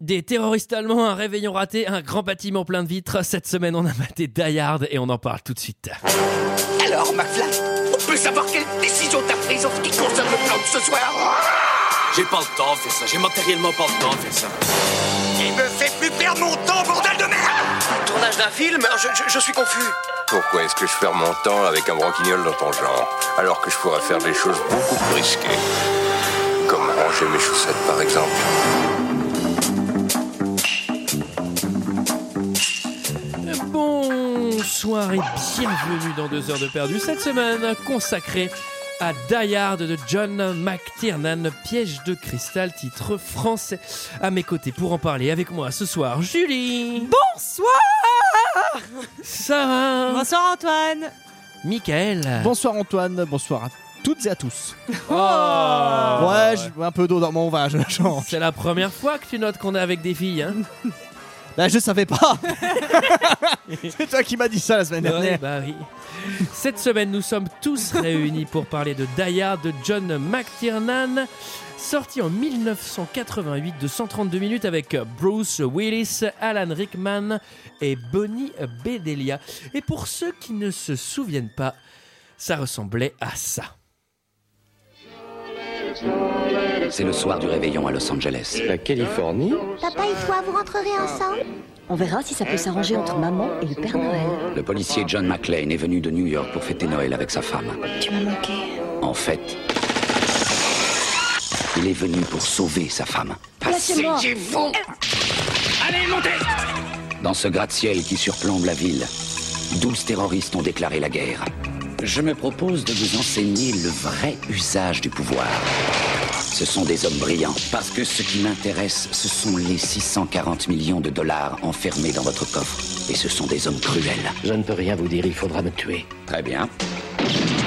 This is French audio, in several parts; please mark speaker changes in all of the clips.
Speaker 1: Des terroristes allemands, un réveillon raté, un grand bâtiment plein de vitres. Cette semaine, on a maté Die Hard et on en parle tout de suite.
Speaker 2: Alors, McFly, on peut savoir quelle décision t'as prise en ce qui concerne le plan de ce soir
Speaker 3: J'ai pas le temps de faire ça, j'ai matériellement pas le temps de faire ça.
Speaker 2: Il me fait plus perdre mon temps, bordel de merde
Speaker 4: Tournage d'un film je, je- je suis confus.
Speaker 5: Pourquoi est-ce que je perds mon temps avec un broquignol dans ton genre, alors que je pourrais faire des choses beaucoup plus risquées Comme ranger mes chaussettes, par exemple.
Speaker 1: Bonsoir et bienvenue dans 2 heures de perdu. Cette semaine, consacrée à Die Hard de John McTiernan, Piège de cristal, titre français. À mes côtés pour en parler avec moi ce soir, Julie.
Speaker 6: Bonsoir
Speaker 1: Sarah.
Speaker 6: Bonsoir Antoine
Speaker 1: Michael.
Speaker 7: Bonsoir Antoine, bonsoir à toutes et à tous.
Speaker 1: Oh.
Speaker 7: ouais, j'ai un peu d'eau dans mon vin, je la change.
Speaker 1: C'est la première fois que tu notes qu'on est avec des filles. Hein
Speaker 7: Bah, je savais pas C'est toi qui m'as dit ça la semaine
Speaker 1: Ouais,
Speaker 7: dernière.
Speaker 1: bah oui. Cette semaine, nous sommes tous réunis pour parler de Die Hard de John McTiernan, sorti en 1988 de 132 minutes avec Bruce Willis, Alan Rickman et Bonnie Bedelia. Et pour ceux qui ne se souviennent pas, ça ressemblait à ça.
Speaker 8: C'est le soir du réveillon à Los Angeles.
Speaker 9: Papa et toi, vous rentrerez ensemble On verra si ça peut s'arranger entre maman et le Père Noël.
Speaker 8: Le policier John McLean est venu de New York pour fêter Noël avec sa femme.
Speaker 9: Tu m'as manqué.
Speaker 8: En fait, il est venu pour sauver sa femme.
Speaker 9: Lâchez-moi
Speaker 2: vous Allez, montez
Speaker 8: Dans ce gratte-ciel qui surplombe la ville, 12 terroristes ont déclaré la guerre. Je me propose de vous enseigner le vrai usage du pouvoir. Ce sont des hommes brillants, parce que ce qui m'intéresse, ce sont les 640 millions de dollars enfermés dans votre coffre. Et ce sont des hommes cruels. Je ne peux rien vous dire, il faudra me tuer. Très bien.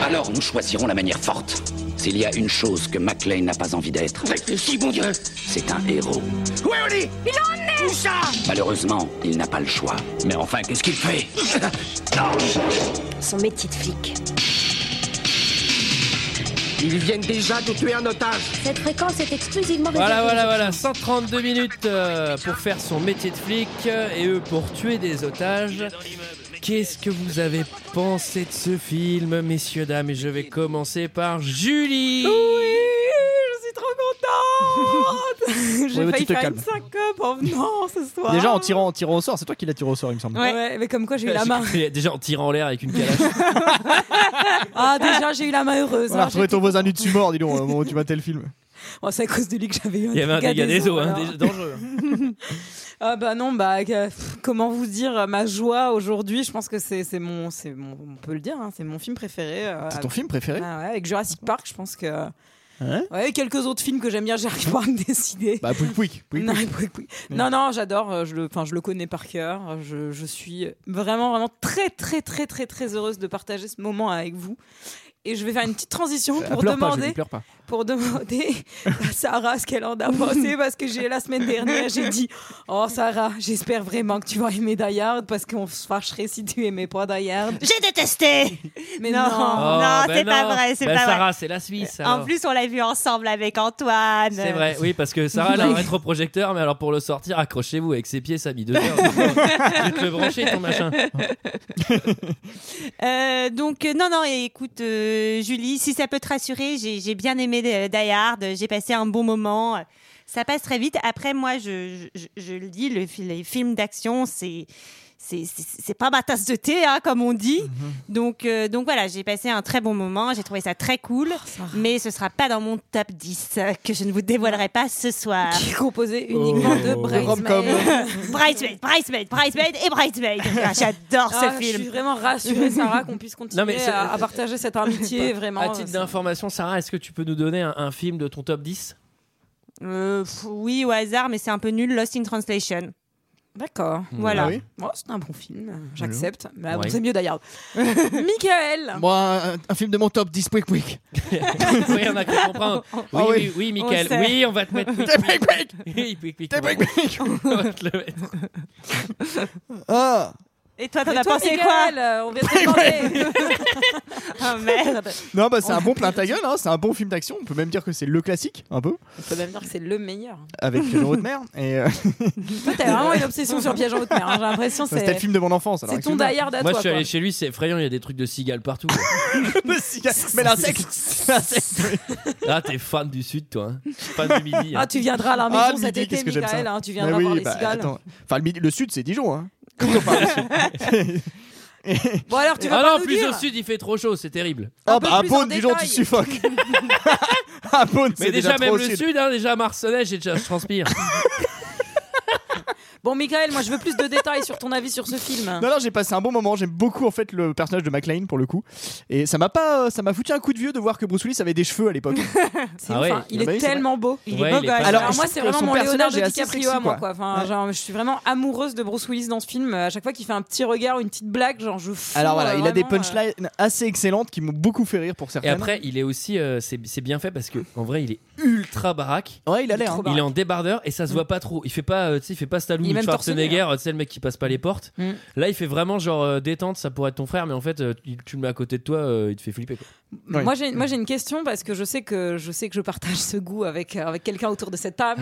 Speaker 8: Alors nous choisirons la manière forte. S'il y a une chose que McLean n'a pas envie d'être,
Speaker 2: Réfléchis, mon Dieu
Speaker 8: c'est un héros.
Speaker 2: Où est Oli Il en est Où ça
Speaker 8: Malheureusement, il n'a pas le choix. Mais enfin, qu'est-ce qu'il fait
Speaker 9: Son métier de flic.
Speaker 2: Ils viennent déjà de tuer un otage
Speaker 9: Cette fréquence est exclusivement réservée
Speaker 1: Voilà,
Speaker 9: aux
Speaker 1: voilà, voilà,
Speaker 9: autres.
Speaker 1: 132 minutes euh, pour faire son métier de flic euh, et eux pour tuer des otages. Qu'est-ce que vous avez pensé de ce film, messieurs, dames Et je vais commencer par Julie
Speaker 6: Je suis trop contente J'ai
Speaker 7: Ouais, ouais,
Speaker 6: failli
Speaker 7: tu te
Speaker 6: faire
Speaker 7: calmes.
Speaker 6: une syncope en venant ce soir.
Speaker 7: Déjà en tirant, en tirant au sort, c'est toi qui l'as tiré au sort, il me semble.
Speaker 6: Ouais. ouais, mais comme quoi j'ai eu la
Speaker 10: Ah,
Speaker 6: main.
Speaker 1: Déjà en tirant en l'air avec une calache.
Speaker 6: Ah, déjà j'ai eu la main heureuse.
Speaker 7: On a
Speaker 6: hein,
Speaker 7: retrouvé
Speaker 6: j'ai-
Speaker 7: ton voisin nu dessus mort, dis donc, au moment où tu matais le film.
Speaker 6: Oh, c'est à cause de lui que j'avais eu un
Speaker 1: Il y avait un dégât des eaux, hein,
Speaker 6: alors.
Speaker 1: déjà dangereux.
Speaker 6: Ah bah non, bah que- pff, comment vous dire euh, ma joie aujourd'hui Je pense que c'est c'est mon, c'est mon, on peut le dire, hein, c'est mon film préféré. euh,
Speaker 7: C'est ton film préféré
Speaker 6: Ah ouais, avec Jurassic Park, je pense que.
Speaker 7: Hein
Speaker 6: ouais, et quelques autres films que j'aime bien, j'arrive pas à me décider.
Speaker 7: Bah, Pouic Pouic. Pouic,
Speaker 6: non,
Speaker 7: Pouic.
Speaker 6: oui, oui. non, non, j'adore. euh, Je le, enfin, je le connais par cœur. euh, Je, je suis vraiment, vraiment très, très, très, très, très heureuse de partager ce moment avec vous. Et je vais faire une petite transition
Speaker 7: Ah,
Speaker 6: pour
Speaker 7: pleure pas, Julie,
Speaker 6: demander,
Speaker 7: pleure pas.
Speaker 6: pour demander à Sarah ce qu'elle en a pensé parce que j'ai la semaine dernière j'ai dit oh Sarah j'espère vraiment que tu vas aimer Die Hard parce qu'on se fâcherait si tu aimais pas Die Hard.
Speaker 10: J'ai détesté
Speaker 6: Mais
Speaker 10: Non.
Speaker 6: non.
Speaker 10: Oh, non,
Speaker 1: ben
Speaker 10: c'est pas vrai, c'est
Speaker 1: Ben,
Speaker 10: pas vrai.
Speaker 1: Sarah, c'est la Suisse.
Speaker 10: En
Speaker 1: alors.
Speaker 10: plus, euh, on l'a vu ensemble avec Antoine.
Speaker 1: C'est vrai, oui, parce que Sarah, elle a un rétroprojecteur, mais alors pour le sortir, accrochez-vous avec ses pieds, ça a mis deux heures. Je vais te le brancher, ton machin.
Speaker 10: Euh, donc, euh, non, non, et écoute, euh, Julie, si ça peut te rassurer, j'ai j'ai bien aimé euh, Die Hard, j'ai passé un bon moment. Ça passe très vite. Après, moi, je, je, je le dis, le, fi- les films d'action, c'est. C'est c'est- c'est pas ma tasse de thé, hein, comme on dit.
Speaker 1: Mhm.
Speaker 10: Donc, euh, donc voilà, j'ai passé un très bon moment, j'ai trouvé ça très cool,
Speaker 1: Oh,
Speaker 6: Sarah.
Speaker 10: mais ce sera pas dans mon top 10 euh, que je ne vous dévoilerai pas ce soir.
Speaker 6: Qui est composé uniquement de
Speaker 7: rom-com.
Speaker 6: bridesmaids.
Speaker 10: Bridesmaid, Bridesmaid, Bridesmaid et Bridesmaid. Ah, J'adore
Speaker 6: Ah,
Speaker 10: ce
Speaker 6: Je suis
Speaker 10: film.
Speaker 6: vraiment rassurée, Sarah, qu'on puisse continuer
Speaker 1: Non, mais c'est-
Speaker 6: à, à partager cette amitié. vraiment,
Speaker 1: À titre
Speaker 6: c'est-
Speaker 1: d'information, Sarah, est-ce que tu peux nous donner un, un film de ton top 10
Speaker 10: Euh, pff, oui, au hasard, mais c'est un peu nul. Lost in Translation.
Speaker 6: D'accord.
Speaker 10: Voilà.
Speaker 7: Ah oui
Speaker 6: Bon, c'est un bon film. euh, J'accepte. Mais bon,
Speaker 1: Ouais.
Speaker 6: c'est mieux d'ailleurs. Michael
Speaker 7: Moi, un, un film de mon top 10 Pouic Pouic.
Speaker 1: oui, on a cru comprendre. Oui,
Speaker 7: Ah oui.
Speaker 1: oui, oui, Michael.
Speaker 10: On sait.
Speaker 1: oui, on va te mettre. Oui,
Speaker 7: T'es Pouic Pouic
Speaker 1: oui, oui, oui, oui,
Speaker 7: T'es
Speaker 1: oui.
Speaker 7: Pouic Pouic
Speaker 1: On va te le mettre.
Speaker 7: Ah
Speaker 10: Et toi, t'en
Speaker 6: Mais
Speaker 10: as
Speaker 6: toi,
Speaker 10: pensé
Speaker 6: Miguel,
Speaker 10: quoi
Speaker 6: euh, On va te demander.
Speaker 10: Oh merde
Speaker 7: Non, bah c'est un bon plein ta gueule, hein, c'est un bon film d'action. On peut même dire que c'est le classique, un peu,
Speaker 6: On peut même dire que c'est le meilleur.
Speaker 7: avec Jean Mer. Et euh,
Speaker 6: Toi, t'as vraiment une obsession sur Piège en haute mer. hein. J'ai l'impression que
Speaker 7: c'était le
Speaker 6: c'est
Speaker 7: film de mon enfance. alors,
Speaker 6: c'est ton
Speaker 7: excuse-moi.
Speaker 6: die hard à
Speaker 1: Moi, je
Speaker 6: toi.
Speaker 1: suis
Speaker 6: quoi.
Speaker 1: allé chez lui, c'est effrayant, il y a des trucs de cigales partout.
Speaker 7: Le cigare. Mais l'insecte L'insecte oui.
Speaker 1: ah, t'es fan du sud, toi. hein. Fan du midi. hein.
Speaker 6: Ah, tu viendras à la maison
Speaker 7: Ah, le
Speaker 6: cet
Speaker 7: midi,
Speaker 6: été,
Speaker 7: qu'est-ce que j'aime
Speaker 6: Michael.
Speaker 7: ça.
Speaker 6: hein, tu viendras
Speaker 7: Mais oui,
Speaker 6: voir les
Speaker 7: bah,
Speaker 6: cigales.
Speaker 7: attends. Enfin, le, midi- le sud, c'est Dijon. Hein.
Speaker 6: Bon, alors, tu vas
Speaker 1: Ah
Speaker 6: pas
Speaker 1: non,
Speaker 6: nous
Speaker 1: plus
Speaker 6: dire.
Speaker 1: au sud, il fait trop chaud, c'est terrible.
Speaker 6: Un
Speaker 7: Ah
Speaker 6: peu
Speaker 7: bah, à
Speaker 6: plus en
Speaker 7: Beaune, Dijon, tu
Speaker 6: détail.
Speaker 7: suffoques. à Beaune,
Speaker 1: Mais
Speaker 7: c'est
Speaker 1: déjà,
Speaker 7: trop
Speaker 1: même
Speaker 7: au
Speaker 1: le sud, hein, déjà à Marseillais, j'ai déjà- je transpire.
Speaker 6: Bon, Michael, moi, je veux plus de détails sur ton avis sur ce film.
Speaker 7: Non, non, j'ai passé un bon moment. J'aime beaucoup en fait le personnage de McLean pour le coup. Et ça m'a pas, euh, ça m'a foutu un coup de vieux de voir que Bruce Willis avait des cheveux à l'époque.
Speaker 6: C'est
Speaker 1: Ah
Speaker 6: ouf,
Speaker 1: ouais.
Speaker 6: hein. Il
Speaker 7: Ah bah
Speaker 6: est
Speaker 7: oui, c'est
Speaker 6: tellement beau.
Speaker 10: Il
Speaker 1: Ouais,
Speaker 10: est beau
Speaker 1: il est
Speaker 10: gosse.
Speaker 1: pas mal.
Speaker 7: Alors,
Speaker 6: Oh, Alors moi
Speaker 7: je
Speaker 6: c'est
Speaker 7: trouve que
Speaker 6: vraiment
Speaker 7: son
Speaker 6: mon
Speaker 7: personnage
Speaker 6: Leonardo
Speaker 7: est assez
Speaker 6: DiCaprio
Speaker 7: sexy,
Speaker 6: à moi quoi.
Speaker 7: quoi.
Speaker 6: Enfin,
Speaker 7: Ouais.
Speaker 6: genre, je suis vraiment amoureuse de Bruce Willis dans ce film. À chaque fois qu'il fait un petit regard, une petite blague, genre je fonds,
Speaker 7: Alors voilà,
Speaker 6: euh,
Speaker 7: il a des
Speaker 6: vraiment, euh,
Speaker 7: punchlines assez excellentes qui m'ont beaucoup fait rire pour
Speaker 1: Et
Speaker 7: certaines.
Speaker 1: après, il est aussi. euh, c'est c'est bien fait parce que en vrai, il est ultra baraque.
Speaker 7: ouais, il a l'air.
Speaker 6: trop
Speaker 7: hein.
Speaker 6: baraque. Mm.
Speaker 1: Il est en débardeur et ça se voit pas trop. Il fait pas, euh, tu sais, il fait pas Stallone
Speaker 6: Il est
Speaker 1: ou
Speaker 6: même torse nu, hein.
Speaker 1: Schwarzenegger, euh, tu sais, le mec qui passe pas les portes.
Speaker 6: Mm.
Speaker 1: Là, il fait vraiment genre euh, détente, ça pourrait être ton frère, mais en fait, euh, tu, tu le mets à côté de toi, euh, il te fait flipper. quoi.
Speaker 7: Ouais.
Speaker 6: Moi j'ai moi j'ai une question parce que je sais que je sais que je partage ce goût avec euh, avec quelqu'un autour de cette table.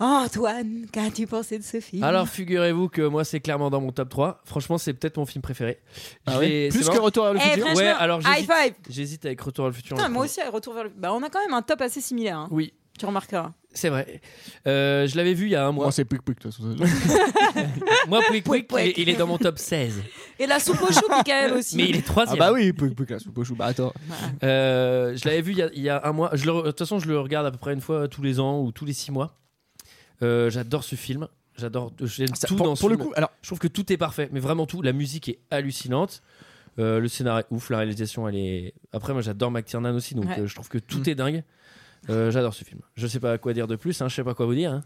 Speaker 7: Ah.
Speaker 6: Antoine, qu'as-tu pensé de ce film
Speaker 1: Alors, figurez-vous que moi, c'est clairement dans mon top 3. Franchement, c'est peut-être mon film préféré. Je
Speaker 7: Ah ouais.
Speaker 1: vais- c'est
Speaker 7: Plus que
Speaker 1: marrant.
Speaker 7: Retour à le
Speaker 6: Eh,
Speaker 7: futur.
Speaker 6: franchement,
Speaker 1: Ouais, alors
Speaker 6: high
Speaker 1: j'hésite.
Speaker 6: five.
Speaker 1: J'hésite avec Retour vers le futur.
Speaker 6: Putain,
Speaker 1: le
Speaker 6: moi
Speaker 1: premier.
Speaker 6: aussi elle retourne vers le bah, on a quand même un top assez similaire hein.
Speaker 1: Oui,
Speaker 6: Tu remarqueras.
Speaker 1: c'est vrai. Euh, je l'avais vu il y a un mois.
Speaker 7: Moi, c'est plus que de toute façon.
Speaker 1: Moi, Pouic Pouic,
Speaker 6: Pouic.
Speaker 1: il est- il est dans mon top 16.
Speaker 6: Et la soupe au chou Michael aussi.
Speaker 1: Mais il est
Speaker 7: Ah
Speaker 1: troisième.
Speaker 7: bah oui, plus que la soupe au chou. Bah attends.
Speaker 1: Euh, je l'avais vu il y, a, il y a un mois. Je le re- de toute façon, je le regarde à peu près une fois tous les ans ou tous les six mois. Euh, J'adore ce film. J'adore. J'aime
Speaker 7: Ça,
Speaker 1: tout
Speaker 7: pour
Speaker 1: dans ce
Speaker 7: pour le
Speaker 1: film.
Speaker 7: coup, alors
Speaker 1: Je trouve que tout est parfait, mais vraiment tout. La musique est hallucinante. Euh, le scénario est ouf, la réalisation elle est. Après, moi j'adore McTiernan aussi, donc
Speaker 6: Ouais.
Speaker 1: euh, je trouve que
Speaker 7: Mm.
Speaker 1: tout est dingue. Euh, J'adore ce film. Je sais pas quoi dire de plus, hein, je sais pas quoi vous dire. hein.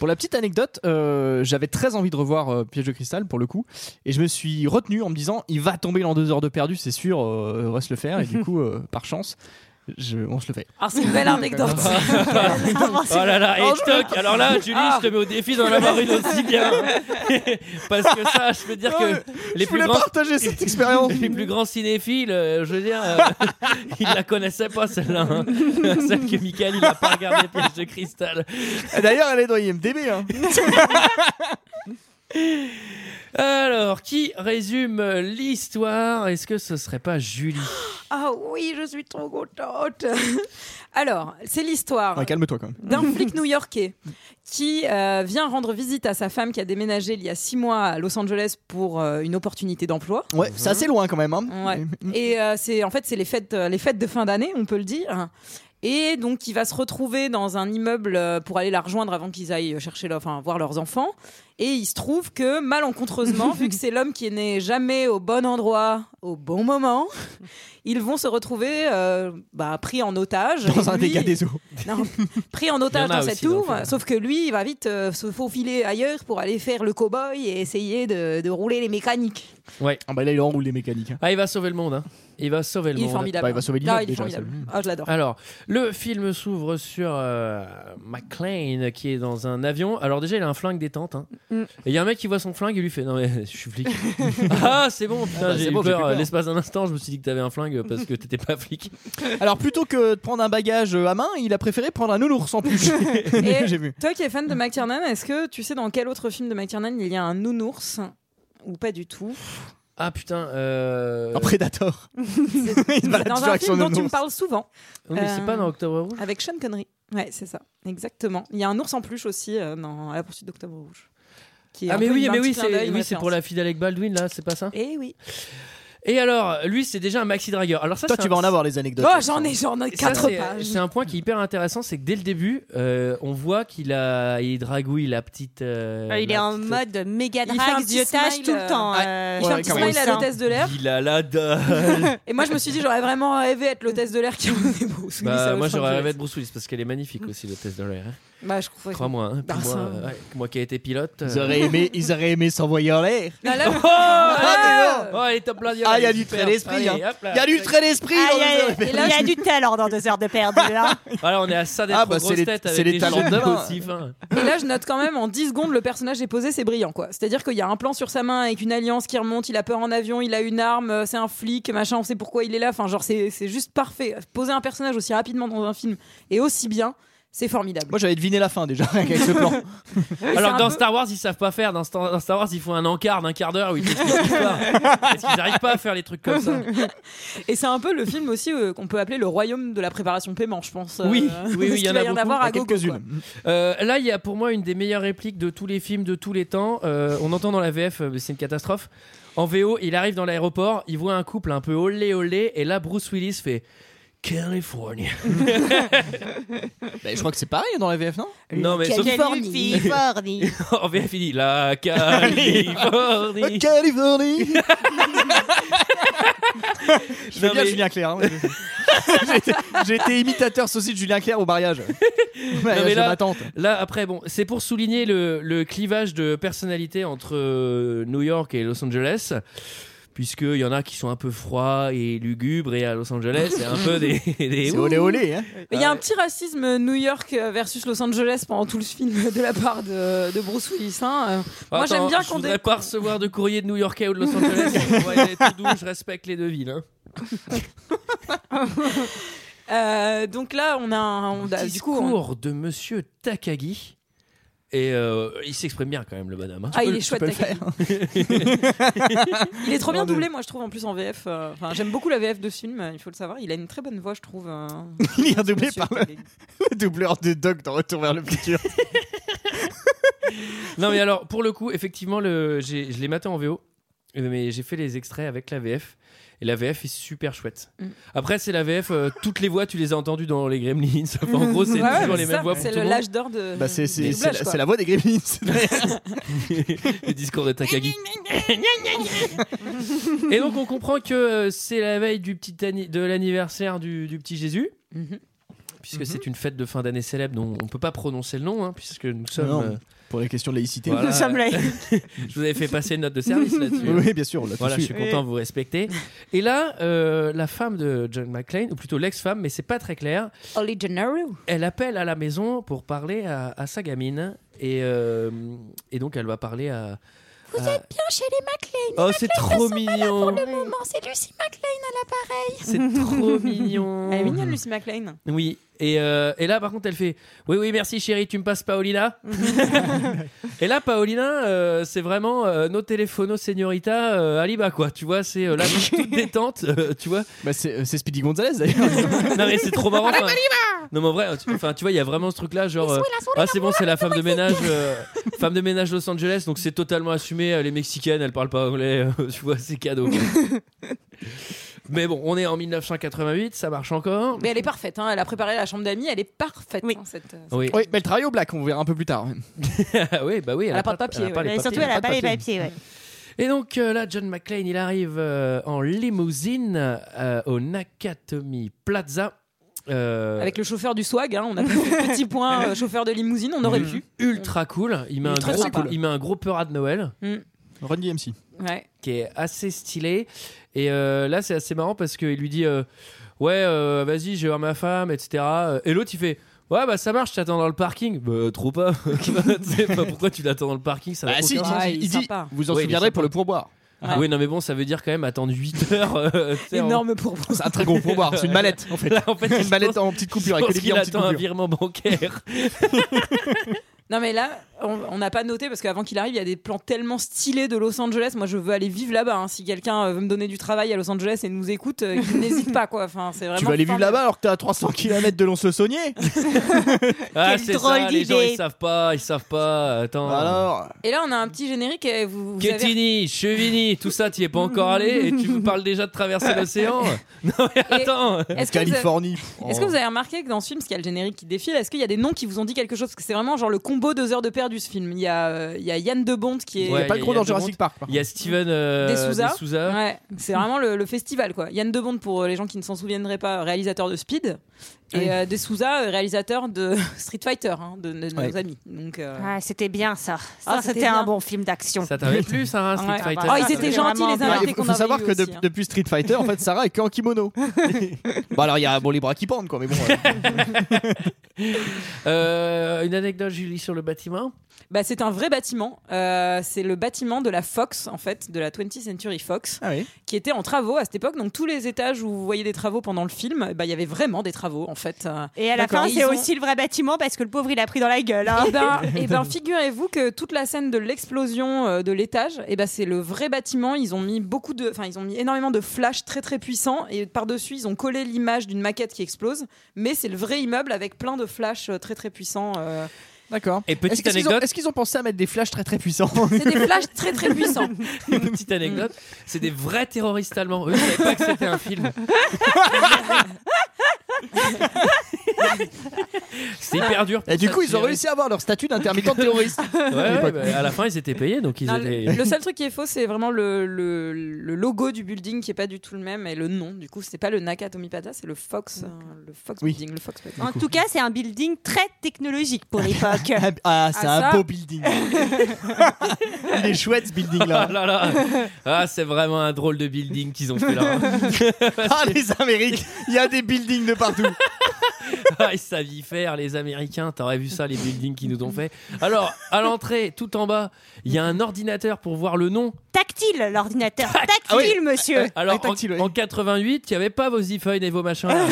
Speaker 7: Pour la petite anecdote, euh, j'avais très envie de revoir euh, Piège de cristal pour le coup, et je me suis retenu en me disant il va tomber dans deux heures de perdu, c'est sûr, euh, on va se le faire, et du coup, euh, par chance, je- on se le fait.
Speaker 6: Alors c'est une belle anecdote.
Speaker 7: Ah,
Speaker 1: Oh là là, et toc Alors là, Julie,
Speaker 6: Ah.
Speaker 1: je te mets au défi d'en avoir une aussi bien. Parce que ça, je peux dire que les
Speaker 7: je
Speaker 1: plus
Speaker 7: voulais
Speaker 1: grands
Speaker 7: partager cette expérience.
Speaker 1: les plus grands cinéphiles, euh, je veux dire, euh, ils la connaissaient pas celle-là. hein. Celle que Michael, il a pas regardé Piège de cristal.
Speaker 7: D'ailleurs, elle est dans IMDB. hein.
Speaker 1: Alors, qui résume euh, l'histoire Est-ce que ce serait pas Julie
Speaker 6: Ah oui, je suis trop contente. Alors, c'est l'histoire
Speaker 7: Ouais, Calme-toi quand même.
Speaker 6: d'un flic new-yorkais qui euh, vient rendre visite à sa femme qui a déménagé il y a six mois à Los Angeles pour euh, une opportunité d'emploi.
Speaker 7: Ouais, c'est assez loin quand même. hein.
Speaker 6: Ouais. Et euh, c'est en fait c'est les fêtes euh, les fêtes de fin d'année, on peut le dire. Et donc il va se retrouver dans un immeuble euh, pour aller la rejoindre avant qu'ils aillent chercher leur- enfin voir leurs enfants. Et il se trouve que malencontreusement, vu que c'est l'homme qui n'est jamais au bon endroit au bon moment, ils vont se retrouver euh, bah, pris en otage.
Speaker 7: Dans
Speaker 6: Et
Speaker 7: un
Speaker 6: lui-
Speaker 7: dégât des eaux.
Speaker 6: non, pris en
Speaker 1: Il y
Speaker 6: otage
Speaker 1: en a
Speaker 6: dans cette
Speaker 1: aussi dans le
Speaker 6: tour,
Speaker 1: film.
Speaker 6: sauf que lui, il va vite euh, se faufiler ailleurs pour aller faire le cow-boy et essayer de, de rouler les mécaniques.
Speaker 7: Ah bah là, il enroule les mécaniques. hein.
Speaker 1: Ah, il va sauver le monde. hein. Il va sauver le
Speaker 6: Il est
Speaker 1: monde.
Speaker 6: formidable.
Speaker 7: Bah, il va sauver
Speaker 6: Ah,
Speaker 7: l'immeuble
Speaker 6: il est
Speaker 7: déjà,
Speaker 6: formidable.
Speaker 7: ça, oui.
Speaker 6: Ah, je l'adore.
Speaker 1: Alors, le film s'ouvre sur euh, McLean qui est dans un avion. Alors déjà, il a un flingue détente. hein.
Speaker 10: Mm.
Speaker 1: Et il y a un mec qui voit son flingue et lui fait Non mais je suis flic. ah c'est bon, putain,
Speaker 7: Ah, bah,
Speaker 1: j'ai
Speaker 7: c'est
Speaker 1: eu
Speaker 7: bon, j'ai
Speaker 1: peur. euh,
Speaker 7: plus peur.
Speaker 1: L'espace d'un instant, je me suis dit que t'avais un flingue parce que t'étais pas flic.
Speaker 7: Alors plutôt que de prendre un bagage euh, à main, il a préféré prendre un nounours en plus.
Speaker 6: Et-
Speaker 7: J'ai vu.
Speaker 6: Toi qui es fan de McTiernan, est-ce que tu sais dans quel autre film de McTiernan il y a un nounours ou pas du tout
Speaker 1: Ah putain. Euh...
Speaker 7: Un prédateur. il se balade
Speaker 6: Dans
Speaker 7: toujours
Speaker 6: un
Speaker 7: avec son
Speaker 6: film dont tu me
Speaker 7: nounours.
Speaker 6: parles souvent,
Speaker 1: oui, mais c'est
Speaker 6: euh,
Speaker 1: pas dans Octobre Rouge.
Speaker 6: avec Sean Connery. Ouais, c'est ça, exactement. Il y a un ours en peluche aussi euh, dans À la poursuite d'Octobre Rouge. qui est
Speaker 1: Ah
Speaker 6: un
Speaker 1: mais
Speaker 6: peu
Speaker 1: oui,
Speaker 6: une-
Speaker 1: mais
Speaker 6: un
Speaker 1: oui,
Speaker 6: petit clin d'œil,
Speaker 1: c'est
Speaker 6: une
Speaker 1: oui, c'est pour la
Speaker 6: référence.
Speaker 1: fille d'Alec Baldwin là, c'est pas ça.
Speaker 6: Eh oui.
Speaker 1: Et alors, lui, c'est déjà un maxi dragueur. Alors ça,
Speaker 7: Toi,
Speaker 1: c'est
Speaker 7: tu
Speaker 1: un-
Speaker 7: vas en avoir les anecdotes.
Speaker 6: Oh, j'en ai, j'en ai
Speaker 1: Et ça,
Speaker 6: quatre
Speaker 1: c'est-
Speaker 6: pages.
Speaker 1: C'est un point qui est hyper intéressant, c'est que dès le début, euh, on voit qu'il a, il dragouille la petite. euh,
Speaker 6: Ah,
Speaker 10: Il
Speaker 1: la
Speaker 10: est en
Speaker 1: petite-
Speaker 10: mode méga
Speaker 6: Il fait un
Speaker 10: drague,
Speaker 6: petit
Speaker 10: ziotage
Speaker 6: smile,
Speaker 10: tout
Speaker 6: euh,
Speaker 10: le temps.
Speaker 7: ouais.
Speaker 10: euh,
Speaker 6: Il fait un petit
Speaker 7: Ouais,
Speaker 6: smile à
Speaker 10: carrément.
Speaker 6: l'hôtesse de l'air.
Speaker 1: Il a la dalle.
Speaker 6: Et moi, je me suis dit, j'aurais vraiment rêvé être l'hôtesse de l'air qui en est beau.
Speaker 1: Bah, moi j'aurais rêvé de Bruce Willis parce qu'elle est magnifique aussi l'hôtesse de l'air. hein.
Speaker 6: Bah, je crois.
Speaker 1: Crois-moi, hein,
Speaker 6: Bah,
Speaker 1: puis moi,
Speaker 6: ça-
Speaker 1: euh, ouais, moi qui ai été pilote. euh,
Speaker 7: Ils auraient aimé, ils auraient aimé s'envoyer en l'air.
Speaker 6: Ah, là,
Speaker 1: Oh,
Speaker 7: Ah,
Speaker 1: oh, elle est top là, Diane,
Speaker 7: Ah, il y a
Speaker 1: elle est
Speaker 7: du
Speaker 1: super.
Speaker 7: trait d'esprit.
Speaker 1: Allez,
Speaker 7: hein.
Speaker 1: hop là.
Speaker 7: Il y a du trait d'esprit.
Speaker 10: Ah,
Speaker 7: dans
Speaker 10: il y
Speaker 7: les
Speaker 10: a-
Speaker 7: heures de
Speaker 10: il y a du talent dans deux heures de perdu. hein.
Speaker 1: Ah, là, on est à ça d'être
Speaker 7: Ah, bah,
Speaker 1: aux
Speaker 7: c'est
Speaker 1: grosses
Speaker 7: les-
Speaker 1: têtes
Speaker 7: c'est
Speaker 1: avec
Speaker 7: les
Speaker 1: des
Speaker 7: talents de
Speaker 1: jeux
Speaker 7: demain.
Speaker 1: aussi fins.
Speaker 6: Et là, je note quand même en 10 secondes le personnage est posé, c'est brillant quoi. C'est-à-dire qu'il y a un plan sur sa main avec une alliance qui remonte, il a peur en avion, il a une arme, euh, c'est un flic, machin, on sait pourquoi il est là. Enfin, genre, c'est c'est juste parfait. Poser un personnage aussi rapidement dans un film et aussi bien, c'est formidable.
Speaker 7: Moi, j'avais deviné la fin déjà avec ce plan.
Speaker 1: Alors
Speaker 6: un
Speaker 1: dans
Speaker 6: peu-
Speaker 1: Star Wars ils savent pas faire, dans Star, dans Star Wars ils font un encart d'un quart d'heure où ils t'expliquent l'histoire. Parce qu'ils arrivent pas à faire les trucs comme ça.
Speaker 6: Et c'est un peu le film aussi euh, qu'on peut appeler le royaume de la préparation paiement, je pense. euh,
Speaker 1: Oui, oui, oui,
Speaker 6: parce
Speaker 1: il y
Speaker 6: qu'il
Speaker 1: en
Speaker 6: va
Speaker 1: a
Speaker 6: y en
Speaker 1: beaucoup,
Speaker 6: avoir à
Speaker 7: Il y a
Speaker 6: gogo, quoi.
Speaker 7: quelques-unes.
Speaker 1: Euh, là il y a pour moi une des meilleures répliques de tous les films de tous les temps. Euh, on entend dans la VF, euh, c'est une catastrophe. En VO il arrive dans l'aéroport, il voit un couple un peu olé olé et là Bruce Willis fait California.
Speaker 7: Bah, je crois que c'est pareil dans la VF, non
Speaker 1: Non mais sauf
Speaker 10: Californie. Californie.
Speaker 1: en VF il dit la Californie.
Speaker 7: Californie. Je fais
Speaker 1: Non,
Speaker 7: bien
Speaker 1: mais-
Speaker 7: Julien Clerc. hein. J'étais- J'étais imitateur saucisse de Julien Clerc au mariage. Au mariage
Speaker 1: mais
Speaker 7: de
Speaker 1: là-
Speaker 7: ma tante.
Speaker 1: Là, après, bon, c'est pour souligner le, le clivage de personnalité entre euh, New York et Los Angeles. Puisqu'il y en a qui sont un peu froids et lugubres, et à Los Angeles, c'est un peu des. des-
Speaker 7: C'est olé olé. hein.
Speaker 6: Mais il y a un petit racisme New York versus Los Angeles pendant tout le film de la part de, de Bruce Willis. hein. Euh, Moi,
Speaker 1: Attends,
Speaker 6: j'aime bien
Speaker 1: Je
Speaker 6: qu'on
Speaker 1: voudrais
Speaker 6: dé-
Speaker 1: pas recevoir de courrier de New Yorkais ou de Los Angeles. On va y aller tout doux, je respecte les deux villes. hein.
Speaker 6: euh, donc là, on a, un, on a- bah, du coup, on-
Speaker 1: Discours de monsieur Takagi. Et euh, il s'exprime bien quand même, le bonhomme. hein.
Speaker 6: Ah, il
Speaker 7: peux-
Speaker 6: est
Speaker 7: tu
Speaker 6: chouette,
Speaker 7: peux le
Speaker 6: Takagi. il est trop bien
Speaker 7: Non, mais-
Speaker 6: doublé, moi, je trouve, en plus en VF. euh, Enfin, j'aime beaucoup la VF de ce film, euh, il faut le savoir. Il a une très bonne voix, je trouve. euh,
Speaker 7: Il est doublé
Speaker 6: monsieur
Speaker 7: par le
Speaker 6: Takagi.
Speaker 7: le doubleur de Doc dans Retour vers le futur.
Speaker 1: Non mais alors pour le coup effectivement le, j'ai- je l'ai maté en VO euh, mais j'ai fait les extraits avec la VF et la VF est super chouette.
Speaker 6: Mm.
Speaker 1: Après c'est la VF euh, toutes les voix tu les as entendues dans les Gremlins. Enfin, en gros Oh, c'est
Speaker 6: Ouais, ouais,
Speaker 1: toujours
Speaker 6: mais
Speaker 1: les
Speaker 6: c'est
Speaker 1: mêmes
Speaker 6: ça,
Speaker 1: voix pour
Speaker 6: C'est
Speaker 1: tout le
Speaker 6: le-
Speaker 1: monde.
Speaker 6: l'âge d'or
Speaker 1: Ah,
Speaker 6: de.
Speaker 7: Bah, c'est- c'est
Speaker 6: des
Speaker 7: c'est
Speaker 6: doublages,
Speaker 7: la,
Speaker 6: quoi.
Speaker 7: c'est la voix des Gremlins.
Speaker 1: le discours de Takagi. et donc on comprend que euh, c'est la veille du petit anni- de l'anniversaire du, du petit Jésus
Speaker 6: Mhm.
Speaker 1: puisque c'est une fête de fin d'année célèbre dont on peut pas prononcer le nom hein, puisque nous sommes
Speaker 7: Non.
Speaker 1: euh,
Speaker 7: Pour les questions de laïcité.
Speaker 1: Voilà.
Speaker 10: Nous sommes là.
Speaker 1: je vous avais fait passer une note de service là-dessus. hein.
Speaker 7: Oui, oui, bien sûr, on l'a
Speaker 1: Voilà,
Speaker 7: tous
Speaker 1: je suis
Speaker 7: eu.
Speaker 1: content, vous respectez. Et là, euh, la femme de John McClane, ou plutôt l'ex-femme, mais c'est pas très clair,
Speaker 6: Oli Gennaro.
Speaker 1: elle appelle à la maison pour parler à, à sa gamine. Et, euh, et donc, elle va parler à. Vous êtes bien chez les McLean. Oh, c'est trop mignon. c'est Lucy McLean à l'appareil. C'est trop mignon.
Speaker 6: Elle est
Speaker 7: Mm.
Speaker 6: mignonne, Lucy McLean.
Speaker 1: Oui. Et, euh, et là, par contre, elle fait Oui, oui, merci chérie, tu me passes Paolina. et là, Paolina, euh, c'est vraiment euh, nos téléphonos, señorita, euh, Aliba, quoi. Tu vois, c'est euh, la musique toute détente, euh, tu vois.
Speaker 7: Bah, c'est euh, c'est Speedy Gonzalez d'ailleurs.
Speaker 1: Non, mais c'est trop marrant. enfin. Non, mais en vrai, tu, enfin, tu vois, il y a vraiment ce truc-là, genre. euh, ah, c'est bon, c'est la femme de ménage, euh, femme de ménage Los Angeles, donc c'est totalement assumé. euh, Les Mexicaines, elles parlent pas anglais, euh, tu vois, c'est cadeau. mais bon, on est en 1988, ça marche encore.
Speaker 6: Mais elle est parfaite, hein, elle a préparé la chambre d'amis, elle est parfaite.
Speaker 10: Oui.
Speaker 6: hein, cette, euh,
Speaker 1: Oui,
Speaker 7: oui, mais le travail au black, on verra un peu plus tard.
Speaker 1: oui, bah oui, elle,
Speaker 6: Elle a pas de papier,
Speaker 1: elle a pas
Speaker 6: ouais.
Speaker 1: les
Speaker 10: Mais surtout,
Speaker 1: papiers.
Speaker 10: elle a pas les
Speaker 7: papier.
Speaker 10: papiers. ouais.
Speaker 1: Et donc euh, là, John McClane, il arrive euh, en limousine euh, au Nakatomi Plaza. euh,
Speaker 6: Avec le chauffeur du swag, hein, on a fait petit point euh, chauffeur de limousine, on
Speaker 1: Mm.
Speaker 6: aurait pu.
Speaker 1: ultra cool. Il met, un
Speaker 6: Ultra
Speaker 1: gros,
Speaker 6: sympa.
Speaker 1: il met un gros peur de Noël
Speaker 7: Run DMC.
Speaker 6: Ouais.
Speaker 1: qui est assez stylé. Et euh, là, c'est assez marrant parce qu'il lui dit euh, Ouais, euh, vas-y, je vais voir ma femme, etc. Et l'autre, il fait. Ouais, bah ça marche, je t'attends dans le parking. Bah, trop pas. Tu sais pas pourquoi tu l'attends dans le parking ça n'a
Speaker 7: Ah
Speaker 1: aucun
Speaker 7: si,
Speaker 1: sens.
Speaker 6: Ah,
Speaker 7: il
Speaker 6: il est
Speaker 7: dit,
Speaker 6: sympa.
Speaker 7: vous en
Speaker 1: Oui, il est
Speaker 7: souviendrez
Speaker 1: sympa.
Speaker 7: pour le pourboire.
Speaker 6: Ah.
Speaker 1: Oui, non, mais bon, ça veut dire quand même attendre 8 heures. euh, tu sais, en-
Speaker 6: Énorme pour vous.
Speaker 7: C'est un très gros pourboire, c'est une mallette en fait.
Speaker 1: Là, en fait,
Speaker 7: Une
Speaker 1: je
Speaker 7: mallette en petite coupure, avec
Speaker 1: pense
Speaker 7: les
Speaker 1: qu'il
Speaker 7: billets en petite
Speaker 1: attend un
Speaker 7: coupure.
Speaker 1: virement bancaire.
Speaker 6: Non mais là, on on n'a pas noté parce qu'avant qu'il arrive, il y a des plans tellement stylés de Los Angeles. Moi, je veux aller vivre là-bas. hein. Si quelqu'un euh, veut me donner du travail à Los Angeles et nous écoute, euh, qu'il n'hésite pas quoi. Enfin, c'est vraiment.
Speaker 7: Tu vas aller vivre
Speaker 6: formidable.
Speaker 7: là-bas alors que t'es à 300 km de Lons-le-Saunier
Speaker 1: Ah,
Speaker 10: Quelle
Speaker 1: c'est
Speaker 10: drôle
Speaker 1: ça, les gens
Speaker 10: d'idée.
Speaker 1: ils savent pas, ils savent pas. Attends.
Speaker 7: Bah Alors,
Speaker 6: Et là, on a un petit générique. Et vous, vous avez-
Speaker 1: Quetigny, Chevigny, tout ça, tu es pas encore allé et tu me parles déjà de traverser l'océan. Non mais attends.
Speaker 6: Est-ce que vous avez-
Speaker 7: Californie. oh.
Speaker 6: Est-ce que vous avez remarqué que dans ce film, parce qu'il y a le générique qui défile, est-ce qu'il y a des noms qui vous ont dit quelque chose Parce que c'est vraiment genre le combo deux heures de perdu ce film. Il y a, euh, il y a Yann de Bonte qui est.
Speaker 1: Ouais,
Speaker 7: Pas le gros
Speaker 1: Il y a
Speaker 7: dans
Speaker 1: deux
Speaker 7: Jurassic
Speaker 1: mondes.
Speaker 7: Park. par
Speaker 1: Il y a Steven euh,
Speaker 6: Des Souza.
Speaker 1: Souza.
Speaker 6: Ouais, c'est vraiment le, le festival quoi. Yann Debond pour euh, les gens qui ne s'en souviendraient pas, réalisateur de Speed Et euh, De Souza, euh, réalisateur de Street Fighter, hein, de, de nos
Speaker 7: Ouais.
Speaker 6: amis. Donc, euh,
Speaker 10: Ah, c'était bien ça.
Speaker 6: Ah,
Speaker 10: Ça,
Speaker 6: c'était
Speaker 10: c'était
Speaker 6: bien.
Speaker 10: un bon film d'action.
Speaker 1: Ça t'avait plu, ça, hein, Street
Speaker 10: Ouais.
Speaker 1: Fighter
Speaker 10: Ah, bah,
Speaker 6: Oh, ils étaient
Speaker 10: c'était
Speaker 6: gentils,
Speaker 10: vraiment
Speaker 6: les
Speaker 10: bien.
Speaker 7: Ah,
Speaker 6: invités
Speaker 7: il faut,
Speaker 6: qu'on
Speaker 7: faut
Speaker 6: avait
Speaker 7: savoir
Speaker 6: eu
Speaker 7: que de-
Speaker 6: aussi, hein.
Speaker 7: depuis Street Fighter, en fait, Sarah est que en kimono. bon, alors il y a bon, les bras qui pendent, quoi, mais bon. euh,
Speaker 1: Euh, Une anecdote, Julie, sur le bâtiment
Speaker 6: Bah, c'est un vrai bâtiment. Euh, c'est le bâtiment de la Fox, en fait, de la 20th Century Fox,
Speaker 7: Ah oui.
Speaker 6: qui était en travaux à cette époque. Donc, tous les étages où vous voyez des travaux pendant le film, bah, il y avait vraiment des travaux, en fait. Euh,
Speaker 10: Et à la
Speaker 6: D'accord.
Speaker 10: fin,
Speaker 6: Et
Speaker 10: c'est
Speaker 6: ils ont-
Speaker 10: aussi le vrai bâtiment parce que le pauvre, il a pris dans la gueule. hein.
Speaker 6: Eh ben, eh ben, figurez-vous que toute la scène de l'explosion euh, de l'étage, eh ben, c'est le vrai bâtiment. Ils ont mis beaucoup de, enfin, ils ont mis énormément de flashs très très puissants et par-dessus, ils ont collé l'image d'une maquette qui explose. Mais c'est le vrai immeuble avec plein de flashs euh, très très puissants. euh.
Speaker 7: D'accord.
Speaker 1: Et
Speaker 7: Est-ce
Speaker 1: petite
Speaker 7: qu'ils ont-
Speaker 1: anecdote,
Speaker 7: est-ce qu'ils ont pensé à mettre des flashs très très puissants
Speaker 6: C'est des flashs très très puissants.
Speaker 1: petite anecdote, c'est des vrais terroristes allemands. Eux, ils savaient pas que c'était un film. C'était hyper dur. pour
Speaker 7: Et du
Speaker 1: ça
Speaker 7: coup,
Speaker 1: de
Speaker 7: ils ont
Speaker 1: tirer.
Speaker 7: réussi à avoir leur statut d'intermittent terroriste.
Speaker 1: Ouais, ouais, bah, à la fin, ils étaient payés, donc ils
Speaker 6: Non,
Speaker 1: étaient.
Speaker 6: le, le seul truc qui est faux, c'est vraiment le, le- le logo du building qui est pas du tout le même et le nom. Du coup, c'est pas le Nakatomi Plaza, c'est le Fox, euh, le Fox
Speaker 7: Oui.
Speaker 6: Building, le Fox Plaza.
Speaker 10: En tout cas, c'est un building très technologique pour l'époque.
Speaker 7: Ah, ah, c'est
Speaker 6: Ah,
Speaker 7: un
Speaker 6: ça.
Speaker 7: beau building. il est chouette ce building
Speaker 1: Ah
Speaker 7: là.
Speaker 1: là là Ah, c'est vraiment un drôle de building qu'ils ont fait là. hein.
Speaker 7: Ah les Amériques, il y a des buildings de partout.
Speaker 1: Ah, ils savent y faire, les Américains. T'aurais vu ça, les buildings qu'ils nous ont fait. Alors, à l'entrée, tout en bas, il y a un ordinateur pour voir le nom.
Speaker 10: Tactile, l'ordinateur.
Speaker 1: Tac-
Speaker 10: Tactile,
Speaker 7: Ah oui.
Speaker 10: monsieur.
Speaker 1: Alors,
Speaker 7: Ah, tactile,
Speaker 1: en,
Speaker 7: ouais.
Speaker 1: en 88, il n'y avait pas vos iPhones et vos machins. là.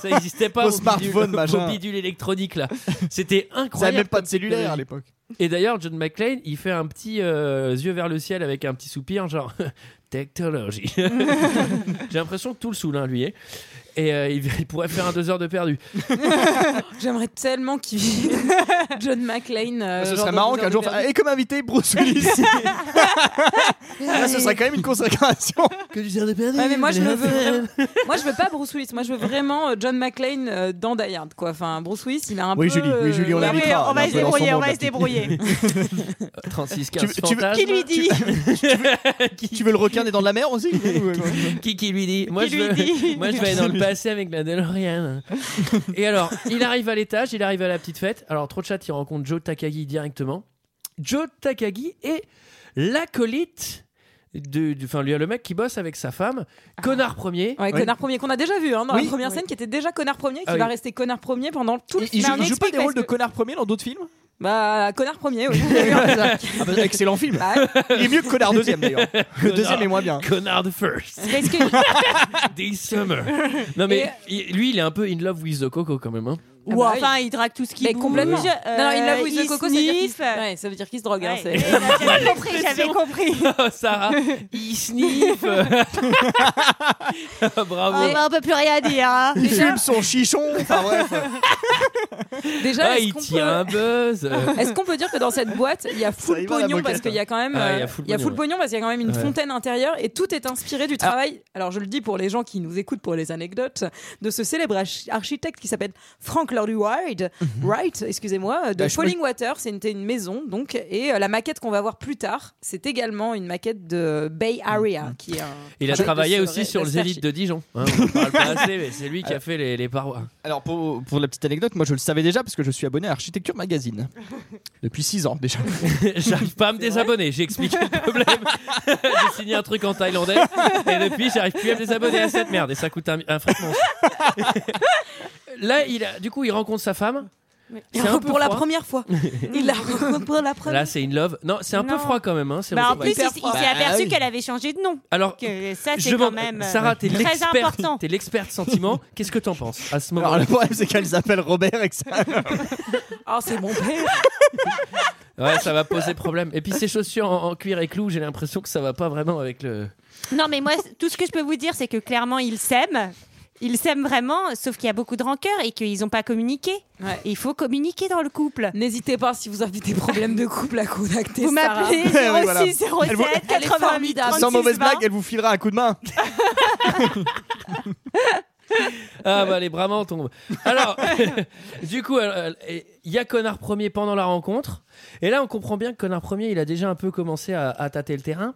Speaker 1: ça n'existait pas.
Speaker 7: Vos
Speaker 1: au bidule-
Speaker 7: smartphones, machin.
Speaker 1: au bidule électronique, là. C'était
Speaker 7: Ça n'avait
Speaker 1: incroyable.
Speaker 7: même pas de
Speaker 6: Euh,
Speaker 7: cellulaire à l'époque.
Speaker 1: Et d'ailleurs, John McClane, il fait un petit euh, yeux vers le ciel avec un petit soupir, genre technologie. J'ai l'impression que tout le soulin lui est. Et euh, il, il pourrait faire un deux heures de perdu.
Speaker 6: J'aimerais tellement qu'il vive John McClane. euh,
Speaker 7: ce
Speaker 6: genre
Speaker 7: serait
Speaker 6: dans
Speaker 7: marrant
Speaker 6: Deux heures
Speaker 7: qu'un
Speaker 6: de
Speaker 7: jour.
Speaker 6: perdu.
Speaker 7: Et comme invité, Bruce Willis. Ah, ce serait quand même une consécration. Que du de perdu.
Speaker 6: Ouais, mais moi je le veux. vraiment- Moi je veux pas Bruce Willis. Moi je veux vraiment euh, John McClane euh, dans Die Hard. Quoi. Enfin, Bruce Willis, il a un
Speaker 7: Oui,
Speaker 6: peu.
Speaker 7: Julie, oui,
Speaker 6: euh,
Speaker 7: Julie, on
Speaker 10: Oui,
Speaker 7: l'invitera.
Speaker 10: oui, on
Speaker 7: Elle est un
Speaker 10: va
Speaker 7: peu
Speaker 10: se
Speaker 7: dans son
Speaker 10: débrouiller, on
Speaker 7: monde, la
Speaker 10: va se débrouiller.
Speaker 1: 36,
Speaker 7: Tu
Speaker 1: 15
Speaker 7: veux- tu veux-
Speaker 10: Qui lui dit
Speaker 7: Tu veux le requin des dents de la mer aussi euh,
Speaker 1: qui, qui lui dit Moi,
Speaker 10: Qui
Speaker 1: je
Speaker 10: lui
Speaker 1: veux-
Speaker 10: dit
Speaker 1: moi, je vais aller dans le passé avec la DeLorean. Et alors, il arrive à l'étage, il arrive à la petite fête. Alors, trop de chat, il rencontre Joe Takagi directement. Joe Takagi est l'acolyte de. de- Enfin, lui, le mec qui bosse avec sa femme, connard premier.
Speaker 6: Ouais,
Speaker 7: Oui.
Speaker 6: Connard Premier, qu'on a déjà vu hein, dans
Speaker 7: Oui.
Speaker 6: la première scène, qui était déjà Connard Premier, qui
Speaker 1: Ah oui.
Speaker 6: va rester Connard Premier pendant tout le
Speaker 7: Il
Speaker 6: film.
Speaker 7: joue,
Speaker 10: on
Speaker 7: il joue pas
Speaker 10: explique
Speaker 7: des rôles de
Speaker 10: parce
Speaker 7: connard premier dans d'autres films
Speaker 6: Bah, Connard Premier, oui.
Speaker 7: Ah bah, Excellent film.
Speaker 6: Bah, ouais.
Speaker 7: Il est mieux que connard deuxième d'ailleurs. Le deuxième est moins bien.
Speaker 1: Connard de first,
Speaker 10: Parce que
Speaker 1: des summer. Non mais il- lui il est un peu in love with the coco quand même. hein.
Speaker 6: Ah bah
Speaker 10: Ou
Speaker 6: oui.
Speaker 10: enfin, il drague tout ce qui
Speaker 6: Mais
Speaker 10: bouge.
Speaker 6: complètement.
Speaker 10: euh,
Speaker 6: non, non, il l'avoue, il se
Speaker 10: il
Speaker 6: coco, ça veut dire qu'il
Speaker 10: sniffe.
Speaker 6: se- ouais, ça veut dire qu'il se drogue. hein,
Speaker 10: Ouais.
Speaker 6: c'est-
Speaker 10: Et là, J'avais compris, j'avais compris. Oh,
Speaker 1: Sarah, il sniff. Bravo.
Speaker 10: Ah bah, on peut plus rien dire. hein.
Speaker 7: Il fume son chichon. Enfin bref.
Speaker 6: Déjà,
Speaker 1: Ah,
Speaker 6: est-ce
Speaker 1: il
Speaker 6: qu'on peut-
Speaker 1: tient un buzz. Euh,
Speaker 6: Est-ce qu'on peut dire que dans cette boîte, il y a
Speaker 7: Ça
Speaker 6: full
Speaker 7: y va, la
Speaker 6: pognon
Speaker 7: moquette.
Speaker 6: parce qu'il y a quand même,
Speaker 1: Ah,
Speaker 6: euh,
Speaker 1: il y a full
Speaker 6: il y a
Speaker 1: pognon,
Speaker 6: full pognon parce qu'il y a quand même une
Speaker 1: Ouais. Ah.
Speaker 6: fontaine intérieure et tout est inspiré du travail. Alors je le dis pour les gens qui nous écoutent pour les anecdotes de ce célèbre archi- architecte qui s'appelle Frank Lloyd Wright,
Speaker 1: Mhm.
Speaker 6: Wright, excusez-moi, euh, de
Speaker 1: Bah,
Speaker 7: Ouais, je-
Speaker 6: Falling Water. C'était une maison donc et euh, la maquette qu'on va voir plus tard, c'est également une maquette de Bay Area qui est. un
Speaker 1: Mhm. Il a
Speaker 6: travail de
Speaker 1: travaillé
Speaker 6: ce-
Speaker 1: aussi
Speaker 6: de
Speaker 1: sur
Speaker 6: cet
Speaker 1: les élites
Speaker 6: archi-
Speaker 1: de Dijon. hein, on en parle pas assez, mais c'est lui qui a fait les, les parois.
Speaker 7: Alors pour, pour la petite anecdote, moi je le savais déjà parce que je suis abonné à Architecture Magazine depuis 6 ans déjà.
Speaker 1: j'arrive pas à me désabonner. J'ai expliqué le problème. J'ai signé un truc en thaïlandais et depuis, j'arrive plus à me désabonner à cette merde et ça coûte un, un fric monstre. Là, il a, du coup, il rencontre sa femme. C'est un peu
Speaker 6: pour la
Speaker 1: froid.
Speaker 6: première fois. Il la rencontre pour la première.
Speaker 1: Là, c'est une love. Non, c'est un peu
Speaker 10: Non.
Speaker 1: froid quand même. hein, c'est-
Speaker 10: Bah, en
Speaker 1: on-
Speaker 10: plus, il,
Speaker 6: hyper
Speaker 10: s- il
Speaker 6: froid.
Speaker 10: s'est
Speaker 7: Bah,
Speaker 10: aperçu
Speaker 7: oui.
Speaker 10: qu'elle avait changé de nom.
Speaker 1: Alors,
Speaker 10: Que ça,
Speaker 1: je
Speaker 10: c'est quand
Speaker 1: demande-
Speaker 10: même euh,
Speaker 1: Sarah, t'es
Speaker 10: très
Speaker 1: l'experte.
Speaker 10: important.
Speaker 1: T'es l'experte sentiment. Qu'est-ce que t'en penses à ce moment
Speaker 7: Alors le problème c'est qu'elle s'appelle Robert et que ça.
Speaker 6: Ah, c'est mon père.
Speaker 1: Ouais, ça va poser problème. Et puis ces chaussures en, en cuir et clous, j'ai l'impression que ça va pas vraiment avec le.
Speaker 10: Non, mais moi, tout ce que je peux vous dire, c'est que clairement, ils s'aiment. Ils s'aiment vraiment, sauf qu'il y a beaucoup de rancœur et qu'ils n'ont pas communiqué.
Speaker 6: Ouais.
Speaker 10: Il faut communiquer dans le couple.
Speaker 6: N'hésitez pas si vous avez des problèmes de couple à contacter
Speaker 10: Vous
Speaker 6: Sarah.
Speaker 10: m'appelez
Speaker 7: Ouais, ouais, voilà.
Speaker 10: 06
Speaker 7: Elle vous-
Speaker 10: 07
Speaker 6: Elle est
Speaker 10: 88
Speaker 6: formidable.
Speaker 7: Sans
Speaker 10: 36
Speaker 7: mauvaise
Speaker 10: 20.
Speaker 7: blague, elle vous filera un coup de main.
Speaker 1: Ah bah les bras m'en tombent. Alors, du coup, euh, euh, il y a Connard Premier pendant la rencontre. Et là, on comprend bien que Connard Premier, il a déjà un peu commencé à, à tâter le terrain.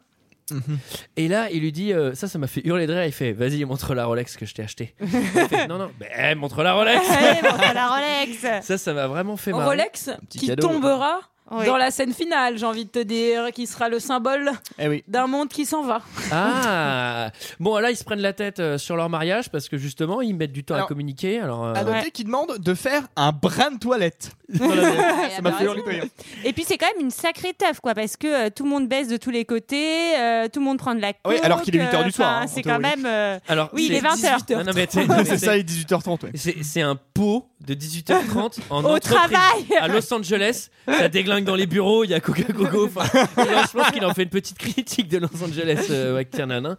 Speaker 1: Et là, il lui dit euh, Ça, ça m'a fait hurler de rire. Il fait Vas-y, montre la Rolex que je t'ai achetée. Il fait, non, non, ben, eh, montre la Rolex
Speaker 10: Allez, montre la Rolex
Speaker 1: Ça, ça m'a vraiment fait marrer.
Speaker 6: Rolex
Speaker 7: petit
Speaker 6: qui
Speaker 7: cadeau.
Speaker 6: tombera
Speaker 10: Oui.
Speaker 6: dans la scène finale, j'ai envie de te dire, qui sera le symbole
Speaker 7: Eh oui.
Speaker 6: d'un monde qui s'en va.
Speaker 1: Ah Bon, là, ils se prennent la tête euh, sur leur mariage parce que justement, ils mettent du temps à
Speaker 7: Alors- ah,
Speaker 1: communiquer. Alors, euh,
Speaker 7: À noter qu'il demande de faire un brin de toilette.
Speaker 6: elle
Speaker 7: ça
Speaker 6: a
Speaker 7: m'a fait
Speaker 6: raison.
Speaker 7: hurler de rire.
Speaker 10: Et puis c'est quand même une sacrée taf, quoi, parce que euh, tout le monde baisse de tous les côtés, euh, tout le monde prend de la coke.
Speaker 7: Oui, alors qu'il est 8 heures du
Speaker 10: euh,
Speaker 7: soir,
Speaker 10: enfin,
Speaker 7: hein, en
Speaker 10: c'est quand
Speaker 7: théorie.
Speaker 10: même. euh,
Speaker 1: alors,
Speaker 10: Oui, il
Speaker 1: c'est-
Speaker 10: est 20 heures.
Speaker 1: Non, non, mais t'es-
Speaker 7: C'est ça, il est 18h30. ouais.
Speaker 1: C'est c'est un pot de 18h30 en
Speaker 10: Au
Speaker 1: entreprise.
Speaker 10: travail
Speaker 1: à Los Angeles. Ça déglingue dans les bureaux, il y a Coca-Coco. Enfin, je pense qu'il en fait une petite critique de Los Angeles euh, avec Tiernan, hein.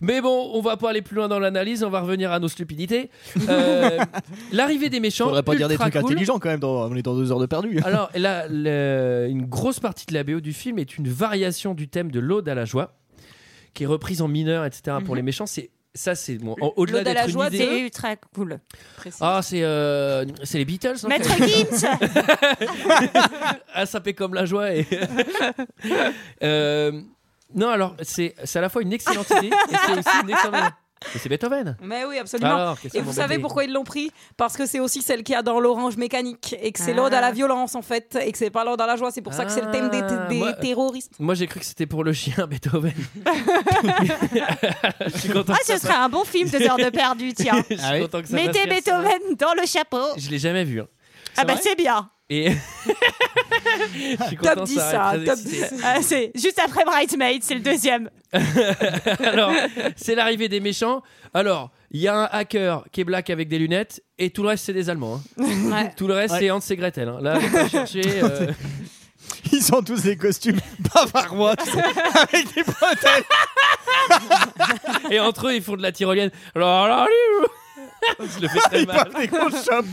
Speaker 1: Mais bon, on va pas aller plus loin dans l'analyse, on va revenir à nos stupidités. Euh, L'arrivée des méchants.
Speaker 7: Faudrait pas dire des
Speaker 1: ultra
Speaker 7: trucs
Speaker 1: cool.
Speaker 7: intelligents quand même, dans- on est dans deux heures de perdu. hein.
Speaker 1: Alors là, le- une grosse partie de la BO du film est une variation du thème de l'Aude à la joie, qui est reprise en mineur, etc. Pour les méchants, c'est ça, c'est bon. en- Au-delà
Speaker 6: Mhm. L'Aude à la
Speaker 1: d'être une
Speaker 6: joie,
Speaker 1: idée-
Speaker 10: C'est ultra cool.
Speaker 1: Ah, c'est euh, c'est les Beatles. non
Speaker 10: Maître Gims
Speaker 1: Ah, ça paie comme la joie. Et... Euh, non, alors, c'est c'est à la fois une excellente idée et c'est aussi une excellente. Mais c'est Beethoven.
Speaker 6: Mais oui, absolument.
Speaker 1: Alors, qu'est-ce
Speaker 6: Et
Speaker 1: qu'on
Speaker 6: vous
Speaker 1: va
Speaker 6: savez
Speaker 1: dire
Speaker 6: pourquoi ils l'ont pris Parce que c'est aussi celle qu'il y a dans l'orange mécanique et que c'est
Speaker 10: Ah.
Speaker 6: l'ode à la violence en fait et que c'est pas l'ode à la joie. C'est pour ça que c'est le thème des,
Speaker 1: Ah,
Speaker 6: des
Speaker 1: moi-
Speaker 6: terroristes.
Speaker 1: Moi, j'ai cru que c'était pour le chien, Beethoven. Je suis content
Speaker 10: Ah,
Speaker 1: que
Speaker 10: ce
Speaker 1: ça
Speaker 10: serait un bon film, deux heures de perdu, tiens.
Speaker 1: passe- Je suis
Speaker 7: Ah oui.
Speaker 1: content que ça
Speaker 10: Mettez
Speaker 1: passe comme ça.
Speaker 10: Beethoven dans le chapeau.
Speaker 1: Je l'ai jamais vu. hein.
Speaker 10: Ah bah
Speaker 7: vrai
Speaker 10: c'est bien.
Speaker 1: Et. Je suis content,
Speaker 6: Top 10
Speaker 1: ça
Speaker 6: ça,
Speaker 1: arrête très
Speaker 6: top
Speaker 1: excité.
Speaker 6: 10.
Speaker 10: Ah, c'est juste après Bridesmaid, c'est le deuxième.
Speaker 1: Alors, c'est l'arrivée des méchants. Alors, il y a un hacker qui est black avec des lunettes et tout le reste, c'est des Allemands. hein. Tout le reste,
Speaker 7: Ouais.
Speaker 1: c'est Hans et Gretel. hein. Là, on va chercher. euh,
Speaker 7: Ils ont tous des costumes bavarois, tu sais, avec des bretelles.
Speaker 1: Et entre eux, ils font de la tyrolienne. Alors, alors, allez, vous. Je le fais très
Speaker 7: Ils
Speaker 1: mal.
Speaker 7: peuvent les qu'on chope.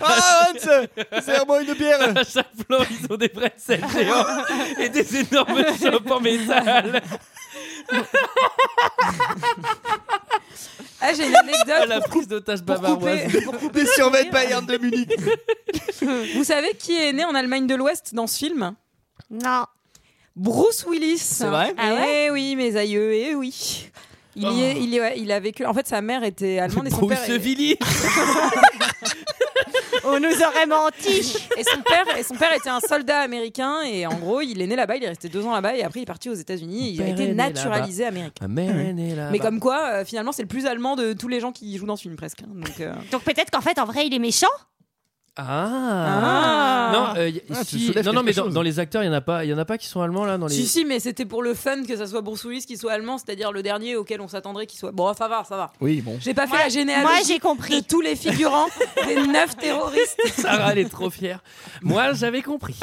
Speaker 7: ah, Hans, serre-moi une bière.
Speaker 1: À chaque plan, ils ont des pretzels géants et des énormes chopes en métal.
Speaker 6: Ah, j'ai une anecdote.
Speaker 1: À la prise d'otage
Speaker 6: Pour couper,
Speaker 1: bavaroise.
Speaker 6: pour couper.
Speaker 7: Des survêtements Bayern de Munich.
Speaker 6: Vous savez qui est né en Allemagne de l'Ouest dans ce film
Speaker 10: Non.
Speaker 6: Bruce Willis. C'est
Speaker 7: vrai
Speaker 10: Ah
Speaker 6: Eh oui, mes aïeux, eh oui. Il, y est, il, y est- ouais, il a vécu. En fait, sa mère était allemande et son père.
Speaker 1: Oh. Bruce Willis.
Speaker 10: On nous aurait menti.
Speaker 6: Et son père, et son père était un soldat américain et en gros, il est né là-bas, il est resté deux ans là-bas et après il est parti aux États-Unis. Il a
Speaker 1: père est
Speaker 6: été
Speaker 1: né Ah bah.
Speaker 6: naturalisé américain. Mais comme quoi, euh, finalement, c'est le plus allemand de tous les gens qui jouent dans ce film presque. hein. Donc, euh,
Speaker 10: Donc peut-être qu'en fait, en vrai, il est méchant.
Speaker 1: Ah. Non, euh, y-
Speaker 7: Ah, tu
Speaker 1: si-
Speaker 7: soulèves
Speaker 1: non, non,
Speaker 7: quelque
Speaker 1: mais dans,
Speaker 7: chose.
Speaker 1: dans les acteurs, il y en a pas, il y en a pas qui sont allemands là dans les.
Speaker 6: Si si, mais c'était pour le fun que ça soit Bruce Willis qui soit allemand, c'est-à-dire le dernier auquel on s'attendrait qu'il soit. Bon, ça va, ça va.
Speaker 7: Oui, bon.
Speaker 6: J'ai pas fait la généalogie.
Speaker 10: Moi, j'ai
Speaker 6: de
Speaker 10: compris.
Speaker 6: tous les figurants des neuf terroristes.
Speaker 1: Sarah, elle est trop fière. Moi, j'avais compris.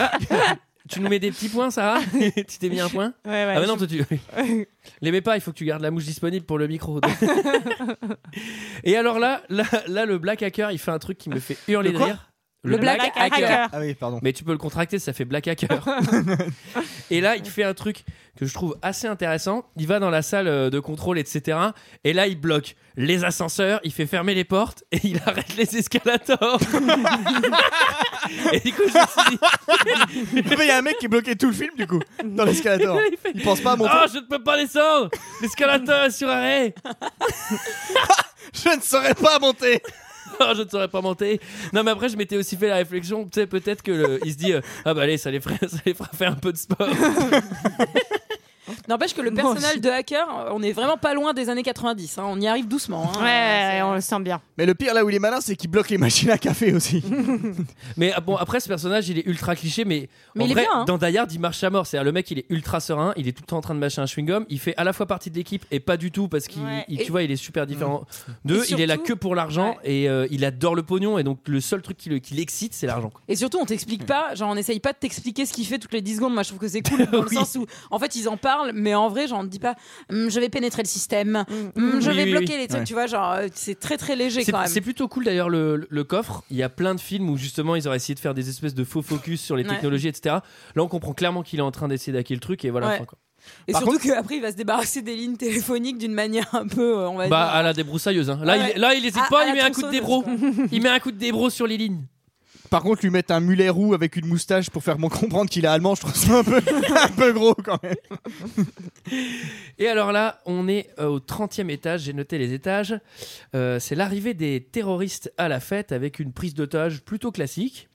Speaker 1: tu nous mets des petits points, Sarah. tu t'es mis un point.
Speaker 10: Ouais,
Speaker 1: Ah mais non, toi tu... Les mets pas, il faut que tu gardes la mouche disponible pour le micro. Et alors là, là, là, le black hacker, il fait un truc qui me fait hurler
Speaker 7: Le
Speaker 1: de
Speaker 7: quoi
Speaker 1: rire.
Speaker 6: Le black hacker.
Speaker 7: Ah oui, pardon.
Speaker 1: Mais tu peux le contracter, ça fait black hacker. et là, il fait un truc que je trouve assez intéressant. Il va dans la salle euh, de contrôle, etc. Et là, il bloque les ascenseurs, il fait fermer les portes et il arrête les escalators. et du coup, je me suis dit,
Speaker 7: Il y a un mec qui bloquait tout le film, du coup, dans l'escalator. Il pense pas à mon
Speaker 1: oh, je ne peux pas descendre. L'escalator est sur arrêt.
Speaker 7: Je ne saurais pas monter.
Speaker 1: Oh, je ne saurais pas monter. Non, mais après, je m'étais aussi fait la réflexion. Tu sais, peut-être que le- il se dit euh, Ah, bah allez, ça les, fera, ça les fera faire un peu de sport.
Speaker 6: N'empêche que le
Speaker 7: Moi
Speaker 6: personnage
Speaker 7: aussi.
Speaker 6: de hacker, euh, on est vraiment pas loin des années 90. hein. On y arrive doucement. hein.
Speaker 10: Ouais,
Speaker 1: Ah,
Speaker 10: ouais, on le sent bien.
Speaker 7: Mais le pire là où il est malin, c'est qu'il bloque les machines à café aussi.
Speaker 1: Mais ah, bon, après, ce personnage, il est ultra cliché, mais,
Speaker 6: Mais
Speaker 1: en
Speaker 6: il est
Speaker 1: vrai,
Speaker 6: bien, hein.
Speaker 1: dans Die Hard, il marche à mort. C'est-à-dire, le mec, il est ultra serein, il est tout le temps en train de mâcher un chewing-gum. Il fait à la fois partie de l'équipe et pas du tout, parce qu'il,
Speaker 10: Ouais.
Speaker 1: il- tu
Speaker 6: Et- Mm.
Speaker 1: vois, il est super différent d'eux.
Speaker 6: Et
Speaker 1: il est là
Speaker 6: surtout-
Speaker 1: que pour l'argent et euh, il adore le pognon. Et donc, le seul truc qui, le- qui l'excite, c'est l'argent. quoi.
Speaker 6: Et surtout, on
Speaker 1: Mm.
Speaker 6: t'explique pas, genre on n'essaye pas de t'expliquer ce qu'il fait toutes les 10 secondes. Moi, je trouve que c'est cool dans le
Speaker 1: Oui.
Speaker 6: sens où, en fait, ils en parlent, mais en vrai, genre on te dit pas, Hum, je vais pénétrer le système,
Speaker 10: Mm.
Speaker 6: Hum, je
Speaker 1: Oui,
Speaker 6: vais
Speaker 1: oui,
Speaker 6: bloquer
Speaker 1: oui.
Speaker 6: les trucs,
Speaker 7: Ouais.
Speaker 6: tu vois, genre euh, c'est très très léger
Speaker 1: C'est,
Speaker 6: quand même.
Speaker 1: c'est plutôt cool d'ailleurs le, le- le coffre. Il y a plein de films où justement ils auraient essayé de faire des espèces de faux focus sur les
Speaker 6: Ouais.
Speaker 1: technologies, etc. Là on comprend clairement qu'il est en train d'essayer d'hacker le truc et voilà.
Speaker 6: Ouais.
Speaker 1: enfin, quoi.
Speaker 6: Et
Speaker 7: Par
Speaker 6: surtout qu'après, il va se débarrasser des lignes téléphoniques d'une manière un peu, euh, on va
Speaker 1: Bah
Speaker 6: dire.
Speaker 1: à la débroussailleuse. hein. Là,
Speaker 6: Ouais.
Speaker 1: il, là il hésite
Speaker 6: À-
Speaker 1: pas,
Speaker 6: à
Speaker 1: il
Speaker 6: la
Speaker 1: met un coup de
Speaker 6: tronçonneuse,
Speaker 1: débro. il met un coup de débro sur les lignes.
Speaker 7: Par contre, lui mettre un mulet roux avec une moustache pour faire bon comprendre qu'il est allemand, je trouve ça un peu, un peu gros quand même.
Speaker 1: Et alors là, on est euh, au 30e étage, j'ai noté les étages. Euh, c'est l'arrivée des terroristes à la fête avec une prise d'otage plutôt classique.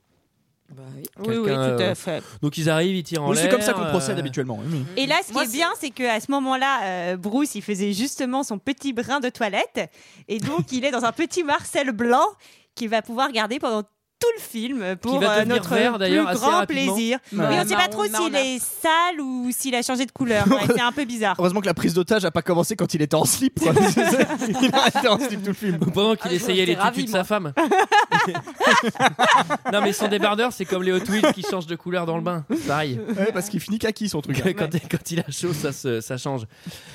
Speaker 10: Bah Oui, oui, tout
Speaker 1: Quelqu'un, euh,
Speaker 10: à fait.
Speaker 1: Donc ils arrivent, ils tirent en
Speaker 7: Oui,
Speaker 1: l'air.
Speaker 7: c'est comme ça qu'on
Speaker 1: euh,
Speaker 7: procède habituellement. hein, oui.
Speaker 10: Et là, ce qui
Speaker 6: Moi,
Speaker 10: est bien, c'est qu'à ce moment-là, euh, Bruce, il faisait justement son petit brin de toilette. Et donc, il est dans un petit Marcel blanc qu'il va pouvoir garder pendant tout le film pour
Speaker 1: va
Speaker 10: euh,
Speaker 1: devenir
Speaker 10: notre
Speaker 1: vert,
Speaker 10: plus
Speaker 1: d'ailleurs, assez
Speaker 10: grand
Speaker 1: rapidement.
Speaker 10: plaisir.
Speaker 7: Ouais.
Speaker 10: Mais on
Speaker 6: Ouais,
Speaker 10: ne sait pas
Speaker 6: marron,
Speaker 10: trop s'il
Speaker 6: marron.
Speaker 10: est sale ou s'il a changé de couleur. Ouais, c'est un peu bizarre.
Speaker 7: Heureusement que la prise d'otage a pas commencé quand il était en slip. quoi. il a resté en slip tout le film.
Speaker 1: Pendant qu'il
Speaker 6: Ah, je-
Speaker 1: essayait
Speaker 6: j'étais
Speaker 1: les tutus
Speaker 6: ravie,
Speaker 1: de sa femme. non mais son débardeur, c'est comme les Hot Wheels qui changent de couleur dans le bain. C'est Pareil.
Speaker 7: Ouais, parce qu'il finit kaki son truc. hein.
Speaker 1: Quand, quand il a chaud, ça, se- ça change.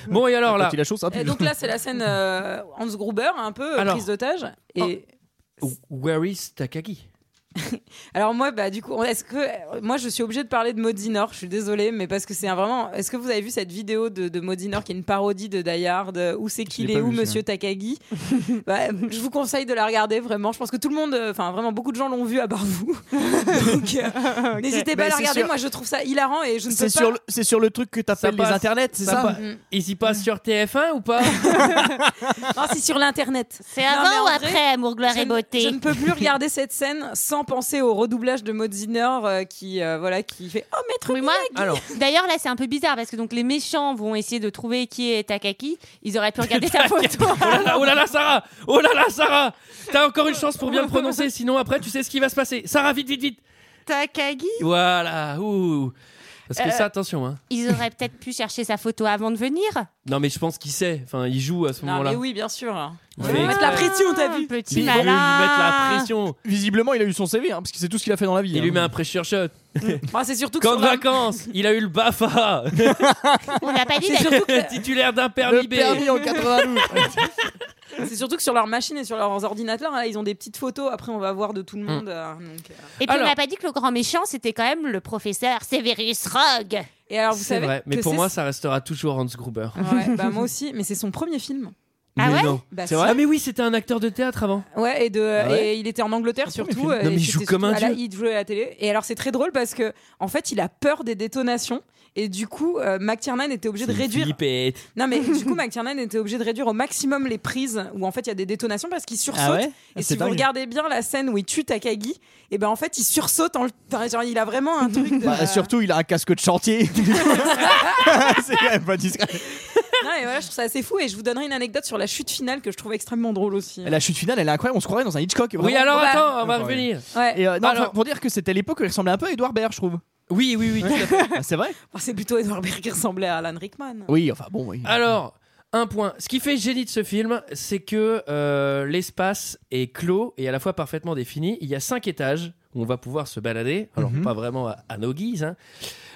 Speaker 1: Bon et alors
Speaker 7: Quand
Speaker 1: là,
Speaker 7: il a chaud, ça pue.
Speaker 6: Et donc là, c'est la scène euh, Hans Gruber, un peu euh,
Speaker 1: Alors. Oh.
Speaker 6: prise d'otage. Et
Speaker 1: where is Takagi
Speaker 6: alors moi, bah du coup, est-ce que moi je suis obligée de parler de Modinor Je suis désolée, mais parce que c'est un vraiment. Est-ce que vous avez vu cette vidéo de, de Modinor qui est une parodie de Die Hard euh, Où c'est qu'il
Speaker 7: l'ai
Speaker 6: est
Speaker 7: pas
Speaker 6: où
Speaker 7: vu,
Speaker 6: Monsieur Takagi Bah, Je vous conseille de la regarder vraiment. Je pense que tout le monde, euh, enfin vraiment beaucoup de gens l'ont vu à part vous. Donc, euh,
Speaker 7: Mais Bah,
Speaker 6: N'hésitez pas à la
Speaker 7: c'est
Speaker 6: regarder.
Speaker 7: sur-
Speaker 6: Moi, je trouve ça hilarant et je ne peux
Speaker 7: C'est
Speaker 6: pas.
Speaker 7: sur, le- c'est sur le truc que
Speaker 1: Ça
Speaker 7: t'appelles les
Speaker 1: passe.
Speaker 7: internets, c'est
Speaker 1: Ça
Speaker 7: ça
Speaker 1: passe.
Speaker 6: Mm.
Speaker 1: Ils y passent sur TF1 ou pas
Speaker 6: Non, c'est sur l'internet.
Speaker 10: C'est
Speaker 6: avant mais en ou vrai, après,
Speaker 10: Amour, gloire
Speaker 6: je ne- Je ne peux plus regarder cette scène sans penser au redoublage de Modziner euh, qui euh, voilà qui fait oh maître
Speaker 10: Oui, moi,
Speaker 1: Alors,
Speaker 10: D'ailleurs, là, c'est un peu bizarre parce que donc les méchants vont essayer de trouver qui est Takaki. Ils auraient pu regarder sa photo.
Speaker 1: oh là là, oh là là, Sarah Oh là là, Sarah T'as encore une chance pour bien le prononcer, sinon après, tu sais ce qui va se passer. Sarah, vite, vite, vite
Speaker 10: Takagi
Speaker 1: Voilà, ouh Parce que
Speaker 10: Euh.
Speaker 1: ça, attention, hein.
Speaker 10: Ils auraient peut-être pu chercher sa photo avant de venir.
Speaker 1: Non, mais je pense qu'il sait. Enfin, il joue à ce
Speaker 6: Non
Speaker 1: moment-là.
Speaker 6: mais oui bien sûr.
Speaker 1: Il
Speaker 6: On
Speaker 1: fait
Speaker 6: va mettre la
Speaker 1: exprès.
Speaker 6: pression t'as vu.
Speaker 1: Mais
Speaker 10: Petit
Speaker 1: il veut lui
Speaker 10: malin.
Speaker 1: mettre la pression.
Speaker 7: Visiblement, il a eu son CV, hein, parce que c'est tout ce qu'il a fait dans la vie.
Speaker 1: Il lui
Speaker 7: hein.
Speaker 1: met un pressure shot.
Speaker 6: Moi, c'est surtout que
Speaker 1: Camp
Speaker 6: son
Speaker 1: de
Speaker 6: arme-
Speaker 1: vacances, il a eu le BAFA,
Speaker 10: On n'a pas dit
Speaker 6: c'est
Speaker 10: d'être-
Speaker 6: surtout, que-
Speaker 1: titulaire d'un
Speaker 7: Le
Speaker 1: permis B.
Speaker 7: permis en 92.
Speaker 6: c'est surtout que sur leur machine et sur leurs ordinateurs, là, ils ont des petites photos. Après, on va voir de tout
Speaker 1: Mm.
Speaker 6: le monde. euh, donc, euh.
Speaker 10: Et puis
Speaker 1: Alors-
Speaker 10: on n'a pas dit que le grand méchant c'était quand même le professeur Severus Rogue.
Speaker 6: Et alors, vous
Speaker 1: C'est
Speaker 6: savez
Speaker 1: vrai, mais
Speaker 6: que
Speaker 1: pour
Speaker 6: c'est-
Speaker 1: moi, ça restera toujours Hans Gruber.
Speaker 6: Ouais, bah, moi aussi, mais c'est son premier film.
Speaker 10: Ah
Speaker 1: mais
Speaker 10: ouais
Speaker 1: non.
Speaker 6: Bah,
Speaker 7: C'est
Speaker 6: si.
Speaker 7: vrai
Speaker 1: Ah mais oui, c'était un acteur de théâtre avant.
Speaker 6: Ouais, et, de,
Speaker 7: Ah ouais
Speaker 6: et il était en Angleterre surtout.
Speaker 7: premier
Speaker 6: euh,
Speaker 1: Ah, Non, mais
Speaker 6: et
Speaker 1: il joue
Speaker 6: c'était
Speaker 1: comme un
Speaker 6: surtout à la-
Speaker 1: dieu.
Speaker 6: Il jouait à la télé. Et alors, c'est très drôle parce que, en fait, il a peur des détonations. Et du coup, euh, McTiernan était obligé de réduire.
Speaker 1: Flippette.
Speaker 6: Non, mais du coup, McTiernan était obligé de réduire au maximum les prises où en fait il y a des détonations parce
Speaker 1: Ah
Speaker 6: qu'il sursaute. Ah et si vous regardez bien la scène où il tue Takagi, et ben en fait il sursaute. En... le- enfin, genre, il a vraiment un truc. De...
Speaker 7: Bah, surtout, il a un casque de chantier. c'est quand même pas discret.
Speaker 6: Non, et voilà, je trouve ça assez fou. Et je vous donnerai une anecdote sur la chute finale que je trouve extrêmement drôle aussi.
Speaker 7: La chute finale, elle est incroyable. On se croirait dans un Hitchcock. vraiment.
Speaker 1: Oui, alors
Speaker 6: Bah,
Speaker 1: attends, on va
Speaker 7: bah,
Speaker 1: revenir.
Speaker 6: Ouais.
Speaker 7: Et, euh, non,
Speaker 1: Alors-
Speaker 7: enfin, pour dire que c'était l'époque où il ressemblait un peu à Edouard Baird, je trouve.
Speaker 1: Oui, oui, oui. tout à fait.
Speaker 7: Ah, c'est vrai
Speaker 6: Enfin, c'est plutôt Edward Berg qui ressemblait à Alan Rickman.
Speaker 7: Oui, enfin bon, oui.
Speaker 1: Alors, un point. Ce qui fait génie de ce film, c'est que euh, l'espace est clos et à la fois parfaitement défini. Il y a cinq étages où on va pouvoir se balader. Alors,
Speaker 7: Mhm.
Speaker 1: pas vraiment à, à nos guises. hein.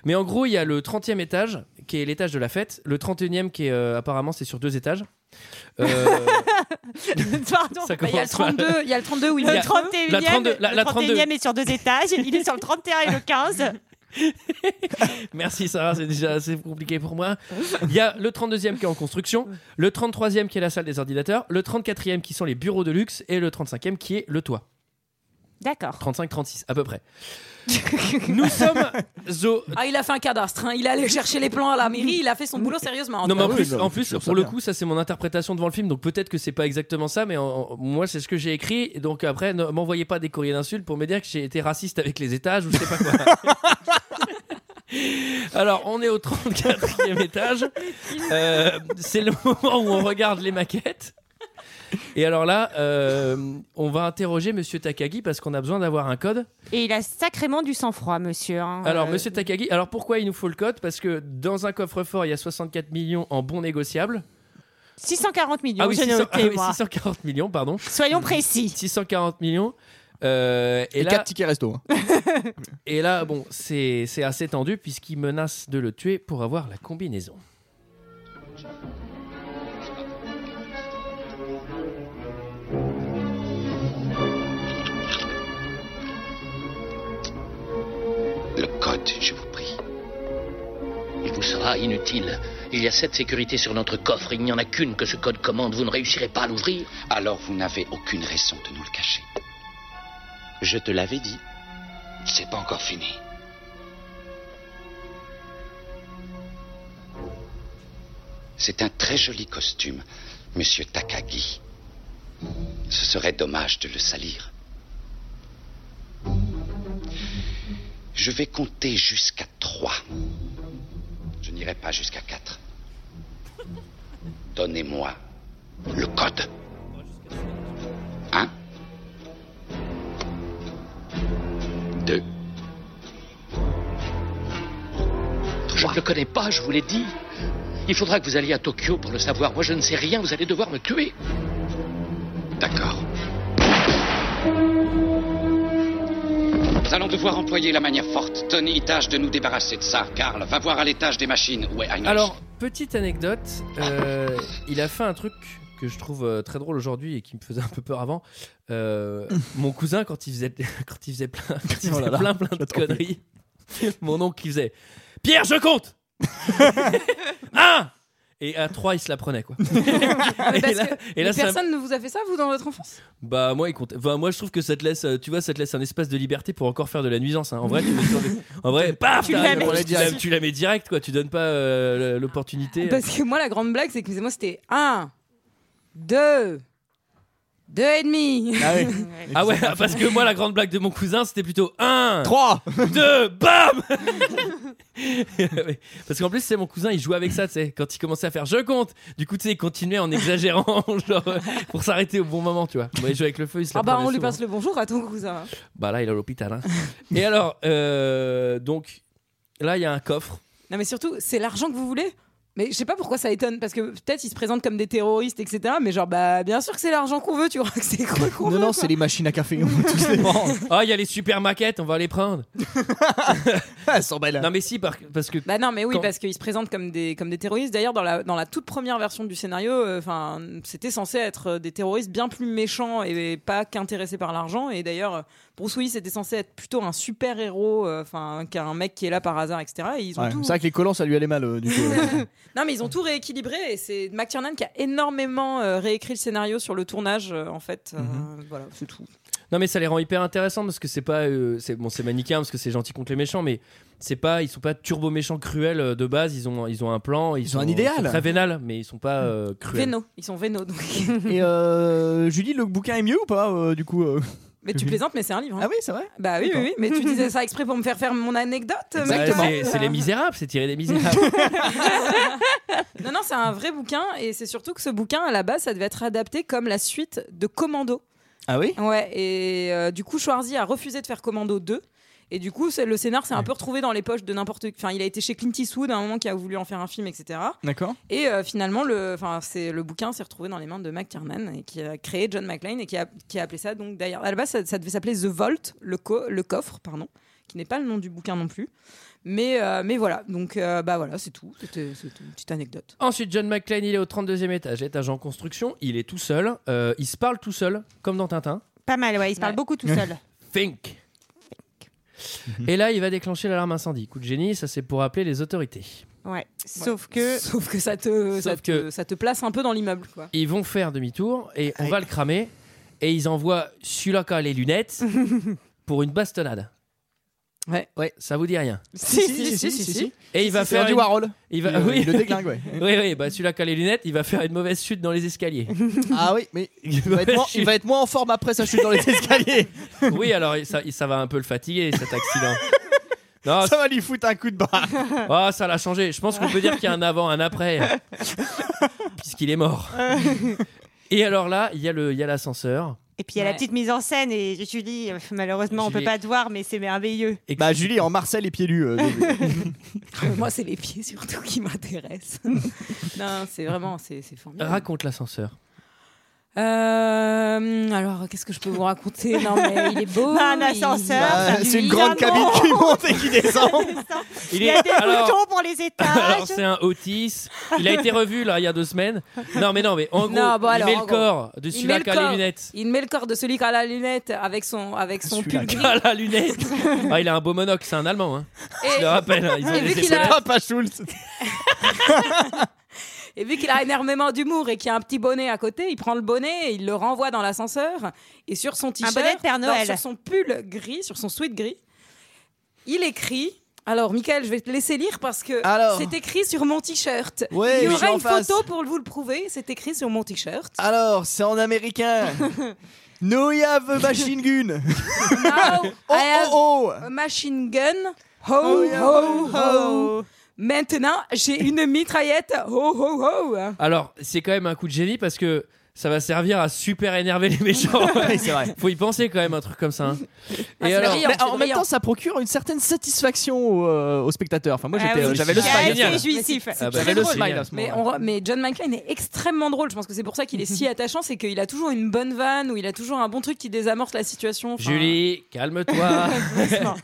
Speaker 1: Mais en gros, il y a le 30e étage, qui est l'étage de la fête. Le 31e, qui est euh, apparemment, c'est sur deux étages. Euh,
Speaker 10: Pardon.
Speaker 1: ça
Speaker 6: Bah, Il y a
Speaker 1: commence
Speaker 6: le
Speaker 1: par-
Speaker 6: 32, il y a le 32 où il
Speaker 1: y
Speaker 10: Le
Speaker 1: a-
Speaker 6: est
Speaker 10: 31e,
Speaker 1: la 32, la-
Speaker 10: le
Speaker 1: la 32.
Speaker 10: 31e est sur deux étages. Il est sur le 31 et le 15.
Speaker 1: Merci Sarah, c'est déjà assez compliqué pour moi. Il y a le 32e qui est en construction, le 33e qui est la salle des ordinateurs, le 34e qui sont les bureaux de luxe et le 35e qui est le toit.
Speaker 10: D'accord.
Speaker 1: 35-36 à peu près. Nous sommes au...
Speaker 6: Ah, il a fait un cadastre. hein. Il est allé chercher les plans à la mairie. Il a fait son boulot sérieusement. en
Speaker 1: Ah Non
Speaker 6: tout
Speaker 1: mais en
Speaker 7: oui,
Speaker 1: plus,
Speaker 7: non,
Speaker 1: en
Speaker 7: je
Speaker 1: plus
Speaker 7: trouve ça
Speaker 1: pour le
Speaker 7: bien.
Speaker 1: coup, ça c'est mon interprétation devant le film, donc peut-être que c'est pas exactement ça, mais en- en- moi c'est ce que j'ai écrit, et donc après ne m'envoyez pas des courriers d'insultes pour me dire que j'ai été raciste avec les étages ou je sais pas quoi. Alors on est au 34e étage, Euh, c'est le moment où on regarde les maquettes. Et alors là, euh, on va interroger Monsieur Takagi parce qu'on a besoin d'avoir un code.
Speaker 10: Et il a sacrément du sang-froid, monsieur. hein.
Speaker 1: Alors,
Speaker 10: Euh,
Speaker 1: monsieur Takagi, alors pourquoi il nous faut le code Parce que dans un coffre-fort, il y a 64 millions en bons négociables.
Speaker 10: 640 millions,
Speaker 1: Ah oui,
Speaker 10: j'ai
Speaker 1: 600
Speaker 10: noté,
Speaker 1: ah oui,
Speaker 10: moi.
Speaker 1: 640 millions, pardon.
Speaker 10: Soyons précis.
Speaker 1: 640 millions. Euh, et,
Speaker 7: Et
Speaker 1: là,
Speaker 7: 4 tickets resto. hein.
Speaker 1: et là, bon, c'est c'est assez tendu puisqu'il menace de le tuer pour avoir la combinaison.
Speaker 8: Le code, je vous prie. Il vous sera inutile. Il y a sept sécurités sur notre coffre. Il n'y en a qu'une que ce code commande. Vous ne réussirez pas à l'ouvrir. Alors vous n'avez aucune raison de nous le cacher. Je te l'avais dit. C'est pas encore fini. C'est un très joli costume, monsieur Takagi. Ce serait dommage de le salir. Je vais compter jusqu'à trois. Je n'irai pas jusqu'à quatre. Donnez-moi le code. Un. Deux.
Speaker 11: Je ne le connais pas, je vous l'ai dit. Il faudra que vous alliez à Tokyo pour le savoir. Moi, je ne sais rien, vous allez devoir me tuer.
Speaker 8: D'accord. Nous allons devoir employer la manière forte. Tony tâche de nous débarrasser de ça. Karl, va voir à l'étage des machines. Ouais, Heinrich.
Speaker 1: Alors, petite anecdote, euh, il a fait un truc que je trouve euh, très drôle aujourd'hui et qui me faisait un peu peur avant. Euh, mon cousin, quand il faisait, quand il faisait plein, quand il
Speaker 7: Oh là
Speaker 1: faisait
Speaker 7: là,
Speaker 1: plein, plein de conneries, mon oncle, il faisait Pierre, je compte Un Et à trois, il se la prenait, quoi.
Speaker 6: Parce
Speaker 1: et là,
Speaker 6: que
Speaker 1: et là,
Speaker 6: mais
Speaker 1: ça-
Speaker 6: personne ne vous a fait ça, vous, dans votre enfance
Speaker 1: Bah moi, il compte- enfin, moi je trouve que ça te laisse, euh, tu vois, ça te laisse un espace de liberté pour encore faire de la nuisance. hein. En vrai, tu mets sur des- en vrai, paf,
Speaker 6: Tu
Speaker 1: t'as-
Speaker 6: la
Speaker 1: tu
Speaker 6: mets
Speaker 1: la- tu la,
Speaker 6: direct.
Speaker 1: tu la mets direct, quoi. Tu donnes pas euh,
Speaker 7: Bah,
Speaker 1: l'opportunité.
Speaker 6: Parce que moi, la grande blague, c'est que moi, c'était 1, 2, 2 et demi.
Speaker 1: Ah ouais. ah ouais, parce que moi la grande blague de mon cousin c'était plutôt 1,
Speaker 7: 3,
Speaker 1: 2, BAM Parce qu'en plus c'est mon cousin, il jouait avec ça, tu sais, quand il commençait à faire je compte, du coup tu sais, il continuait en exagérant, genre euh, pour s'arrêter au bon moment, tu vois. Moi il jouait avec le feu, il se la
Speaker 6: Ah bah,
Speaker 1: prenait
Speaker 6: on lui
Speaker 1: souvent.
Speaker 6: passe le bonjour à ton cousin.
Speaker 1: Bah là il est à l'hôpital. hein. Et alors, euh, donc là il y a un coffre.
Speaker 6: Non, mais surtout, c'est l'argent que vous voulez mais je sais pas pourquoi ça étonne, parce que peut-être ils se présentent comme des terroristes, etc. Mais genre, bah, bien sûr que c'est l'argent qu'on veut, tu crois que c'est quoi qu'on
Speaker 7: Ah bah, Non,
Speaker 6: veut,
Speaker 7: non,
Speaker 6: quoi.
Speaker 7: c'est les machines à café. On va tous les prendre.
Speaker 1: Ah, il y a les super maquettes, on va les prendre.
Speaker 7: Elles sont belles.
Speaker 1: Non mais si, par- parce que...
Speaker 6: Bah non, mais oui,
Speaker 1: Quand-
Speaker 6: parce qu'ils se présentent comme des, comme des terroristes. D'ailleurs, dans la, dans la toute première version du scénario, euh, 'fin, c'était censé être euh, des terroristes bien plus méchants et, pas qu'intéressés par l'argent. Et d'ailleurs, euh, Bruce Willis était censé être plutôt un super-héros, euh, enfin, qu'un mec qui est là par hasard, etc. Et ils ont
Speaker 7: Ouais,
Speaker 6: tout...
Speaker 7: C'est vrai que les collants, ça lui allait mal euh, du coup.
Speaker 6: Non, mais ils ont tout rééquilibré. Et c'est McTiernan qui a énormément euh, réécrit le scénario sur le tournage, euh, en fait. Euh,
Speaker 7: Mhm.
Speaker 6: Voilà, c'est tout.
Speaker 1: Non mais ça les rend hyper intéressants parce que c'est pas... euh, c'est Bon, c'est manichéen parce que c'est gentil contre les méchants, mais c'est pas... Ils sont pas turbo méchants cruels euh, de base, ils ont, ils ont un plan, ils,
Speaker 7: Ils
Speaker 1: sont,
Speaker 7: ont un idéal. Mmh.
Speaker 1: ils sont très vénal, mais ils sont pas euh, cruels.
Speaker 6: Véno, ils sont Véno. Donc...
Speaker 7: Et euh, Julie, le bouquin est mieux ou pas euh, du coup euh
Speaker 6: mais tu plaisantes, mais c'est un livre. hein.
Speaker 7: Ah oui, c'est vrai.
Speaker 6: Bah oui, oui,
Speaker 7: D'accord.
Speaker 6: oui, mais tu disais ça exprès pour me faire faire mon anecdote. euh,
Speaker 1: Bah,
Speaker 6: mec.
Speaker 1: c'est c'est les misérables, c'est tiré des misérables.
Speaker 6: Non, non, c'est un vrai bouquin et c'est surtout que ce bouquin, à la base, ça devait être adapté comme la suite de Commando.
Speaker 7: Ah oui
Speaker 6: Ouais, et euh, du coup, Schwarzy a refusé de faire Commando 2. Et du coup, c'est- le scénar s'est un peu retrouvé dans les poches de n'importe qui. Enfin, il a été chez Clint Eastwood à un moment qui a voulu en faire un film, etc.
Speaker 7: D'accord.
Speaker 6: Et euh, finalement, le, enfin, c'est, le bouquin s'est retrouvé dans les mains de Mac Tiernan et qui a créé John McClane et qui a, qui a appelé ça, donc d'ailleurs, à la base, ça, ça devait s'appeler The Vault, le, co- le coffre, pardon, qui n'est pas le nom du bouquin non plus. Mais, euh, mais voilà, donc euh, bah voilà, c'est tout. C'était, c'était une petite anecdote.
Speaker 1: Ensuite, John McClane, il est au 32e étage, étage en construction, il est tout seul, euh, il se parle tout seul, comme dans Tintin.
Speaker 10: Pas mal, ouais, il se parle
Speaker 6: Ouais.
Speaker 10: beaucoup tout seul.
Speaker 1: Think. Et là, il va déclencher l'alarme incendie. Coup de génie, ça c'est pour appeler les autorités.
Speaker 10: Ouais. Sauf que.
Speaker 6: sauf que ça te ça
Speaker 1: Sauf
Speaker 6: te,
Speaker 1: que-
Speaker 6: ça te place un peu dans l'immeuble quoi.
Speaker 1: Ils vont faire demi-tour et on va le cramer. Et ils envoient celui-là qui a les lunettes pour une bastonnade.
Speaker 6: Ouais.
Speaker 7: Ouais.
Speaker 1: Ça vous dit rien.
Speaker 6: Si, si, si, si, si.
Speaker 1: Et il va
Speaker 7: C'est
Speaker 1: faire.
Speaker 7: du
Speaker 1: une-
Speaker 7: Warhol.
Speaker 1: Il
Speaker 7: Il,
Speaker 1: va.
Speaker 7: euh,
Speaker 1: oui.
Speaker 7: il le déglingue, ouais.
Speaker 1: Oui, oui, bah celui-là qui a les lunettes, il va faire une mauvaise chute dans les escaliers.
Speaker 7: Ah oui, mais il va, être moins, il va être moins en forme après sa chute dans les escaliers.
Speaker 1: oui, alors ça, ça va un peu le fatiguer cet accident. Non,
Speaker 6: Ah,
Speaker 7: Ça va lui foutre un coup de barre.
Speaker 1: Ah, ça l'a changé. Je pense qu'on peut dire qu'il y a un avant, un après, puisqu'il est mort. Et alors là, il y a le- il y a l'ascenseur.
Speaker 10: Et puis il y a la
Speaker 6: Ouais.
Speaker 10: petite mise en scène et Julie, euh, malheureusement, on peut
Speaker 1: Julie.
Speaker 10: pas te voir, mais c'est merveilleux.
Speaker 1: Et-
Speaker 7: Bah Julie en Marcel et pieds nus. euh, début.
Speaker 6: Euh, Moi c'est les pieds surtout qui m'intéressent. non c'est vraiment c'est c'est formidable.
Speaker 1: Raconte l'ascenseur.
Speaker 6: Euh, alors qu'est-ce que je peux vous raconter Non mais il est beau.
Speaker 10: Un
Speaker 6: il-
Speaker 10: ascenseur.
Speaker 6: Ah,
Speaker 7: Bah, c'est une
Speaker 10: Évidemment.
Speaker 7: grande cabine qui monte et qui descend.
Speaker 10: Il y a des
Speaker 1: alors-
Speaker 10: boutons pour les
Speaker 1: Alors
Speaker 10: étages.
Speaker 1: c'est un Otis. Il a été revu là il y a deux semaines. Non mais non mais en gros,
Speaker 6: Non, bon,
Speaker 1: il
Speaker 6: alors,
Speaker 1: met
Speaker 6: en
Speaker 1: le
Speaker 6: gros.
Speaker 1: corps de
Speaker 6: Il met
Speaker 1: celui-là
Speaker 6: le
Speaker 1: qui a
Speaker 6: corps.
Speaker 1: les lunettes.
Speaker 6: Il met le corps de celui qui a la lunette avec son avec son
Speaker 7: Celui-là
Speaker 6: pull
Speaker 7: qui
Speaker 6: gris.
Speaker 1: Ah la lunette. Ah, il a un beau monocle, c'est un Allemand. Hein. Je
Speaker 6: Et,
Speaker 1: le rappelle. hein, ils ont
Speaker 6: et
Speaker 1: des
Speaker 6: vu qu'il
Speaker 1: épaules.
Speaker 6: a-
Speaker 7: C'est pas Schultz.
Speaker 6: et vu qu'il a énormément d'humour et qu'il a un petit bonnet à côté, il prend le bonnet, et il le renvoie dans l'ascenseur et sur son t-shirt,
Speaker 10: bonnet de Père
Speaker 6: non,
Speaker 10: Noël.
Speaker 6: sur son pull gris, sur son sweat gris, Il écrit. Alors, Michael, je vais te laisser lire parce que
Speaker 7: Alors.
Speaker 6: c'est écrit sur mon t-shirt.
Speaker 7: Ouais,
Speaker 6: Il y
Speaker 7: je suis
Speaker 6: aura
Speaker 7: en
Speaker 6: une
Speaker 7: face. Ah.
Speaker 6: photo pour vous le prouver. C'est écrit sur mon t-shirt.
Speaker 7: Alors, c'est en américain. No you have a machine gun.
Speaker 6: Now I have
Speaker 7: oh,
Speaker 6: a machine gun. Ho,
Speaker 7: Oh, yeah, ho.
Speaker 6: ho, ho. Maintenant, j'ai une mitraillette. Ho, ho, ho.
Speaker 1: Alors, c'est quand même un coup de génie parce que ça va servir à super énerver les méchants.
Speaker 7: Oui, c'est vrai.
Speaker 1: Faut y penser quand même, un truc comme ça. hein.
Speaker 6: Ah,
Speaker 7: Mais
Speaker 6: c'est brillant, c'est
Speaker 7: en même
Speaker 6: brillant.
Speaker 7: temps, ça procure une certaine satisfaction au, euh, au spectateur. Enfin, moi,
Speaker 6: Ah
Speaker 7: j'étais, euh, j'avais le smile.
Speaker 1: génial.
Speaker 10: Ah C'est jouissif.
Speaker 1: Ah bah,
Speaker 7: J'avais le
Speaker 1: c'est
Speaker 7: smile
Speaker 1: génial.
Speaker 7: à ce
Speaker 6: Mais,
Speaker 7: moment-là.
Speaker 6: on re- mais John McClane est extrêmement drôle. Je pense que c'est pour ça qu'il est si attachant, c'est qu'il a toujours une bonne vanne ou il a toujours un bon truc qui désamorce la situation. Enfin,
Speaker 1: Julie,
Speaker 6: hein.
Speaker 1: calme-toi.
Speaker 10: Doucement.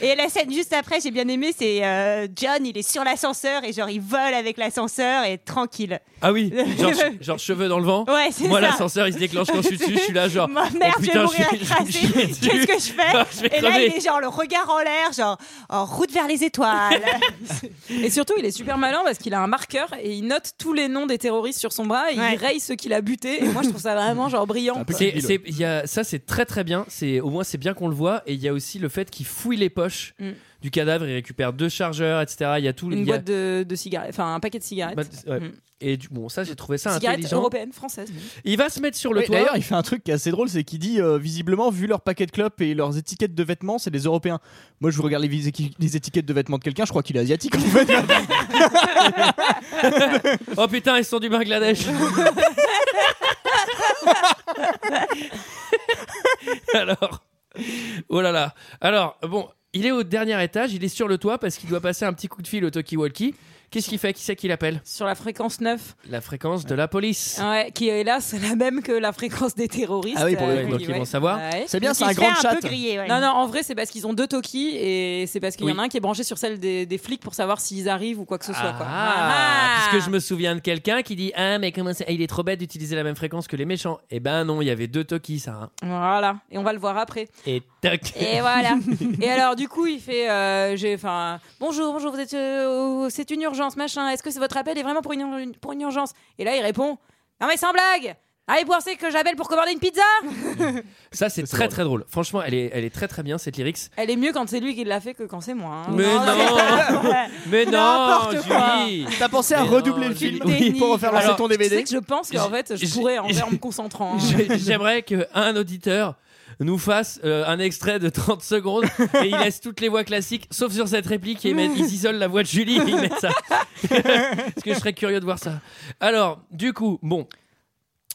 Speaker 10: Et la scène juste après, j'ai bien aimé, c'est euh, John, il est sur l'ascenseur et genre il vole avec l'ascenseur et tranquille.
Speaker 1: ah oui, genre, che- genre cheveux dans le vent.
Speaker 10: Ouais, c'est
Speaker 1: Moi,
Speaker 10: ça.
Speaker 1: l'ascenseur, il se déclenche quand je suis dessus. Je suis là, genre.
Speaker 10: Ma
Speaker 1: oh,
Speaker 10: merde, je vais
Speaker 1: putain,
Speaker 10: mourir
Speaker 1: suis- je suis-
Speaker 10: écrasée.
Speaker 1: je suis
Speaker 10: Qu'est-ce
Speaker 1: dessus.
Speaker 10: que je fais
Speaker 1: Ah, je vais
Speaker 10: Et là,
Speaker 1: crever.
Speaker 10: il est genre le regard en l'air, genre en route vers les étoiles.
Speaker 6: Et surtout, il est super malin parce qu'il a un marqueur et il note tous les noms des terroristes sur son bras et
Speaker 10: Ouais.
Speaker 6: il raye ceux qu'il a butés. Et moi, je trouve ça vraiment genre brillant.
Speaker 7: peu
Speaker 1: C'est-
Speaker 7: Kill Bill,
Speaker 1: c'est- il y a- ça c'est très très bien. C'est au moins c'est bien qu'on le voit et il y a aussi le fait qu'il fouille les poches
Speaker 6: Mm.
Speaker 1: du cadavre, il récupère deux chargeurs, etc. Il y a tout. il
Speaker 6: Une
Speaker 1: y a-
Speaker 6: boîte de, de cigarettes, enfin un paquet de cigarettes.
Speaker 1: Bah, ouais.
Speaker 6: Mm.
Speaker 1: Et du, bon ça j'ai trouvé ça
Speaker 6: Cigarettes
Speaker 1: intelligent.
Speaker 6: européennes, françaises.
Speaker 1: Il va se mettre sur le
Speaker 7: Oui,
Speaker 1: toit.
Speaker 7: D'ailleurs, il fait un truc qui est assez drôle, c'est qu'il dit euh, visiblement, vu leur paquet de clopes et leurs étiquettes de vêtements, c'est des Européens. Moi, je vous regarde les, vis- les étiquettes de vêtements de quelqu'un, je crois qu'il est asiatique. En fait.
Speaker 1: Oh putain ils sont du Bangladesh. Alors oh là là. Alors bon il est au dernier étage, il est sur le toit parce qu'il doit passer un petit coup de fil au Toki Walkie. Qu'est-ce qu'il fait Qui c'est qu'il appelle
Speaker 6: Sur la fréquence 9,
Speaker 1: La fréquence de la police.
Speaker 6: ouais, qui est hélas la même que la fréquence des terroristes.
Speaker 7: Ah oui, pour le
Speaker 6: Euh,
Speaker 7: coup.
Speaker 1: Donc,
Speaker 6: qui-
Speaker 1: ils
Speaker 6: ouais.
Speaker 1: vont savoir.
Speaker 6: Ouais.
Speaker 7: c'est Eh bien,
Speaker 10: Donc,
Speaker 7: c'est
Speaker 10: il
Speaker 7: un
Speaker 10: se fait
Speaker 7: grand chat.
Speaker 10: peu griller, ouais.
Speaker 6: Non, non, en vrai, c'est parce qu'ils ont deux Toki et c'est parce qu'il y en
Speaker 1: Oui.
Speaker 6: a un qui est branché sur celle des, des flics pour savoir s'ils arrivent ou quoi que ce soit. Quoi.
Speaker 1: Ah,
Speaker 6: Ah.
Speaker 1: puisque je me souviens de quelqu'un qui dit Ah, mais comment c'est- ah, Il est trop bête d'utiliser la même fréquence que les méchants. Eh ben non, il y avait deux Toki, ça. hein.
Speaker 6: Voilà, et on va le voir après.
Speaker 1: Et toc
Speaker 6: Et voilà. et alors, du coup, il fait euh, j'ai, enfin, Bonjour, bonjour, vous êtes, euh, au- c'est une urgence, machin. Est-ce que c'est votre appel est vraiment pour une, ur- une- pour une urgence Et là, il répond Non, mais sans blague Allez, pensez que j'appelle pour commander une pizza
Speaker 1: Ça, c'est
Speaker 7: C'est
Speaker 1: très
Speaker 7: drôle.
Speaker 1: très drôle. Franchement, elle est, elle est très très bien cette lyrics.
Speaker 6: Elle est mieux quand c'est lui qui l'a fait que quand c'est moi. hein.
Speaker 1: Mais non Mais non,
Speaker 10: Oh N'importe quoi.
Speaker 1: Julie
Speaker 7: T'as pensé à
Speaker 1: Mais
Speaker 7: redoubler
Speaker 1: non,
Speaker 7: le film
Speaker 1: Julie,
Speaker 6: oui.
Speaker 7: pour refaire lancer
Speaker 1: Alors,
Speaker 7: ton
Speaker 6: Tu
Speaker 7: DVD
Speaker 6: sais que je pense qu'en fait, je
Speaker 1: j'ai-
Speaker 6: pourrais en, faire en me concentrant. hein.
Speaker 1: J'ai- J'aimerais qu'un auditeur nous fasse euh, un extrait de 30 secondes et il laisse toutes les voix classiques sauf sur cette réplique et ils mettent- ils isolent la voix de Julie et ils mettent ça parce que je serais curieux de voir ça alors du coup bon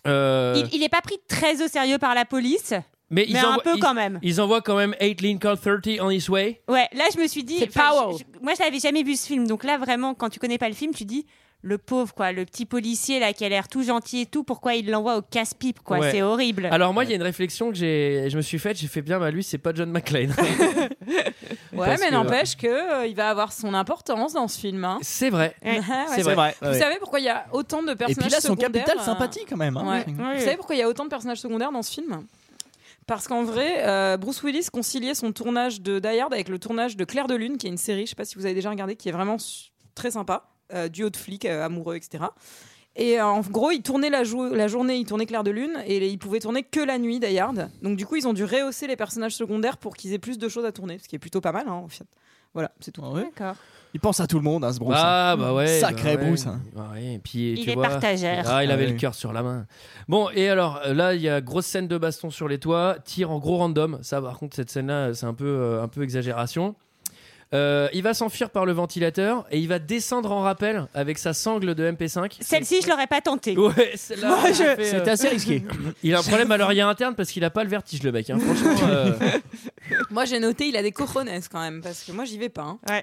Speaker 1: euh,
Speaker 10: Il, il est pas pris très au sérieux par la police,
Speaker 1: mais ils,
Speaker 10: mais un
Speaker 1: envoient-
Speaker 10: peu
Speaker 1: ils-
Speaker 10: quand même.
Speaker 1: Ils envoient quand même 8 Lincoln 30 on his way.
Speaker 10: Ouais, là je me suis dit,
Speaker 6: C'est
Speaker 10: enfin,
Speaker 6: Powell.
Speaker 10: je- je- moi je l'avais jamais vu ce film, donc là vraiment quand tu connais pas le film, tu dis le pauvre quoi, le petit policier là qui a l'air tout gentil et tout, pourquoi il l'envoie au casse-pipe quoi,
Speaker 1: Ouais.
Speaker 10: c'est horrible.
Speaker 1: Alors moi, il y a une réflexion que j'ai, je me suis faite. J'ai fait bien, bah lui, c'est pas John McClane.
Speaker 6: Ouais,
Speaker 1: Parce
Speaker 6: mais
Speaker 1: que-
Speaker 6: n'empêche que euh, il va avoir son importance dans ce film. hein.
Speaker 1: c'est vrai.
Speaker 10: Ouais.
Speaker 6: Ah, ouais,
Speaker 1: C'est
Speaker 7: C'est
Speaker 1: vrai.
Speaker 7: vrai.
Speaker 6: Vous
Speaker 7: ouais.
Speaker 6: savez pourquoi il y a autant de
Speaker 7: Et
Speaker 6: personnages
Speaker 7: puis là, son
Speaker 6: secondaires,
Speaker 7: capital
Speaker 6: euh,
Speaker 7: sympathie quand même. hein.
Speaker 6: ouais. Vous savez pourquoi il y a autant de personnages secondaires dans ce film Parce qu'en vrai, euh, Bruce Willis conciliait son tournage de Die Hard avec le tournage de Claire de Lune, qui est une série, je sais pas si vous avez déjà regardé, qui est vraiment su- très sympa, euh, duo de flics euh, amoureux, etc. Et euh, en gros, ils tournaient la, jou- la journée, ils tournaient Claire de Lune, et ils pouvaient tourner que la nuit, Die Hard. Donc du coup, ils ont dû rehausser les personnages secondaires pour qu'ils aient plus de choses à tourner, ce qui est plutôt pas mal, hein, en fait. Voilà, c'est tout.
Speaker 7: Ah ouais.
Speaker 10: D'accord.
Speaker 7: Il pense à tout le monde, hein, ce Bruce.
Speaker 1: Ah Mmh. bah ouais.
Speaker 7: Sacré
Speaker 1: bah ouais.
Speaker 7: Bruce, hein.
Speaker 1: Ah ouais, et puis,
Speaker 10: Il
Speaker 1: tu
Speaker 10: est
Speaker 1: vois,
Speaker 10: partageur.
Speaker 1: Ah, il
Speaker 7: Ah
Speaker 1: avait
Speaker 7: ouais.
Speaker 1: le cœur sur la main. Bon, et alors euh, là, il y a grosse scène de baston sur les toits, tir en gros random. Ça, par contre, cette scène-là, c'est un peu, euh, un peu exagération. Euh, il va s'enfuir par le ventilateur et il va descendre en rappel avec sa sangle de MP5.
Speaker 10: Celle-ci je l'aurais pas tenté.
Speaker 1: Ouais, celle-là,
Speaker 10: Moi,
Speaker 1: elle
Speaker 10: je-
Speaker 1: fait, euh,
Speaker 7: C'était assez risqué.
Speaker 1: Il a un problème à l'oreille interne parce qu'il a pas le vertige, le mec. hein. Franchement. euh,
Speaker 6: Moi, j'ai noté, il a des cojones quand même, parce que moi, j'y vais pas. hein.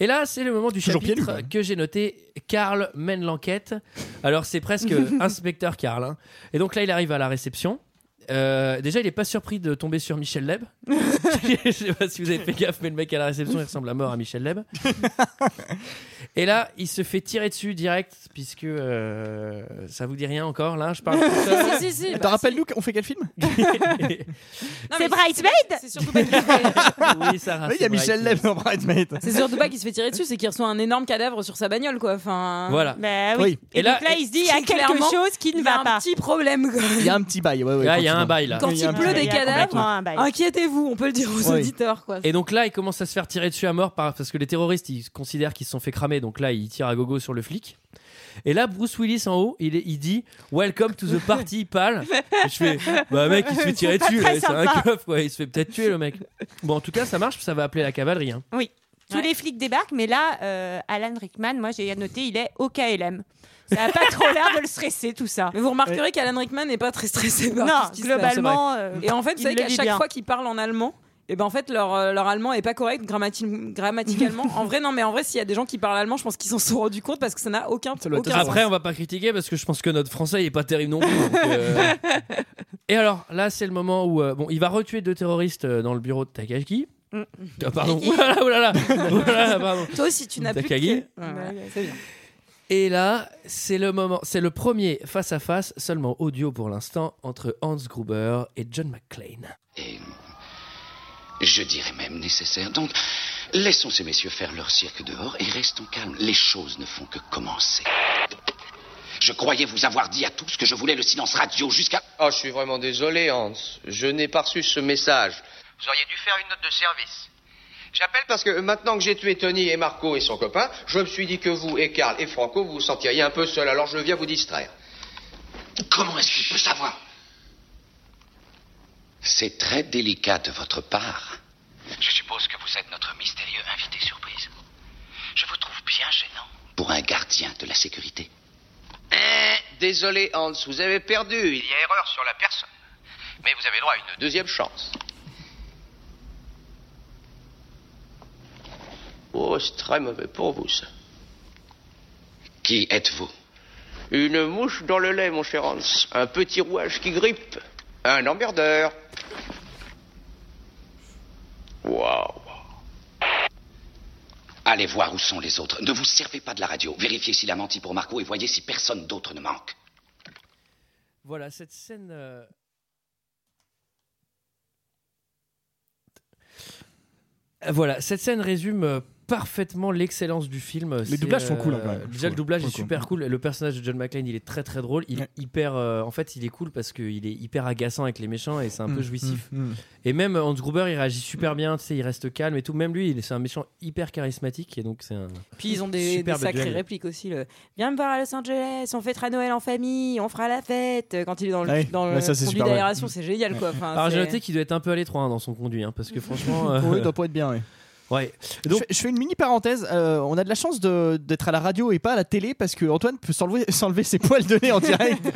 Speaker 1: Et là, c'est le moment du
Speaker 7: Toujours
Speaker 1: chapitre
Speaker 7: pieds nus, quoi.
Speaker 1: que j'ai noté. Karl mène l'enquête. Alors, c'est presque inspecteur Karl. hein. Et donc là, il arrive à la réception. Euh, déjà, il est pas surpris de tomber sur Michel Leb. Je sais pas si vous avez fait gaffe, mais le mec à la réception, il ressemble à mort à Michel Leb. Et là, il se fait tirer dessus direct, puisque euh, ça vous dit rien encore. Là, je parle. tout seul.
Speaker 6: si, si, si,
Speaker 7: T'en
Speaker 6: bah,
Speaker 7: rappelles-nous qu'on fait quel film
Speaker 6: Non,
Speaker 10: C'est
Speaker 6: mais
Speaker 10: Bridesmaid
Speaker 6: C'est surtout pas qu'il se fait-
Speaker 1: oui, Sarah,
Speaker 7: Oui, Il y
Speaker 1: Ah, c'est
Speaker 7: a Michel
Speaker 1: vrai.
Speaker 7: Leb dans Bridesmaid.
Speaker 6: c'est surtout pas qu'il se fait tirer dessus, c'est qu'il reçoit un énorme cadavre sur sa bagnole, quoi. Enfin,
Speaker 1: Voilà.
Speaker 10: Bah oui.
Speaker 7: Oui.
Speaker 10: Et,
Speaker 1: Et
Speaker 10: là,
Speaker 1: là,
Speaker 10: donc là il se dit il y
Speaker 6: c'est
Speaker 10: a quelque
Speaker 6: clairement-
Speaker 10: chose qui
Speaker 6: il
Speaker 10: ne
Speaker 6: y a
Speaker 10: va
Speaker 6: un
Speaker 10: pas.
Speaker 6: petit problème. quoi.
Speaker 7: Il y a un petit bail. ouais, ouais,
Speaker 1: Là, il y a a un bail là.
Speaker 6: Quand il pleut des cadavres, Ah,
Speaker 10: complètement un bail.
Speaker 6: inquiétez-vous, on peut le dire aux
Speaker 1: Oui.
Speaker 6: auditeurs. Quoi.
Speaker 1: Et donc là, il commence à se faire tirer dessus à mort par- parce que les terroristes, ils considèrent qu'ils se sont fait cramer. Donc là, ils tirent à gogo sur le flic. Et là, Bruce Willis en haut, il, est- il dit Welcome to the party, pal. Et je fais Bah, mec, il se fait
Speaker 10: Ils sont
Speaker 1: tirer
Speaker 10: pas
Speaker 1: dessus.
Speaker 10: très
Speaker 1: ouais, C'est un
Speaker 10: sympas.
Speaker 1: keuf, ouais, il se fait peut-être tuer, le mec. Bon, en tout cas, ça marche, ça va appeler la cavalerie. hein.
Speaker 10: Oui. Tous les flics débarquent, mais là, euh, Alan Rickman, moi j'ai noté, il est au KLM. Ça n'a pas trop l'air de le stresser, tout ça.
Speaker 6: Mais vous remarquerez qu'Alan Rickman n'est pas très stressé par
Speaker 10: Non,
Speaker 6: tout ce qui se passe.
Speaker 10: globalement, euh,
Speaker 6: et en fait, vous
Speaker 10: il
Speaker 6: savez
Speaker 10: le
Speaker 6: qu'à
Speaker 10: vit
Speaker 6: chaque
Speaker 10: bien.
Speaker 6: fois qu'ils parlent en allemand, et ben en fait leur, euh, leur allemand est pas correct grammati- grammaticalement. en vrai non, mais en vrai s'il y a des gens qui parlent allemand, je pense qu'ils s'en sont rendus compte parce que ça n'a aucun, aucun sens.
Speaker 1: Après, on va pas critiquer parce que je pense que notre français il est pas terrible non plus. donc, euh. Et alors, là, c'est le moment où euh, bon, il va retuer deux terroristes euh, dans le bureau de Takagi.
Speaker 10: Mm.
Speaker 1: Ah, pardon. Oh là là, oh là là. Oh là là, pardon.
Speaker 6: Toi aussi tu n'as plus. de
Speaker 1: Takagi.
Speaker 6: pied. Ouais, ouais, c'est bien.
Speaker 1: Et là, c'est le moment, c'est le premier face à face, seulement audio pour l'instant, entre Hans Gruber et John McClane.
Speaker 11: Je dirais même nécessaire. Donc, laissons ces messieurs faire leur cirque dehors et restons calmes.
Speaker 8: Les choses ne font que commencer. Je croyais vous avoir dit à tous que je voulais le silence radio jusqu'à...
Speaker 4: Oh, je suis vraiment désolé, Hans. Je n'ai pas reçu ce message. Vous auriez dû faire une note de service. J'appelle parce que euh, maintenant que j'ai tué Tony et Marco et son copain, je me suis dit que vous et Karl et Franco, vous vous sentiriez un peu seul, alors je viens vous distraire.
Speaker 8: Comment est-ce que je peux savoir C'est très délicat de votre part.
Speaker 11: Je suppose que vous êtes notre mystérieux invité surprise. Je vous trouve bien gênant.
Speaker 8: Pour un gardien de la sécurité.
Speaker 4: Désolé, Hans, vous avez perdu. Il y a erreur sur la personne. Mais vous avez droit à une deuxième chance. Oh, c'est très mauvais pour vous, ça.
Speaker 8: Qui êtes-vous
Speaker 4: Une mouche dans le lait, mon cher Hans. Un petit rouage qui grippe. Un emmerdeur.
Speaker 8: Waouh. Allez voir où sont les autres. Ne vous servez pas de la radio. Vérifiez s'il a menti pour Marco et voyez si personne d'autre ne manque.
Speaker 1: Voilà, cette scène. euh, Voilà, cette scène résume euh, parfaitement l'excellence du film. euh, C'est, euh,
Speaker 7: doublages sont cool, hein, quand même, je
Speaker 1: Déjà, le
Speaker 7: trouve,
Speaker 1: doublage
Speaker 7: pour
Speaker 1: est
Speaker 7: le coup.
Speaker 1: super cool. Le personnage de John McClane, il est très très drôle. Il est hyper, euh, en fait, il est cool parce qu'il est hyper agaçant avec les méchants et c'est un peu
Speaker 7: Mm,
Speaker 1: jouissif.
Speaker 7: mm, mm.
Speaker 1: Et même euh, Hans Gruber, il réagit super bien. Tu sais, il reste calme et tout. Même lui, il- c'est un méchant hyper charismatique et donc c'est un.
Speaker 6: Puis ils ont des, des
Speaker 1: superbe
Speaker 6: sacrées
Speaker 1: duel.
Speaker 6: répliques aussi. Le Viens me voir à Los Angeles, on fêtera Noël en famille, on fera la fête. Quand il est dans le,
Speaker 1: Ouais,
Speaker 6: dans
Speaker 1: ouais,
Speaker 6: le
Speaker 1: ça, c'est
Speaker 6: conduit
Speaker 1: super, ouais.
Speaker 6: d'aération, c'est génial quoi. Enfin,
Speaker 1: Alors j'ai
Speaker 6: c'est-
Speaker 1: noté qu'il doit être un peu à l'étroit hein, dans son conduit, hein, parce que franchement. euh,
Speaker 7: Oui, doit pas être bien, oui.
Speaker 1: Ouais.
Speaker 7: je, fais, je fais une mini parenthèse. euh, on a de la chance de- d'être à la radio et pas à la télé parce que Antoine peut s'enlever s'enlever ses poils de nez en direct.
Speaker 1: Ouais,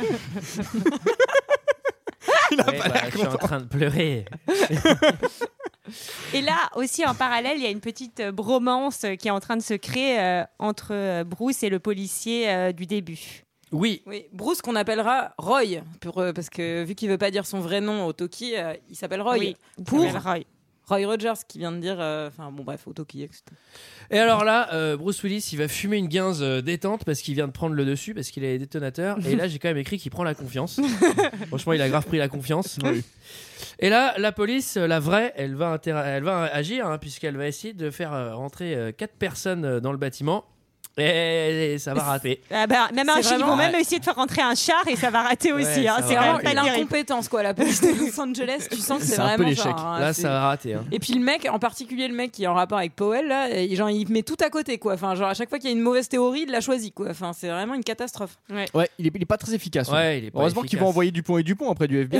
Speaker 1: bah, je suis en train de pleurer.
Speaker 10: Et là aussi, en parallèle, il y a une petite euh, bromance euh, qui est en train de se créer euh, entre euh, Bruce et le policier euh, du début.
Speaker 1: Oui.
Speaker 6: Oui, Bruce qu'on appellera Roy, pour, euh, parce que vu qu'il veut pas dire son vrai nom au Toki, euh, il s'appelle Roy.
Speaker 10: Oui, il
Speaker 6: pour
Speaker 10: s'appelle Roy.
Speaker 6: Roy Rogers qui vient de dire, euh, enfin bon bref, au Toki, etc.
Speaker 1: Et alors là, euh, Bruce Willis, il va fumer une guinze euh, détente parce qu'il vient de prendre le dessus, parce qu'il a les détonateurs. Et là, j'ai quand même écrit qu'il prend la confiance. Franchement, il a grave pris la confiance. Et là, la police, euh, la vraie, elle va, inter- elle va agir, hein, puisqu'elle va essayer de faire euh, rentrer euh, quatre personnes euh, dans le bâtiment. Et ça va rater.
Speaker 10: Ah bah, même un
Speaker 6: C'est
Speaker 10: chien, ils
Speaker 6: vraiment-
Speaker 10: vont même
Speaker 1: Ouais.
Speaker 10: essayer de faire rentrer un char et ça va rater
Speaker 1: Ouais,
Speaker 10: aussi. hein.
Speaker 1: ça
Speaker 10: C'est
Speaker 1: va
Speaker 10: vraiment
Speaker 1: rater.
Speaker 10: pas terrible.
Speaker 6: L'incompétence quoi, la police de Los Angeles, tu sens que c'est
Speaker 1: C'est un peu
Speaker 6: vraiment
Speaker 1: l'échec.
Speaker 6: genre, hein,
Speaker 1: Là,
Speaker 6: c'est-
Speaker 1: ça va rater. hein.
Speaker 6: Et puis le mec, en particulier le mec qui est en rapport avec Powell, là, et genre, il met tout à côté, quoi. Enfin, genre, à chaque fois qu'il y a une mauvaise théorie, il la choisit, quoi. Enfin, c'est vraiment une catastrophe.
Speaker 7: Ouais, il est, il est pas très efficace.
Speaker 1: Ouais, il est pas
Speaker 7: Heureusement qu'ils
Speaker 1: efficace.
Speaker 7: vont envoyer Dupont et Dupont après du FBI.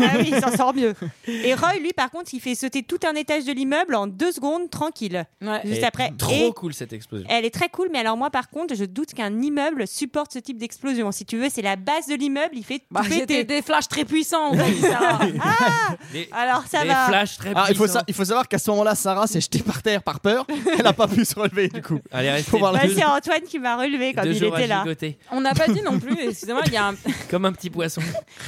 Speaker 10: Ah oui, il s'en sort mieux. Et Roy, lui, par contre, il fait sauter tout un étage de l'immeuble en deux secondes, tranquille.
Speaker 6: Ouais.
Speaker 10: Juste
Speaker 1: Et
Speaker 10: après.
Speaker 1: Trop
Speaker 10: Et
Speaker 1: cool cette explosion.
Speaker 10: elle est très cool, mais alors moi, par contre, je doute qu'un immeuble supporte ce type d'explosion. Si tu veux, c'est la base de l'immeuble, il fait tout
Speaker 6: Bah, c'était
Speaker 10: péter.
Speaker 6: des flashs très puissants, on va dire ça.
Speaker 1: Des-
Speaker 10: Alors ah, ça
Speaker 1: des
Speaker 10: va.
Speaker 1: flashs très
Speaker 7: Ah, il, faut
Speaker 1: puissants.
Speaker 7: sa- il faut savoir qu'à ce moment-là, Sarah s'est jetée par terre par peur. Elle a pas pu se relever du coup.
Speaker 1: Allez, restez
Speaker 7: Faut voir
Speaker 10: Bah,
Speaker 7: la-
Speaker 10: c'est Antoine qui m'a relevé quand
Speaker 1: deux
Speaker 10: il
Speaker 1: jours à
Speaker 10: était là.
Speaker 1: gigoter,
Speaker 6: On n'a pas dit non plus, excusez-moi, il y, a un-
Speaker 1: comme un petit poisson.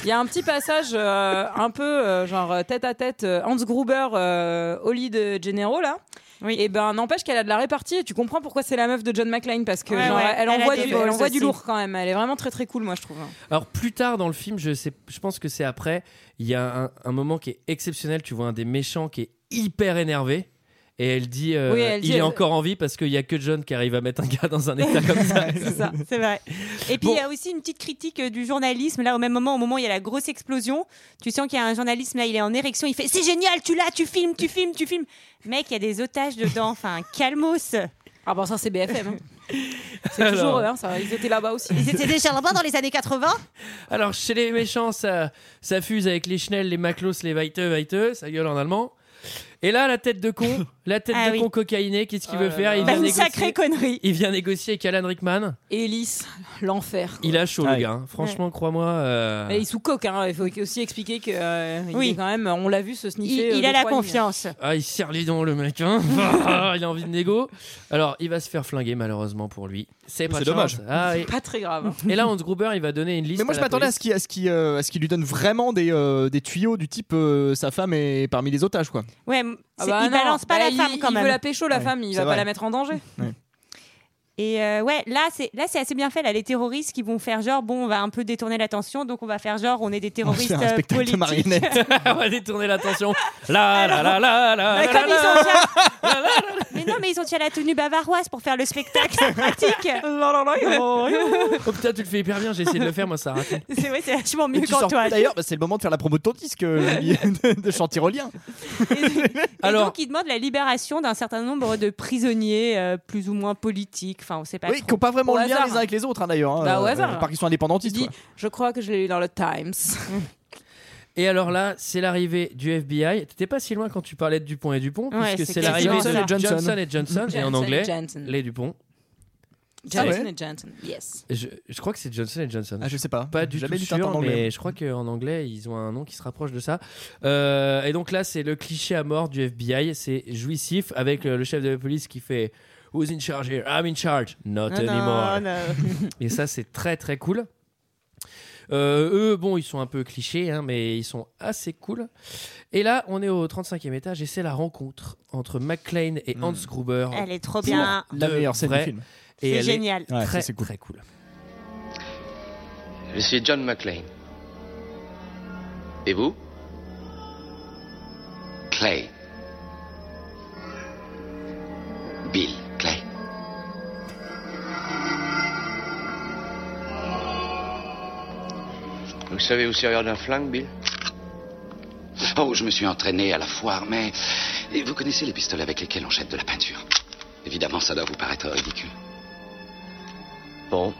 Speaker 6: il y a un petit passage euh, un peu euh, genre euh, tête à tête, euh, Hans Gruber, euh, Holly de Gennaro, là.
Speaker 10: Oui.
Speaker 6: Et ben, n'empêche qu'elle a de la répartie et tu comprends pourquoi c'est la meuf de John McClane parce que
Speaker 10: Ouais,
Speaker 6: genre,
Speaker 10: ouais,
Speaker 6: elle
Speaker 10: elle a
Speaker 6: envoie,
Speaker 10: des
Speaker 6: du,
Speaker 10: balls
Speaker 6: elle envoie du
Speaker 10: aussi.
Speaker 6: lourd quand même. Elle est vraiment très très cool, moi je trouve.
Speaker 1: Alors plus tard dans le film, je, sais, je pense que c'est après, il y a un, un moment qui est exceptionnel, tu vois un des méchants qui est hyper énervé. Et elle dit, euh,
Speaker 6: Oui, elle dit,
Speaker 1: il est
Speaker 6: elle-
Speaker 1: encore en vie parce qu'il y a que John qui arrive à mettre un gars dans un état comme ça.
Speaker 10: c'est ça, c'est vrai. Et puis il y a aussi une petite critique euh, du journalisme. Là, au même moment, au moment où il y a la grosse explosion, tu sens qu'il y a un journalisme là, il est en érection, il fait c'est génial, tu l'as, tu filmes, tu filmes, tu filmes. Mec, il y a des otages dedans. Enfin, calmos.
Speaker 6: Ah bon, ça c'est BFM.
Speaker 1: C'est
Speaker 6: hein. Toujours eux, hein, ça, ils étaient là-bas aussi.
Speaker 10: Ils étaient déjà là-bas dans les années 80.
Speaker 1: Alors, chez les méchants, ça, ça fuse avec les Schnell, les Maclos, les Weite, Weite, ça gueule en allemand. Et là, la tête de con, la tête
Speaker 10: Ah
Speaker 1: de
Speaker 10: oui.
Speaker 1: con cocaïné, qu'est-ce qu'il
Speaker 6: Oh
Speaker 1: veut
Speaker 6: là
Speaker 1: faire
Speaker 6: là.
Speaker 1: il
Speaker 6: Bah,
Speaker 1: vient,
Speaker 6: une
Speaker 1: négocier,
Speaker 10: sacrée connerie.
Speaker 1: il vient négocier avec Alan Rickman.
Speaker 6: Hélice, l'enfer.
Speaker 1: Il a chaud,
Speaker 7: Ah
Speaker 1: le
Speaker 7: oui.
Speaker 1: gars. hein. Franchement, crois-moi. euh,
Speaker 6: Et il sous coque, hein. il faut aussi expliquer que euh, il
Speaker 10: Oui.
Speaker 6: est quand même, on l'a vu se
Speaker 10: Il,
Speaker 6: sniffer. euh,
Speaker 10: il a
Speaker 6: deux,
Speaker 10: la
Speaker 6: trois lignes.
Speaker 10: confiance.
Speaker 1: Ah, il serre les dents, le mec. hein. il a envie de négo. Alors, il va se faire flinguer, malheureusement, pour lui. C'est pas
Speaker 7: C'est
Speaker 1: de chance.
Speaker 7: dommage.
Speaker 1: Ah, et...
Speaker 6: Pas très grave. hein.
Speaker 1: et là, Hans Gruber, il va donner une liste.
Speaker 7: Mais moi, je
Speaker 1: la
Speaker 7: m'attendais à
Speaker 1: police.
Speaker 7: ce qu'il à ce qu'il, euh, à ce qu'il lui donne vraiment des, euh, des tuyaux du type euh, sa femme est parmi les otages, quoi.
Speaker 10: Ouais, m-
Speaker 6: Ah
Speaker 10: c'est-
Speaker 6: bah
Speaker 10: il
Speaker 6: non,
Speaker 10: balance pas
Speaker 6: bah,
Speaker 10: la
Speaker 6: il-
Speaker 10: femme quand
Speaker 6: Il veut
Speaker 10: même.
Speaker 6: la pécho la
Speaker 7: Ouais,
Speaker 6: femme, il
Speaker 7: c'est
Speaker 6: va pas
Speaker 7: vrai.
Speaker 6: la mettre en danger.
Speaker 10: Et euh, ouais, là c'est là c'est assez bien fait. Là, les terroristes qui vont faire genre bon, on va un peu détourner l'attention, donc on va faire genre on est des
Speaker 7: On va se
Speaker 10: terroristes
Speaker 7: faire un
Speaker 10: euh,
Speaker 7: spectacle de
Speaker 10: politiques.
Speaker 7: marionnettes.
Speaker 1: on va détourner l'attention.
Speaker 7: Eh,
Speaker 1: La la la la la.
Speaker 6: Ah
Speaker 10: Mais
Speaker 1: la,
Speaker 10: comme ils
Speaker 1: la.
Speaker 10: ont déjà- Mais non, mais ils ont déjà la tenue bavaroise pour faire le spectacle c'est pratique.
Speaker 1: Oh putain, tu le fais hyper bien. J'ai essayé de le faire, moi, ça a raté.
Speaker 10: c'est vrai, c'est vachement
Speaker 7: Et
Speaker 10: mieux
Speaker 7: tu sors-
Speaker 10: qu'Antoine.
Speaker 7: D'ailleurs, bah, c'est le moment de faire la promo de ton disque, euh, Julie, de, de Chantirolien.
Speaker 10: Et
Speaker 1: Alors-
Speaker 10: donc, ils demandent la libération d'un certain nombre de prisonniers, euh, plus ou moins politiques. Enfin, on sait pas
Speaker 7: Oui, qui
Speaker 10: trop.
Speaker 7: n'ont pas vraiment
Speaker 6: Au
Speaker 7: le lien
Speaker 6: hasard.
Speaker 7: les uns avec les autres, hein, d'ailleurs. hein,
Speaker 6: Bah, au
Speaker 7: euh,
Speaker 6: hasard.
Speaker 7: Par qu'ils sont
Speaker 6: Il
Speaker 7: indépendantistes.
Speaker 6: dit,
Speaker 7: quoi.
Speaker 6: je crois que je l'ai lu dans le Times.
Speaker 1: Et alors là, c'est l'arrivée du FBI. T'étais pas si loin quand tu parlais de Dupont et Dupont,
Speaker 10: Ouais,
Speaker 1: puisque
Speaker 10: c'est
Speaker 1: c'est l'arrivée
Speaker 10: Johnson
Speaker 1: de
Speaker 10: et
Speaker 7: Johnson.
Speaker 1: Johnson et Johnson, et en
Speaker 6: Johnson
Speaker 1: anglais,
Speaker 6: et Johnson.
Speaker 1: les Dupont.
Speaker 6: Johnson
Speaker 7: Ah ouais
Speaker 6: et Johnson, yes.
Speaker 1: Je, je crois que c'est Johnson et Johnson.
Speaker 7: Ah, je sais pas.
Speaker 1: pas du
Speaker 7: Jamais
Speaker 1: tout
Speaker 7: lu Tintin en
Speaker 1: sûr,
Speaker 7: anglais.
Speaker 1: mais je crois qu'en anglais, ils ont un nom qui se rapproche de ça. Euh, et donc là, c'est le cliché à mort du FBI, c'est jouissif, avec euh, le chef de la police qui fait « Who's in charge here? I'm in charge. Not
Speaker 7: Ah,
Speaker 10: Ah Non,
Speaker 1: anymore.
Speaker 10: non, non.
Speaker 1: Et ça, c'est très très cool. Euh, eux, bon, ils sont un peu clichés, hein, mais ils sont assez cool. Et là, on est au 35e étage et c'est la rencontre entre McLean et Hans Gruber.
Speaker 10: Hmm. Elle est trop bien.
Speaker 7: La
Speaker 1: de
Speaker 7: meilleure scène
Speaker 1: vrai.
Speaker 7: du film.
Speaker 1: Et
Speaker 10: C'est
Speaker 1: elle
Speaker 10: génial.
Speaker 1: Est
Speaker 7: Ouais, ça,
Speaker 1: très,
Speaker 7: c'est cool.
Speaker 1: très cool.
Speaker 4: Je suis John McLean.
Speaker 11: Et vous
Speaker 8: Clay. Bill Clay.
Speaker 4: Vous savez vous servir d'un flingue, Bill
Speaker 8: Oh, je me suis entraîné à la foire, mais. Et vous connaissez les pistolets avec lesquels on jette de la peinture Évidemment, ça doit vous paraître ridicule.
Speaker 4: Bon.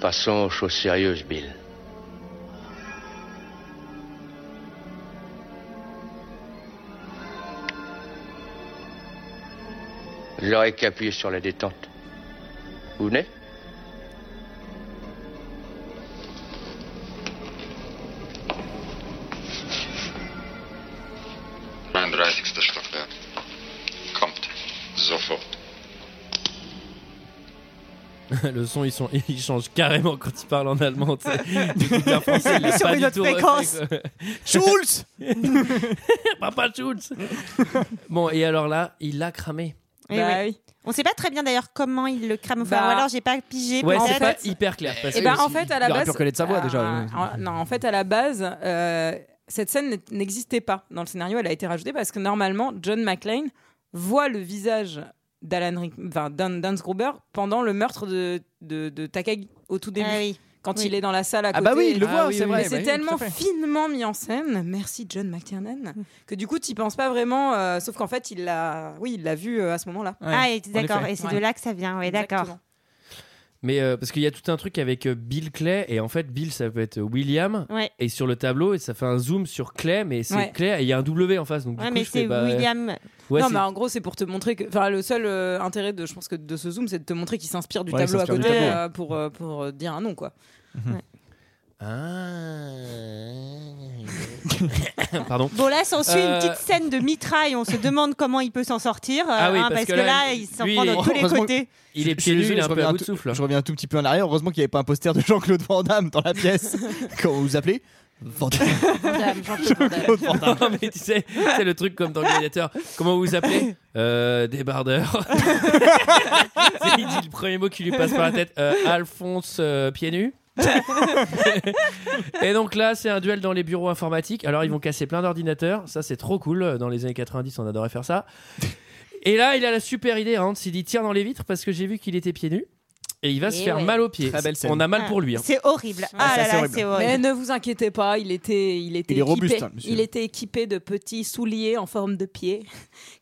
Speaker 4: Passons aux choses sérieuses, Bill. Je n'aurais qu'à appuyer sur la détente. Vous venez
Speaker 5: Stockwerk. Kommt. Sofort.
Speaker 1: le son, ils, sont, ils changent carrément quand ils parlent en allemand. tu sais. Le français, il
Speaker 10: Ils
Speaker 1: est
Speaker 10: sont
Speaker 1: pas
Speaker 10: une
Speaker 1: du
Speaker 10: autre
Speaker 1: tout refait,
Speaker 10: fréquence.
Speaker 1: quoi.
Speaker 7: Schulz
Speaker 1: Papa Schultz. bon, et alors là, il l'a cramé.
Speaker 10: Eh
Speaker 6: Bah
Speaker 10: oui.
Speaker 6: oui.
Speaker 10: On sait pas très bien d'ailleurs comment il le crame. Enfin,
Speaker 6: Bah.
Speaker 10: ou alors, j'ai pas pigé.
Speaker 1: Ouais,
Speaker 10: peut-être.
Speaker 1: c'est pas hyper clair. Parce
Speaker 6: ben, Et
Speaker 1: que
Speaker 6: ben en
Speaker 1: si-
Speaker 6: fait à la
Speaker 7: il aurait
Speaker 6: base,
Speaker 7: pu reconnaître sa voix, déjà.
Speaker 6: Euh, en- non, en fait à la base, euh, cette scène n'existait pas dans le scénario. Elle a été rajoutée parce que normalement John McClane voit le visage d'Alan Rick- enfin, d'Hans d'Hans Gruber pendant le meurtre de, de, de Takagi au tout début,
Speaker 10: Ah oui.
Speaker 6: quand
Speaker 10: Oui.
Speaker 6: il est dans la salle à
Speaker 7: Ah
Speaker 6: côté.
Speaker 7: bah oui, il le
Speaker 1: Ah
Speaker 7: voit,
Speaker 1: oui,
Speaker 7: c'est
Speaker 1: oui,
Speaker 7: vrai.
Speaker 1: oui,
Speaker 7: bah
Speaker 6: c'est
Speaker 7: oui,
Speaker 6: tellement
Speaker 7: tout à fait.
Speaker 6: finement mis en scène, merci John McTiernan, que du coup tu penses pas vraiment, euh, sauf qu'en fait il l'a, oui il l'a vu euh, à ce moment-là.
Speaker 7: Ouais,
Speaker 10: ah, et- d'accord.
Speaker 7: effet.
Speaker 10: Et c'est
Speaker 6: Ouais.
Speaker 10: de là que ça vient. Oui, d'accord.
Speaker 6: Exactement.
Speaker 1: Mais euh, parce qu'il y a tout un truc avec euh, Bill Clay et en fait Bill ça peut être euh, William
Speaker 10: Ouais.
Speaker 1: et sur le tableau et ça fait un zoom sur Clay mais c'est
Speaker 6: Ouais.
Speaker 1: Clay et il y a un W en face donc du
Speaker 10: Ouais,
Speaker 1: coup,
Speaker 10: mais
Speaker 1: je fais,
Speaker 10: c'est
Speaker 1: bah,
Speaker 10: William.
Speaker 1: ouais,
Speaker 6: non,
Speaker 1: c'est-
Speaker 6: mais en gros, c'est pour te montrer que. Enfin, le seul euh, intérêt de, je pense que de ce zoom, c'est de te montrer qu'il s'inspire du
Speaker 7: Ouais, il
Speaker 6: tableau à
Speaker 7: s'inspire
Speaker 6: côté
Speaker 7: du
Speaker 10: tableau.
Speaker 6: euh, pour, euh, pour euh, dire un nom, quoi.
Speaker 1: Ah. Pardon.
Speaker 10: Bon, là, s'en suit
Speaker 1: Euh,
Speaker 10: une petite scène de mitraille. On se demande comment il peut s'en sortir. euh,
Speaker 1: Ah oui,
Speaker 10: hein,
Speaker 1: parce
Speaker 10: parce,
Speaker 1: que
Speaker 10: que,
Speaker 1: là,
Speaker 10: là, il s'en
Speaker 1: lui,
Speaker 10: prend
Speaker 1: il
Speaker 10: de
Speaker 1: est-
Speaker 10: tous les
Speaker 7: heureusement-
Speaker 10: côtés.
Speaker 1: Il est
Speaker 7: Je suis
Speaker 1: pieds nus,
Speaker 7: désolé,
Speaker 1: il est
Speaker 7: je
Speaker 1: un peu
Speaker 7: reviens
Speaker 1: à
Speaker 7: un
Speaker 1: bout de
Speaker 7: tout-
Speaker 1: souffle.
Speaker 7: Je reviens un tout petit peu en arrière. Heureusement qu'il n'y avait pas un poster de Jean-Claude Van Damme dans la pièce quand vous vous appelez. Van Damme. Jean-Claude Van Damme.
Speaker 1: Non, mais tu sais, c'est le truc comme dans Gladiator. Comment vous vous appelez euh, Débardeur. il dit le premier mot qui lui passe par la tête euh, Alphonse euh, Pieds Nus. Et donc là, c'est un duel dans les bureaux informatiques. Alors, ils vont casser plein d'ordinateurs. Ça, c'est trop cool. Dans les années 90, on adorait faire ça. Et là, il a la super idée, Hans. Il dit tire dans les vitres parce que j'ai vu qu'il était pieds nus. Et il va se
Speaker 6: Et
Speaker 1: faire
Speaker 6: ouais.
Speaker 1: mal aux pieds.
Speaker 7: Très belle scène.
Speaker 1: On a mal pour lui. hein.
Speaker 10: C'est horrible. Ah,
Speaker 1: ça,
Speaker 10: là
Speaker 1: c'est
Speaker 10: là,
Speaker 1: horrible.
Speaker 10: c'est
Speaker 6: Mais
Speaker 10: horrible.
Speaker 6: ne vous inquiétez pas, il était, il était
Speaker 1: Il est
Speaker 6: équipé,
Speaker 1: robuste, hein, monsieur.
Speaker 6: il était équipé de petits souliers en forme de pied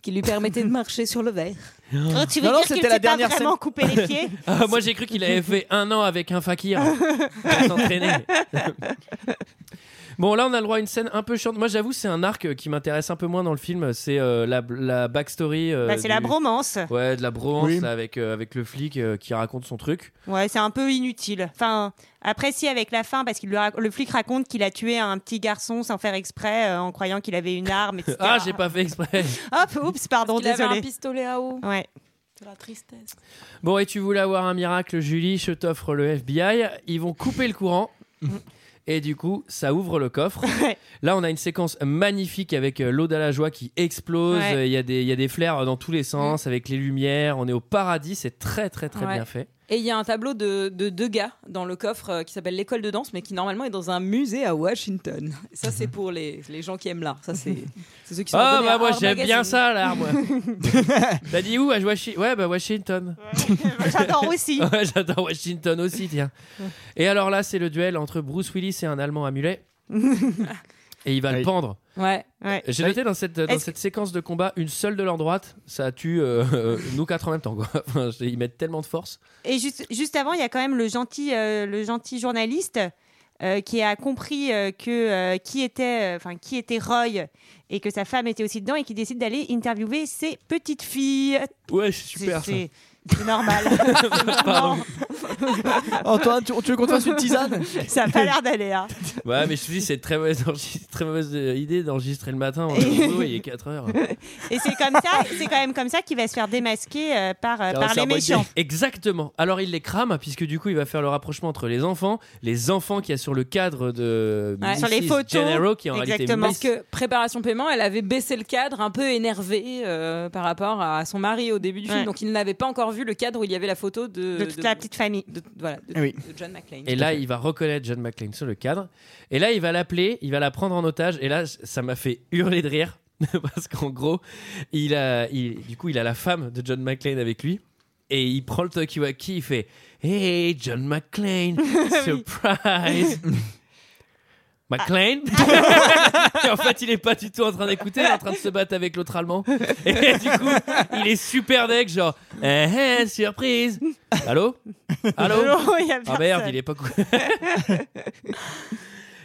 Speaker 6: qui lui permettaient de marcher sur le verre.
Speaker 10: Oh, tu veux dire qu'il ne s'est pas vraiment coupé les pieds
Speaker 1: Ah, moi, j'ai cru qu'il avait fait un an avec un fakir à s'entraîner. Bon, là, on a le droit à une scène un peu chiante. Moi, j'avoue, c'est un arc euh, qui m'intéresse un peu moins dans le film. C'est euh, la, la backstory. euh,
Speaker 10: Bah, c'est la
Speaker 1: du-
Speaker 10: bromance.
Speaker 1: Ouais, de la bromance
Speaker 10: Oui.
Speaker 1: là, avec, euh, avec le flic euh, qui raconte son truc.
Speaker 10: Ouais, c'est un peu inutile. Enfin, après, si, avec la fin, parce que le, flic raconte qu'il a tué un petit garçon sans faire exprès, euh, en croyant qu'il avait une arme, etc.
Speaker 1: Ah, j'ai pas fait exprès.
Speaker 10: Hop, oups, pardon,
Speaker 6: Il avait
Speaker 10: désolé.
Speaker 6: un pistolet à eau.
Speaker 10: Ouais.
Speaker 6: C'est la tristesse.
Speaker 1: Bon, et tu voulais avoir un miracle, Julie, je t'offre le FBI. Ils vont couper le courant. Et du coup, ça ouvre le coffre. Là, on a une séquence magnifique avec euh, l'eau de la joie qui explose.
Speaker 10: Ouais.
Speaker 1: Euh, Il y, a des- il y a des flares dans tous les sens, avec les lumières. On est au paradis. C'est très, très, très
Speaker 6: Mm. Ouais.
Speaker 1: bien fait.
Speaker 6: Et il y a un tableau de, de deux gars dans le coffre euh, qui s'appelle l'école de danse, mais qui normalement est dans un musée à Washington. Et ça, c'est pour les, les gens qui aiment l'art. Ça, c'est c'est ceux qui sont.
Speaker 1: Ah,
Speaker 6: abonnés à
Speaker 1: bah, moi,
Speaker 6: Art
Speaker 1: j'aime bien
Speaker 6: Magazine.
Speaker 1: ça, là, moi. T'as dit où à Washington Ouais, bah, Washington.
Speaker 10: J'adore aussi.
Speaker 1: Ouais, J'adore Washington aussi, tiens. Et alors là, c'est le duel entre Bruce Willis et un Allemand à mulet. Et il va le pendre.
Speaker 6: Ouais.
Speaker 1: J'ai noté dans cette, dans
Speaker 10: Est-ce-
Speaker 1: cette séquence de combat, une seule de leur droite, ça tue euh, euh, nous quatre en même temps. Quoi. Enfin, c'est- ils mettent tellement de force.
Speaker 10: Et juste, juste avant, il y a quand même le gentil, euh, le gentil journaliste euh, qui a compris euh, que euh, qui était, euh, enfin qui était Roy et que sa femme était aussi dedans et qui décide d'aller interviewer ses petites filles.
Speaker 1: Ouais, super,
Speaker 10: C'est c'est normal.
Speaker 1: Pardon.
Speaker 7: Antoine, tu, tu veux qu'on te fasse une tisane
Speaker 10: Ça a pas l'air d'aller. hein.
Speaker 1: Ouais, mais je te dis, c'est très mauvaise, enregistre- très mauvaise euh, idée d'enregistrer le matin. hein, On est au boulot, il est 4 heures.
Speaker 10: Et c'est comme ça, c'est quand même comme ça qu'il va se faire démasquer euh, par, euh, par les méchants.
Speaker 1: Exactement. Alors il les crame, puisque du coup il va faire le rapprochement entre les enfants, les enfants qu'il y a sur le cadre de
Speaker 6: Ouais.
Speaker 1: Mrs. Gennaro, qui est en
Speaker 6: Exactement. Parce
Speaker 1: réalité Miss-
Speaker 6: que préparation paiement, elle avait baissé le cadre, un peu énervée euh, par rapport à son mari au début du
Speaker 10: Ouais.
Speaker 6: film. Donc il n'avait pas encore vu le cadre où il y avait la photo de,
Speaker 10: De toute la petite famille.
Speaker 6: de- voilà, de,
Speaker 1: Ah oui.
Speaker 6: de John McClane.
Speaker 1: Et là, il va reconnaître John McClane sur le cadre. Et là, il va l'appeler, il va la prendre en otage. Et là, ça m'a fait hurler de rire. Parce qu'en gros, il a, il- du coup, il a la femme de John McClane avec lui. Et il prend le talkie-walkie, il fait Hey, John McClane, surprise McClane Et en fait, il est pas du tout en train d'écouter, il est en train de se battre avec l'autre allemand. Et du coup, il est super deck, genre Eh, eh, surprise Allô Allô
Speaker 10: Non, il y a
Speaker 1: Ah merde,
Speaker 10: personne.
Speaker 1: il est pas cool.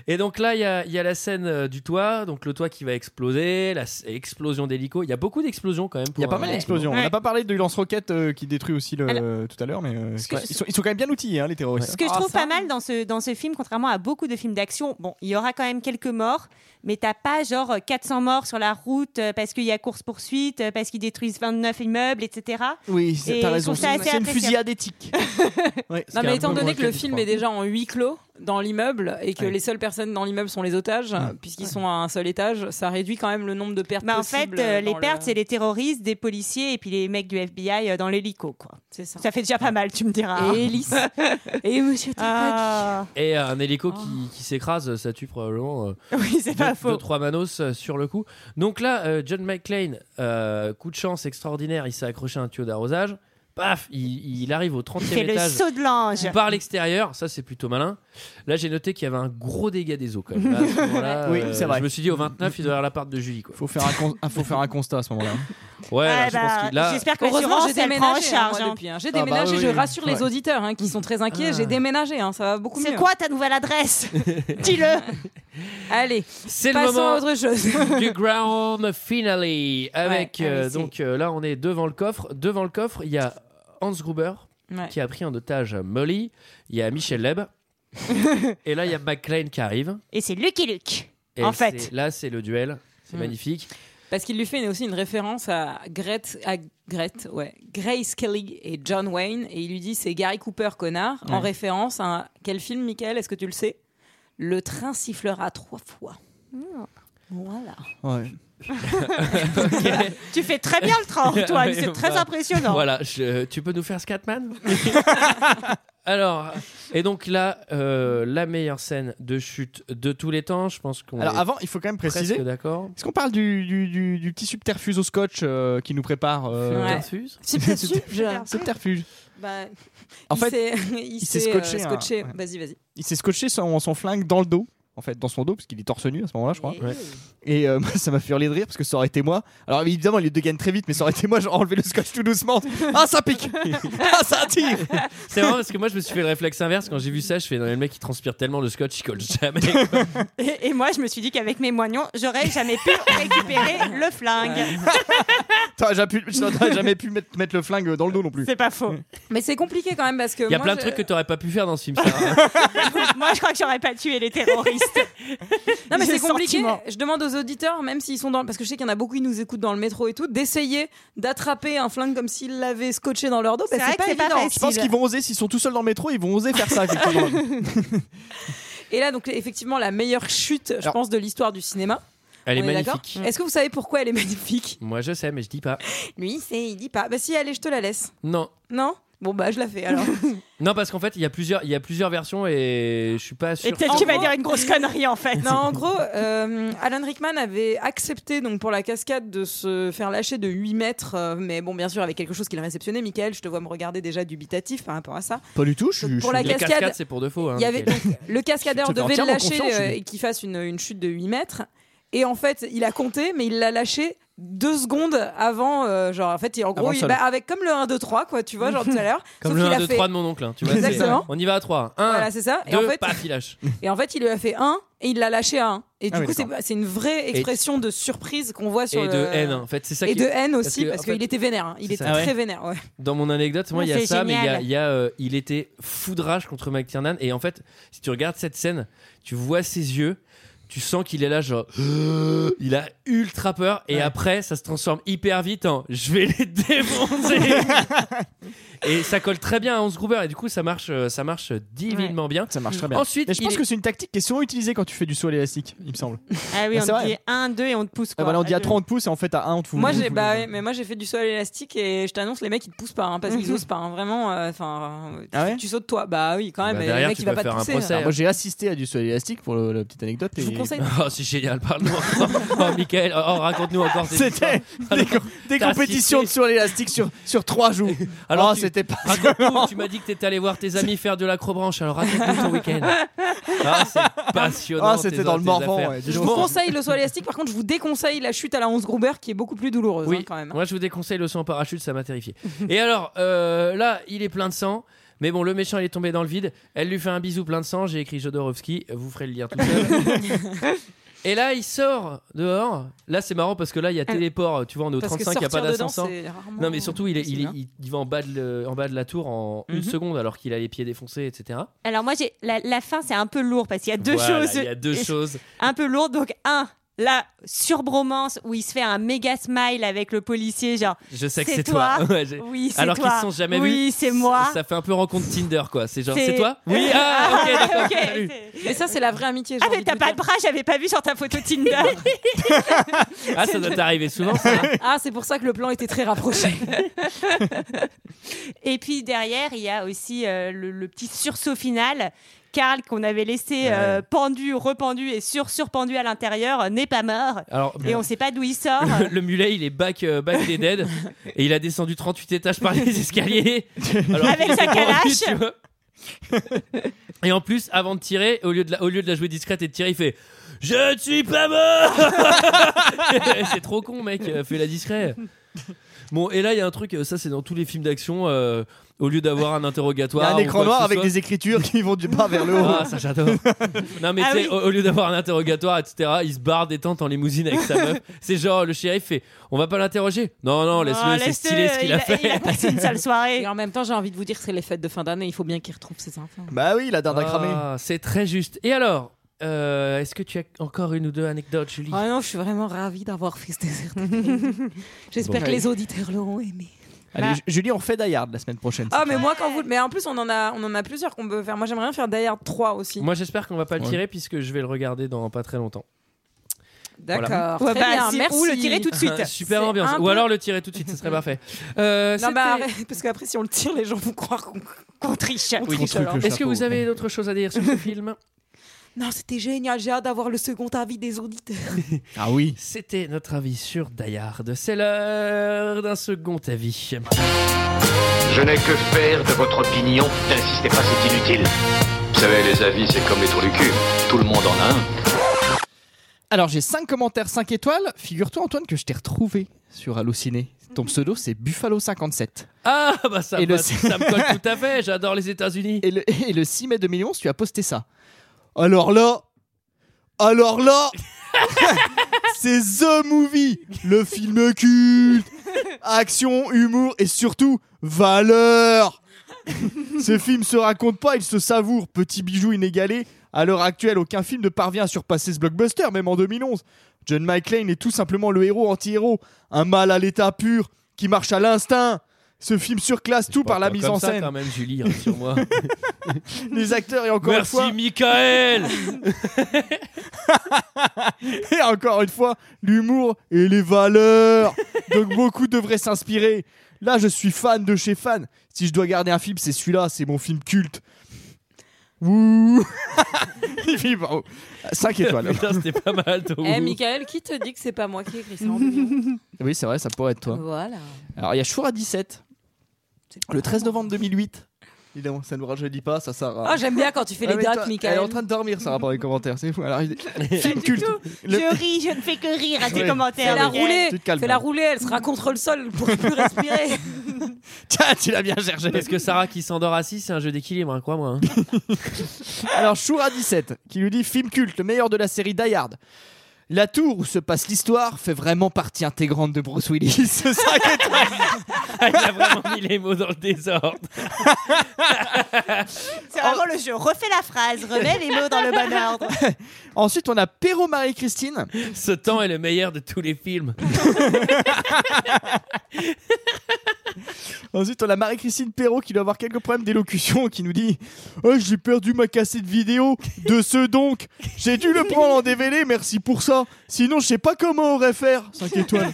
Speaker 1: Et donc là, il y a, il y a la scène euh, du toit, donc le toit qui va exploser, la s- explosion d'hélico. Il y a beaucoup d'explosions quand même.
Speaker 7: Il y a pas mal d'explosions. On n'a pas parlé du lance-roquette euh, qui détruit aussi le, tout à l'heure, mais euh,
Speaker 10: que-
Speaker 7: ouais, ils, sont, ils sont quand même bien outillés, hein, les terroristes.
Speaker 10: Ce que je trouve pas mal dans ce, dans ce film, contrairement à beaucoup de films d'action, bon, il y aura quand même quelques morts, mais t'as pas genre 400 morts sur la route euh, parce qu'il y a course-poursuite, euh, parce qu'ils détruisent 29 immeubles, etc.
Speaker 7: Oui, c'est-
Speaker 10: Et
Speaker 7: t'as
Speaker 10: je
Speaker 7: raison.
Speaker 10: trouve ça
Speaker 7: C'est une
Speaker 10: assez appréciable.
Speaker 7: fusillade éthique. Ouais,
Speaker 6: Non,
Speaker 7: c'est un
Speaker 6: mais étant
Speaker 7: peu
Speaker 6: donné
Speaker 7: moins
Speaker 6: que le
Speaker 7: que
Speaker 6: film
Speaker 7: trois.
Speaker 6: est déjà en huis clos dans l'immeuble et que les seules personnes dans l'immeuble sont les otages, puisqu'ils sont à un seul étage, ça réduit quand même le nombre de pertes
Speaker 10: Bah, en fait,
Speaker 6: possibles.
Speaker 10: euh,
Speaker 6: dans
Speaker 10: les
Speaker 6: le-
Speaker 10: pertes, c'est les terroristes, des policiers et puis les mecs du FBI euh, dans l'hélico, quoi.
Speaker 6: C'est ça.
Speaker 10: Ça fait déjà pas mal, tu me diras.
Speaker 6: Et Hélice. et Monsieur
Speaker 10: Ah.
Speaker 1: Et euh, un hélico qui, qui s'écrase, ça tue probablement.
Speaker 10: oui, c'est
Speaker 1: pas faux. Deux, trois manos euh, sur le coup. Donc là, euh, John McClane, euh, coup de chance extraordinaire, il s'est accroché à un tuyau d'arrosage. Paf, il, il arrive au 30e
Speaker 10: Il fait le
Speaker 1: étage.
Speaker 10: saut de l'ange.
Speaker 1: Par l'extérieur, ça c'est plutôt malin. Là, j'ai noté qu'il y avait un gros dégât des eaux quand même. Là, à ce moment-là,
Speaker 7: Oui,
Speaker 1: euh,
Speaker 7: c'est vrai.
Speaker 1: Je me suis dit au 29, il doit y avoir l'appart de Julie. Quoi.
Speaker 7: Faut faire un con- ah, faut faire un constat à ce moment-là.
Speaker 1: Ouais,
Speaker 10: Ah,
Speaker 1: là, je
Speaker 10: bah,
Speaker 1: pense que là.
Speaker 10: J'espère que
Speaker 6: Heureusement,
Speaker 10: l'assurance,
Speaker 6: j'ai
Speaker 10: elle prend en
Speaker 6: déménagé hein,
Speaker 10: charge.
Speaker 6: moi,
Speaker 10: hein.
Speaker 6: depuis. hein. J'ai
Speaker 7: Ah, bah
Speaker 6: déménagé,
Speaker 7: oui,
Speaker 6: je
Speaker 7: oui.
Speaker 6: rassure les
Speaker 7: Ouais.
Speaker 6: auditeurs hein, qui sont très inquiets. J'ai déménagé, hein, ça va beaucoup mieux.
Speaker 10: C'est quoi ta nouvelle adresse Dis-le
Speaker 6: Allez,
Speaker 1: C'est le
Speaker 6: passons à
Speaker 1: moment
Speaker 6: autre chose.
Speaker 1: du ground finale avec
Speaker 6: Ouais,
Speaker 1: euh,
Speaker 6: allez-y.
Speaker 1: donc euh, là on est devant le coffre devant le coffre il y a Hans Gruber qui a pris en otage Molly il y a Michel Leb et là il y a McClane qui arrive
Speaker 10: Et c'est Lucky Luke.
Speaker 1: et
Speaker 10: En
Speaker 1: c'est-
Speaker 10: fait. Hmm.
Speaker 1: là c'est le duel c'est
Speaker 6: Mm.
Speaker 1: magnifique
Speaker 6: Parce qu'il lui fait une- aussi une référence à Grete, à Grete, ouais, Grace Kelly et John Wayne, et il lui dit c'est Gary Cooper connard, en référence à quel film, Michael Est-ce que tu le sais Le train sifflera trois fois. Voilà.
Speaker 7: Ouais.
Speaker 10: Tu fais très bien le train, Antoine. C'est très
Speaker 1: Voilà.
Speaker 10: impressionnant.
Speaker 1: Voilà, je- tu peux nous faire Scatman Alors, et donc là, euh, la meilleure scène de chute de tous les temps, je pense qu'on.
Speaker 7: Alors
Speaker 1: est
Speaker 7: avant, il faut quand même
Speaker 1: presque
Speaker 7: préciser.
Speaker 1: D'accord.
Speaker 7: Est-ce qu'on parle du, du- du- du petit subterfuge au scotch euh, qui nous prépare euh,
Speaker 6: Ouais. Subterfuge.
Speaker 7: Subterfuge.
Speaker 6: Bah,
Speaker 7: En
Speaker 6: il
Speaker 7: fait,
Speaker 6: s'est-
Speaker 7: il s'est
Speaker 6: euh,
Speaker 7: scotché un- ouais.
Speaker 6: Vas-y, vas-y.
Speaker 7: Il s'est scotché son, son flingue dans le dos, en fait, dans son dos, parce qu'il est torse nu à ce moment-là, je crois. Et euh, moi, ça m'a fait hurler de rire, parce que ça aurait été moi. Alors évidemment, il le dégaine très vite, mais ça aurait été moi, genre enlever le scotch tout doucement. Ah, ça pique Ah, ça tire
Speaker 1: C'est marrant parce que moi je me suis fait le réflexe inverse quand j'ai vu ça. Je fais non, mais le mec qui transpire tellement le scotch il colle jamais. quoi.
Speaker 10: Et, et moi, je me suis dit qu'avec mes moignons, j'aurais jamais pu récupérer le flingue.
Speaker 7: T'aurais jamais pu- T'aurais jamais pu mettre, mettre le flingue dans le dos non plus.
Speaker 10: C'est pas faux.
Speaker 6: Mais c'est compliqué quand même parce que.
Speaker 1: Il y a
Speaker 6: moi,
Speaker 1: plein de
Speaker 6: je-
Speaker 1: trucs que t'aurais pas pu faire dans ce film. hein. Sarah.
Speaker 10: moi, je crois que j'aurais pas tué les terroristes.
Speaker 6: Non, mais
Speaker 10: J'ai
Speaker 6: c'est
Speaker 10: le
Speaker 6: compliqué.
Speaker 10: sentiment.
Speaker 6: Je demande aux auditeurs, même s'ils sont dans. Parce que je sais qu'il y en a beaucoup qui nous écoutent dans le métro et tout, d'essayer d'attraper un flingue comme s'ils l'avaient scotché dans leur dos.
Speaker 10: C'est
Speaker 6: Bah,
Speaker 10: vrai
Speaker 6: c'est
Speaker 10: que
Speaker 6: pas
Speaker 10: c'est pas
Speaker 6: évident.
Speaker 7: Je pense qu'ils vont oser, s'ils sont tout seuls dans le métro, ils vont oser faire ça. effectivement.
Speaker 6: Et là, donc, effectivement, la meilleure chute, je pense, de l'histoire du cinéma.
Speaker 1: Elle est
Speaker 6: On d'accord
Speaker 1: magnifique.
Speaker 6: Est-ce que vous savez pourquoi elle est magnifique
Speaker 1: Moi je sais, mais je dis pas.
Speaker 6: Lui, c'est, il dit pas. Bah si, allez, je te la laisse.
Speaker 1: Non.
Speaker 6: Non Bon bah je la fais alors.
Speaker 1: Non, parce qu'en fait, il y, a plusieurs, il y a plusieurs versions et je suis pas sûr.
Speaker 10: Et peut-être
Speaker 1: En
Speaker 10: que tu vas
Speaker 1: gros-
Speaker 10: dire une grosse connerie en fait.
Speaker 6: non, en gros, euh, Alan Rickman avait accepté donc pour la cascade de se faire lâcher de 8 mètres, euh, mais bon, bien sûr, avec quelque chose qu'il réceptionnait. Michael, je te vois me regarder déjà dubitatif par rapport à ça.
Speaker 7: Pas du tout, je suis.
Speaker 6: Pour la
Speaker 1: Les
Speaker 6: cascade,
Speaker 1: cascades, c'est pour de faux. hein,
Speaker 6: Il y avait
Speaker 1: Mickaël.
Speaker 6: donc, le cascadeur
Speaker 7: Je te fais
Speaker 6: devait le
Speaker 7: entièrement
Speaker 6: lâcher
Speaker 7: confiance,
Speaker 6: euh,
Speaker 7: Julie.
Speaker 6: et qu'il fasse une, une chute de 8 mètres. Et en fait, il a compté, mais il l'a lâché deux secondes avant. euh, genre, en fait, il- en gros,
Speaker 7: Avant
Speaker 6: il-
Speaker 7: le sol.
Speaker 6: bah, avec comme le 1, 2, 3, quoi, tu vois, genre tout à l'heure.
Speaker 1: Comme
Speaker 6: sauf
Speaker 1: le
Speaker 6: qu'il
Speaker 1: 1,
Speaker 6: a
Speaker 1: 2,
Speaker 6: fait-
Speaker 1: 3 de mon oncle. hein, tu vois, c'est-
Speaker 6: Exactement.
Speaker 1: On y va à 3. 1,
Speaker 6: Voilà, c'est ça. Et en
Speaker 1: 2,
Speaker 6: fait,
Speaker 1: paf, il lâche.
Speaker 6: Et en fait, il lui a fait 1 et il l'a lâché à 1. Et du
Speaker 7: Ah oui,
Speaker 6: coup, c'est c'est une vraie expression de surprise qu'on voit sur
Speaker 1: Et
Speaker 6: le-
Speaker 1: de haine, en fait. C'est ça
Speaker 6: Et
Speaker 1: qui-
Speaker 6: de haine aussi,
Speaker 1: que,
Speaker 6: parce
Speaker 1: en
Speaker 6: qu'il
Speaker 1: fait,
Speaker 6: était vénère. hein. Il
Speaker 1: c'est
Speaker 6: était
Speaker 1: ça.
Speaker 6: très
Speaker 1: Ah ouais.
Speaker 6: vénère. ouais.
Speaker 1: Dans mon anecdote, moi,
Speaker 10: Ah,
Speaker 1: il y a
Speaker 10: c'est
Speaker 1: ça, mais il y a,
Speaker 10: génial.
Speaker 1: il y a, euh, il était foudrage contre McTiernan. Et en fait, si tu regardes cette scène, tu vois ses yeux, tu sens qu'il est là, genre, il a ultra peur. Et après, ça se transforme hyper vite en, je vais les défoncer. et ça colle très bien à Hans Gruber. Et du coup, ça marche, euh, ça marche divinement bien.
Speaker 7: Ça marche très bien.
Speaker 1: Ensuite,
Speaker 7: Mais je
Speaker 1: il
Speaker 7: pense
Speaker 1: est-
Speaker 7: que c'est une tactique qui est souvent utilisée quand tu fais du saut à l'élastique, il me semble.
Speaker 10: Ah
Speaker 7: Ah,
Speaker 10: oui, on
Speaker 7: c'est
Speaker 10: te
Speaker 7: vrai.
Speaker 10: dit 1, 2 et on te pousse.
Speaker 7: Ah,
Speaker 1: bah,
Speaker 10: Quoi.
Speaker 7: voilà, on dit à
Speaker 1: euh,
Speaker 10: deux.
Speaker 7: 3 on te pousse et en fait à 1 on te fout.
Speaker 6: Moi,
Speaker 7: on te
Speaker 6: j'ai
Speaker 7: fout-
Speaker 6: bah, ouais, mais moi, j'ai fait du sol élastique et je t'annonce, les mecs, ils te poussent pas, hein, parce
Speaker 10: Mhm.
Speaker 6: qu'ils osent pas. hein, vraiment, euh, enfin, euh, tu-
Speaker 7: Ah ouais
Speaker 6: tu, sautes toi. Bah oui, quand même.
Speaker 1: Bah,
Speaker 6: mais
Speaker 1: derrière,
Speaker 6: le mec,
Speaker 1: tu
Speaker 6: il va
Speaker 1: peux
Speaker 6: pas te
Speaker 1: faire un
Speaker 6: pousser.
Speaker 1: procès.
Speaker 6: hein.
Speaker 7: Alors, Moi j'ai assisté à du saut à élastique pour le- la petite anecdote.
Speaker 6: Je
Speaker 7: et-
Speaker 6: vous conseille.
Speaker 1: Oh, c'est génial, parle-nous encore. Oh, Michael, oh, oh, raconte-nous encore. cette
Speaker 7: C'était
Speaker 1: histoire.
Speaker 7: des,
Speaker 1: Alors,
Speaker 7: com- des
Speaker 1: t'as
Speaker 7: compétitions de
Speaker 1: assisté.
Speaker 7: saut à l'élastique sur, sur 3 jours.
Speaker 1: Alors,
Speaker 7: Alors
Speaker 1: tu- Ah,
Speaker 7: c'était pas.
Speaker 1: Raconte-nous, tu m'as dit que t'étais allé voir tes amis faire de l'acrobranche, alors raconte-nous ton week-end. Ah, c'est passionnant.
Speaker 7: Ah, c'était
Speaker 1: tes-
Speaker 7: dans le
Speaker 1: tes
Speaker 7: Morvan.
Speaker 1: affaires.
Speaker 7: ouais, dis
Speaker 6: Je vous
Speaker 7: donc.
Speaker 6: conseille le saut élastique, par contre, je vous déconseille la chute à la 11 Gruber qui est beaucoup plus douloureuse
Speaker 1: Oui,
Speaker 6: hein, quand même.
Speaker 1: moi je vous déconseille le sang en parachute, ça m'a terrifié. Et alors, euh, là, il est plein de sang. Mais bon, le méchant, il est tombé dans le vide. Elle lui fait un bisou plein de sang. J'ai écrit Jodorowsky. Vous ferez le lire tout seul. Et là, il sort dehors. Là, c'est marrant parce que là, il y a téléport. Tu vois, on est au
Speaker 6: Parce que
Speaker 1: 35, il n'y a pas
Speaker 6: sortir dedans,
Speaker 1: d'ascenseur.
Speaker 6: c'est rarement-
Speaker 1: Non, mais surtout, il, est- il, est-
Speaker 6: possible, hein.
Speaker 1: il- il va en bas, de le- en bas de la tour en une
Speaker 6: Mhm.
Speaker 1: seconde alors qu'il a les pieds défoncés, etc.
Speaker 6: hein.
Speaker 10: Alors moi, j'ai la, la fin, c'est un peu lourd parce qu'il y a deux
Speaker 1: Voilà,
Speaker 10: choses.
Speaker 1: Il y a deux
Speaker 10: Et-
Speaker 1: choses.
Speaker 10: Un peu lourd. Donc, un, la surbromance où il se fait un méga smile avec le policier, genre
Speaker 1: Je sais que
Speaker 10: C'est
Speaker 1: c'est toi.
Speaker 10: toi.
Speaker 1: Ouais, j'ai-
Speaker 10: oui, c'est
Speaker 1: Alors qu'ils
Speaker 10: toi.
Speaker 1: se sont jamais vus.
Speaker 10: Oui, c'est
Speaker 1: Ça-
Speaker 10: moi.
Speaker 1: Ça fait un peu rencontre Tinder, quoi. C'est genre,
Speaker 10: C'est-
Speaker 1: c'est toi Oui, ah, ok, d'accord.
Speaker 10: Ok,
Speaker 1: salut.
Speaker 10: c'est-
Speaker 6: Mais ça, c'est la vraie amitié. j'ai
Speaker 10: Ah, mais
Speaker 6: envie de
Speaker 10: t'as
Speaker 6: vous
Speaker 10: pas
Speaker 6: dire.
Speaker 10: de bras, j'avais pas vu sur ta photo Tinder.
Speaker 1: Ah, ça doit t'arriver souvent, ça.
Speaker 6: Ah, c'est pour ça que le plan était très rapproché.
Speaker 10: Et puis derrière, il y a aussi euh, le, le petit sursaut final. Karl, qu'on avait laissé
Speaker 1: Ouais.
Speaker 10: euh, pendu, rependu et sur surpendu à l'intérieur, euh, n'est pas mort.
Speaker 1: Alors,
Speaker 10: Et on sait pas d'où il sort.
Speaker 1: le, le mulet, il est back, euh, back des dead. Et il a descendu 38 étages par les escaliers. Alors
Speaker 10: Avec
Speaker 1: qu'il
Speaker 10: sa
Speaker 1: était pendu,
Speaker 10: calache.
Speaker 1: tu vois. Et en plus, avant de tirer, au lieu de la, au lieu de la jouer discrète et de tirer, il fait Je ne suis pas mort C'est trop con, mec, euh, fais la discrète. Bon, et là, il y a un truc, euh, ça, c'est dans tous les films d'action. euh, au lieu d'avoir un
Speaker 7: Il y
Speaker 1: interrogatoire,
Speaker 7: a un
Speaker 1: ou quoi
Speaker 7: écran
Speaker 1: que
Speaker 7: noir
Speaker 1: ce
Speaker 7: avec
Speaker 1: soit,
Speaker 7: des écritures qui vont du bas vers le haut.
Speaker 1: Ah, ça j'adore. non, mais
Speaker 10: Ah
Speaker 1: tu sais,
Speaker 10: oui.
Speaker 1: au, au lieu d'avoir un interrogatoire, etc., il se barre des tentes en limousine avec sa meuf. C'est genre, le shérif fait On va pas l'interroger Non, non, laisse-le,
Speaker 10: Oh,
Speaker 1: c'est
Speaker 10: laisse-le,
Speaker 1: stylé ce qu'il
Speaker 10: il
Speaker 1: a fait.
Speaker 10: Il a passé une sale soirée.
Speaker 6: Et en même temps, j'ai envie de vous dire que c'est les fêtes de fin d'année, il faut bien qu'ils retrouvent ses enfants.
Speaker 7: Bah oui, la dinde à cramer.
Speaker 1: Ah, c'est très juste. Et alors, euh, est-ce que tu as encore une ou deux anecdotes, Julie
Speaker 6: Ah non, je suis vraiment ravie d'avoir fait ce désert. J'espère
Speaker 7: Bon.
Speaker 6: que les auditeurs l'auront aimé.
Speaker 1: Bah.
Speaker 7: Allez, Ju- Julie, on fait Die Hard la semaine prochaine.
Speaker 6: Ah mais moi quand vous mais en plus on en a on en a plusieurs qu'on peut faire. Moi j'aimerais bien faire Die Hard 3 aussi.
Speaker 1: Moi, j'espère qu'on va pas le
Speaker 7: Ouais.
Speaker 1: tirer puisque je vais le regarder dans pas très longtemps.
Speaker 6: D'accord.
Speaker 1: Voilà.
Speaker 6: Très bien, merci.
Speaker 10: bah, Ou le tirer tout de suite.
Speaker 1: Super
Speaker 6: C'est
Speaker 1: ambiance.
Speaker 6: un
Speaker 1: Ou
Speaker 6: peu-
Speaker 1: alors le tirer tout de suite, ce serait parfait. Euh,
Speaker 6: non,
Speaker 1: c'était-
Speaker 6: bah, arrête, parce qu'après, si on le tire, les gens vont croire qu'on qu'on triche. On
Speaker 1: Oui,
Speaker 6: triche,
Speaker 1: truc,
Speaker 6: alors.
Speaker 1: le Est-ce que chapeau. vous avez d'autres choses à dire sur ce film
Speaker 6: Non, c'était génial. J'ai hâte d'avoir le second avis des auditeurs.
Speaker 1: Ah oui. C'était notre avis sur Die Hard. C'est l'heure d'un second avis.
Speaker 2: Je n'ai que faire de votre opinion. N'insistez pas, c'est inutile. Vous savez, les avis, c'est comme les trous du cul. Tout le monde en a un.
Speaker 7: Alors j'ai 5 commentaires 5 étoiles. Figure-toi Antoine que je t'ai retrouvé sur Allociné. Ton pseudo c'est Buffalo57.
Speaker 1: Ah bah ça,
Speaker 7: Et
Speaker 1: me-
Speaker 7: le-
Speaker 1: ça me colle tout à fait, j'adore les États-Unis.
Speaker 7: Et le, et le 6 mai 2011 tu as posté ça. Alors là, alors là, c'est The Movie, le film culte, action, humour et surtout valeur. Ce film se raconte pas, il se savoure, petit bijou inégalé. À l'heure actuelle, aucun film ne parvient à surpasser ce blockbuster, même en 2011. John McClane est tout simplement le héros anti-héros, un mal à l'état pur qui marche à l'instinct. Ce film surclasse tout par la mise en
Speaker 1: Comme ça,
Speaker 7: scène.
Speaker 1: quand même, Julie, hein, sur moi.
Speaker 7: Les acteurs et encore
Speaker 1: Merci,
Speaker 7: une fois.
Speaker 1: Michael
Speaker 7: Et encore une fois, l'humour et les valeurs. Donc beaucoup devraient s'inspirer. Là, je suis fan de chez fan. Si je dois garder un film, c'est celui-là, c'est mon film culte. Ouh 5 étoiles.
Speaker 1: Putain, c'était pas mal. ton
Speaker 6: Eh,
Speaker 1: goût.
Speaker 6: Michael, qui te dit que c'est pas moi qui ai écrit ça en
Speaker 7: Oui, c'est vrai, ça pourrait être toi.
Speaker 6: Voilà.
Speaker 7: Alors, il y a Choura 17. Le 13 novembre 2008. Évidemment, ça ne nous rajeunit pas, ça Sarah.
Speaker 6: Ah, j'aime bien quand tu fais les
Speaker 7: mais toi,
Speaker 6: dates,
Speaker 7: Elle est
Speaker 6: Michael.
Speaker 7: en train de dormir, Sarah, par les commentaires. C'est fou. Alors, il- film culte. Le-
Speaker 10: Je ris, je ne fais que rire à tes
Speaker 7: Ouais.
Speaker 10: commentaires.
Speaker 7: Fais-la
Speaker 10: Miguel.
Speaker 7: rouler. Tu te calmes.
Speaker 1: hein.
Speaker 7: Fais-la
Speaker 6: rouler, elle sera contre le sol pour plus respirer.
Speaker 7: Tiens, tu l'as bien cherché.
Speaker 1: Parce que Sarah qui s'endort assis, c'est un jeu d'équilibre, hein, crois-moi. hein.
Speaker 7: Alors Choura17 qui nous dit film culte, le meilleur de la série Die Hard. La tour où se passe l'histoire fait vraiment partie intégrante de Bruce Willis. C'est ça que toi-
Speaker 1: Il a vraiment mis les mots dans le désordre.
Speaker 10: C'est
Speaker 1: Oh.
Speaker 10: vraiment le jeu. Refais la phrase, remets les mots dans le bon ordre.
Speaker 7: Ensuite, on a Perro Marie-Christine.
Speaker 1: Ce temps est le meilleur de tous les films.
Speaker 7: Ensuite, on a Marie-Christine Perrault qui doit avoir quelques problèmes d'élocution qui nous dit oh, J'ai perdu ma cassette vidéo, de ce donc J'ai dû le prendre en DVD, merci pour ça. Sinon, je sais pas comment aurait faire. 5 étoiles.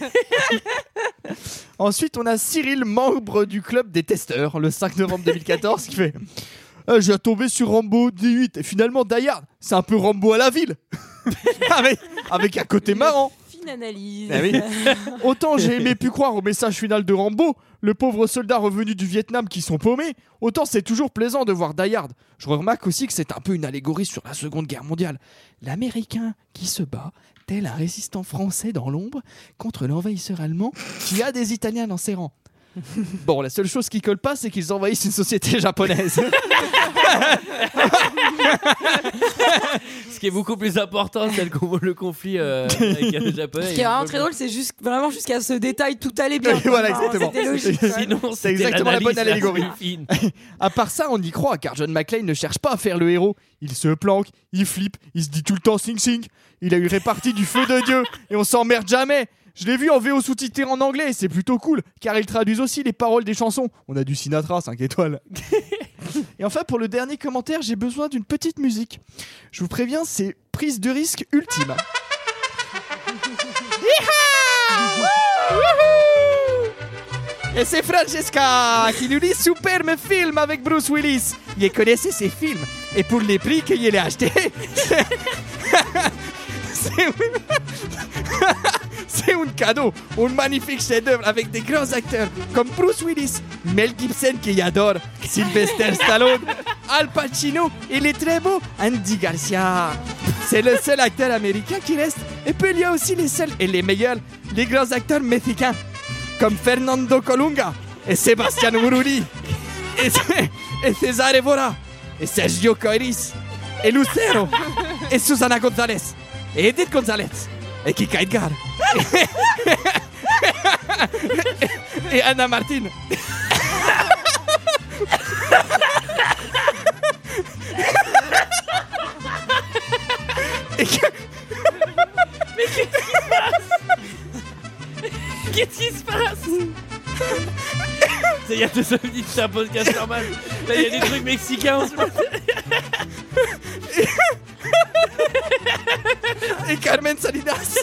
Speaker 7: Ensuite, on a Cyril, membre du club des testeurs, le 5 novembre 2014, qui fait Euh, J'ai tombé sur Rambo 18. Et finalement, Dayard, c'est un peu Rambo à la ville. avec, avec un côté marrant.
Speaker 6: Fine analyse.
Speaker 10: Eh
Speaker 7: Ah oui. autant j'ai aimé pu croire au message final de Rambo, le pauvre soldat revenu du Vietnam qui sont paumés, autant c'est toujours plaisant de voir Die Hard. Je remarque aussi que c'est un peu une allégorie sur la Seconde Guerre mondiale. L'Américain qui se bat, tel un résistant français dans l'ombre, contre l'envahisseur allemand qui a des Italiens dans ses rangs. Bon, la seule chose qui colle pas, c'est qu'ils envahissent une société japonaise.
Speaker 1: Ce qui est beaucoup plus important, c'est le, con- le conflit euh, avec le japonais.
Speaker 6: Ce qui est vraiment très drôle, c'est juste vraiment jusqu'à ce détail, tout allait bien.
Speaker 7: voilà,
Speaker 6: Enfin,
Speaker 7: exactement.
Speaker 6: C'était logique.
Speaker 1: Sinon,
Speaker 7: C'est
Speaker 1: c'était
Speaker 7: exactement la bonne
Speaker 1: l'analyse
Speaker 7: allégorie.
Speaker 1: la plus fine.
Speaker 7: À part ça, on y croit, car John McClane ne cherche pas à faire le héros. Il se planque, il flippe, il se dit tout le temps sing sing. Il a eu réparti du feu de Dieu et on s'emmerde jamais. Je l'ai vu en VO sous-titré en anglais et c'est plutôt cool, car ils traduisent aussi les paroles des chansons. On a du Sinatra, 5 étoiles. et enfin, pour le dernier commentaire, j'ai besoin d'une petite musique. Je vous préviens, c'est prise de risque ultime. Et c'est Francesca qui nous dit superbe film avec Bruce Willis. Vous connaissez ces films et pour les prix qu'il a acheté, c'est- c'est c'est un cadeau, un magnifique chef-d'œuvre avec des grands acteurs comme Bruce Willis, Mel Gibson qui adore, Sylvester Stallone, Al Pacino et les très beaux Andy Garcia. C'est le seul acteur américain qui reste et puis il y a aussi les seuls et les meilleurs, les grands acteurs mexicains comme Fernando Colunga et Sebastián Ururi et, C- et Cesare Vora et Sergio Coiris et Lucero et Susana González et Edith González et Kika Edgar et, et Anna Martin et que-
Speaker 1: Qu'est-ce qui se passe Il y a deux samedis, c'est un podcast normal. Là, il y a des trucs mexicains en ce moment.
Speaker 7: et Carmen Salinas.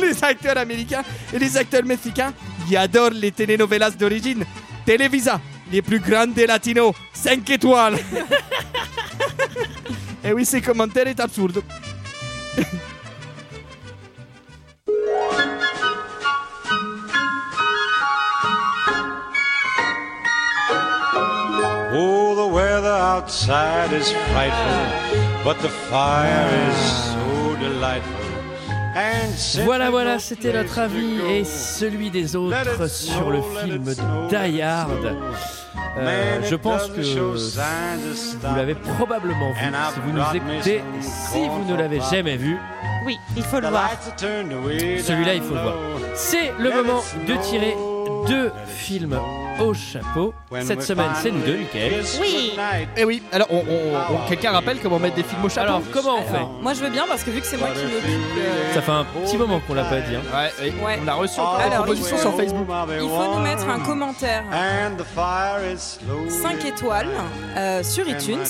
Speaker 7: les acteurs américains et les acteurs mexicains qui adorent les telenovelas d'origine. Televisa, les plus grandes des latinos, 5 étoiles. et oui, ces commentaires est absurde.
Speaker 12: Oh, the weather outside is frightful, but the fire is so delightful. And since
Speaker 1: Voilà,
Speaker 12: I've
Speaker 1: voilà,
Speaker 12: no
Speaker 1: c'était notre
Speaker 12: place to
Speaker 1: avis
Speaker 12: go,
Speaker 1: et celui des autres sur le film Die Hard. Euh, je pense que vous l'avez probablement vu si vous nous écoutez, si vous ne l'avez jamais vu.
Speaker 10: Oui, il faut le
Speaker 12: the
Speaker 10: voir.
Speaker 12: lights are turned way
Speaker 1: Celui-là,
Speaker 12: down
Speaker 1: il faut le voir.
Speaker 12: low.
Speaker 1: C'est le moment de tirer deux films au chapeau. Cette semaine, c'est nous deux, Michael.
Speaker 10: Oui.
Speaker 7: Et Eh oui. Alors, on, on- on- quelqu'un rappelle comment mettre des films au chapeau
Speaker 1: Alors, comment on fait
Speaker 6: Moi, je veux bien parce que vu que c'est moi qui m'occupe. euh,
Speaker 1: Ça fait un petit moment qu'on l'a pas dit. hein.
Speaker 6: Ouais. Ah,
Speaker 7: On a reçu encore des
Speaker 6: Alors, il
Speaker 7: propositions
Speaker 6: faut,
Speaker 7: sur Facebook.
Speaker 6: il faut nous mettre un commentaire
Speaker 12: And the fire is slowly
Speaker 6: 5 étoiles euh, sur iTunes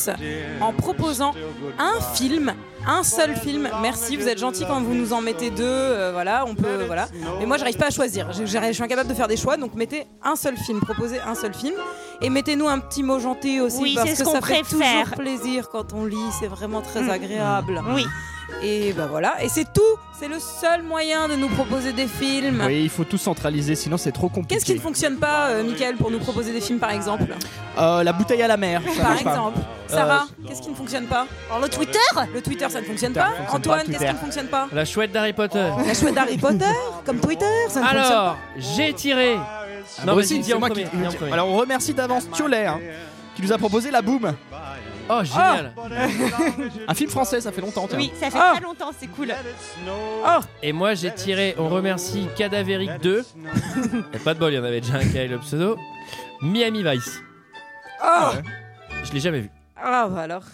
Speaker 6: en proposant un film, un seul film. Merci, vous êtes gentil quand vous nous en mettez deux. euh, voilà, on peut. Voilà. Mais moi, j'arrive pas à choisir. Je, j'arrive- je suis incapable de faire des choix, donc mettez un seul film, proposez un seul film. Et mettez-nous un petit mot gentil aussi
Speaker 10: Oui,
Speaker 6: parce
Speaker 10: c'est ce
Speaker 6: que ça
Speaker 10: qu'on
Speaker 6: fait
Speaker 10: préfère.
Speaker 6: toujours plaisir quand on lit, c'est vraiment très
Speaker 10: Mm.
Speaker 6: agréable.
Speaker 10: Oui.
Speaker 6: Et bah voilà, et c'est tout, c'est le seul moyen de nous proposer des films.
Speaker 7: Oui, il faut tout centraliser, sinon c'est trop compliqué.
Speaker 6: Qu'est-ce qui ne fonctionne pas, euh, Michael, pour nous proposer des films par exemple
Speaker 7: Euh, la bouteille à la mer. ça
Speaker 6: Par
Speaker 7: marche pas.
Speaker 6: exemple, Sarah, qu'est-ce qui ne fonctionne pas le Twitter Le Twitter, ça ne fonctionne pas.
Speaker 1: fonctionne pas,
Speaker 6: Antoine, qu'est-ce
Speaker 1: Twitter.
Speaker 6: qui ne fonctionne pas
Speaker 1: La chouette d'Harry Potter.
Speaker 6: La chouette d'Harry Potter, comme Twitter, ça ne fonctionne
Speaker 1: Alors,
Speaker 6: pas.
Speaker 1: j'ai tiré.
Speaker 7: Ah,
Speaker 1: Non,
Speaker 7: moi
Speaker 1: vas-y,
Speaker 7: aussi,
Speaker 1: dis
Speaker 7: c'est
Speaker 1: en
Speaker 7: moi
Speaker 1: premier,
Speaker 7: qui-
Speaker 1: dis en premier.
Speaker 7: Alors on remercie d'avance Thiolet hein, qui nous a proposé La Boom. ah
Speaker 1: Oh, génial.
Speaker 7: Un film français, ça fait longtemps. tiens.
Speaker 10: Oui, ça fait
Speaker 1: Ah.
Speaker 10: très longtemps, c'est cool.
Speaker 1: Et moi, j'ai tiré. On remercie Cadavérique 2. Et pas de bol, il y en avait déjà un qui avait le pseudo. Miami Vice.
Speaker 6: Ah
Speaker 1: Je l'ai jamais vu.
Speaker 6: Ah bah alors.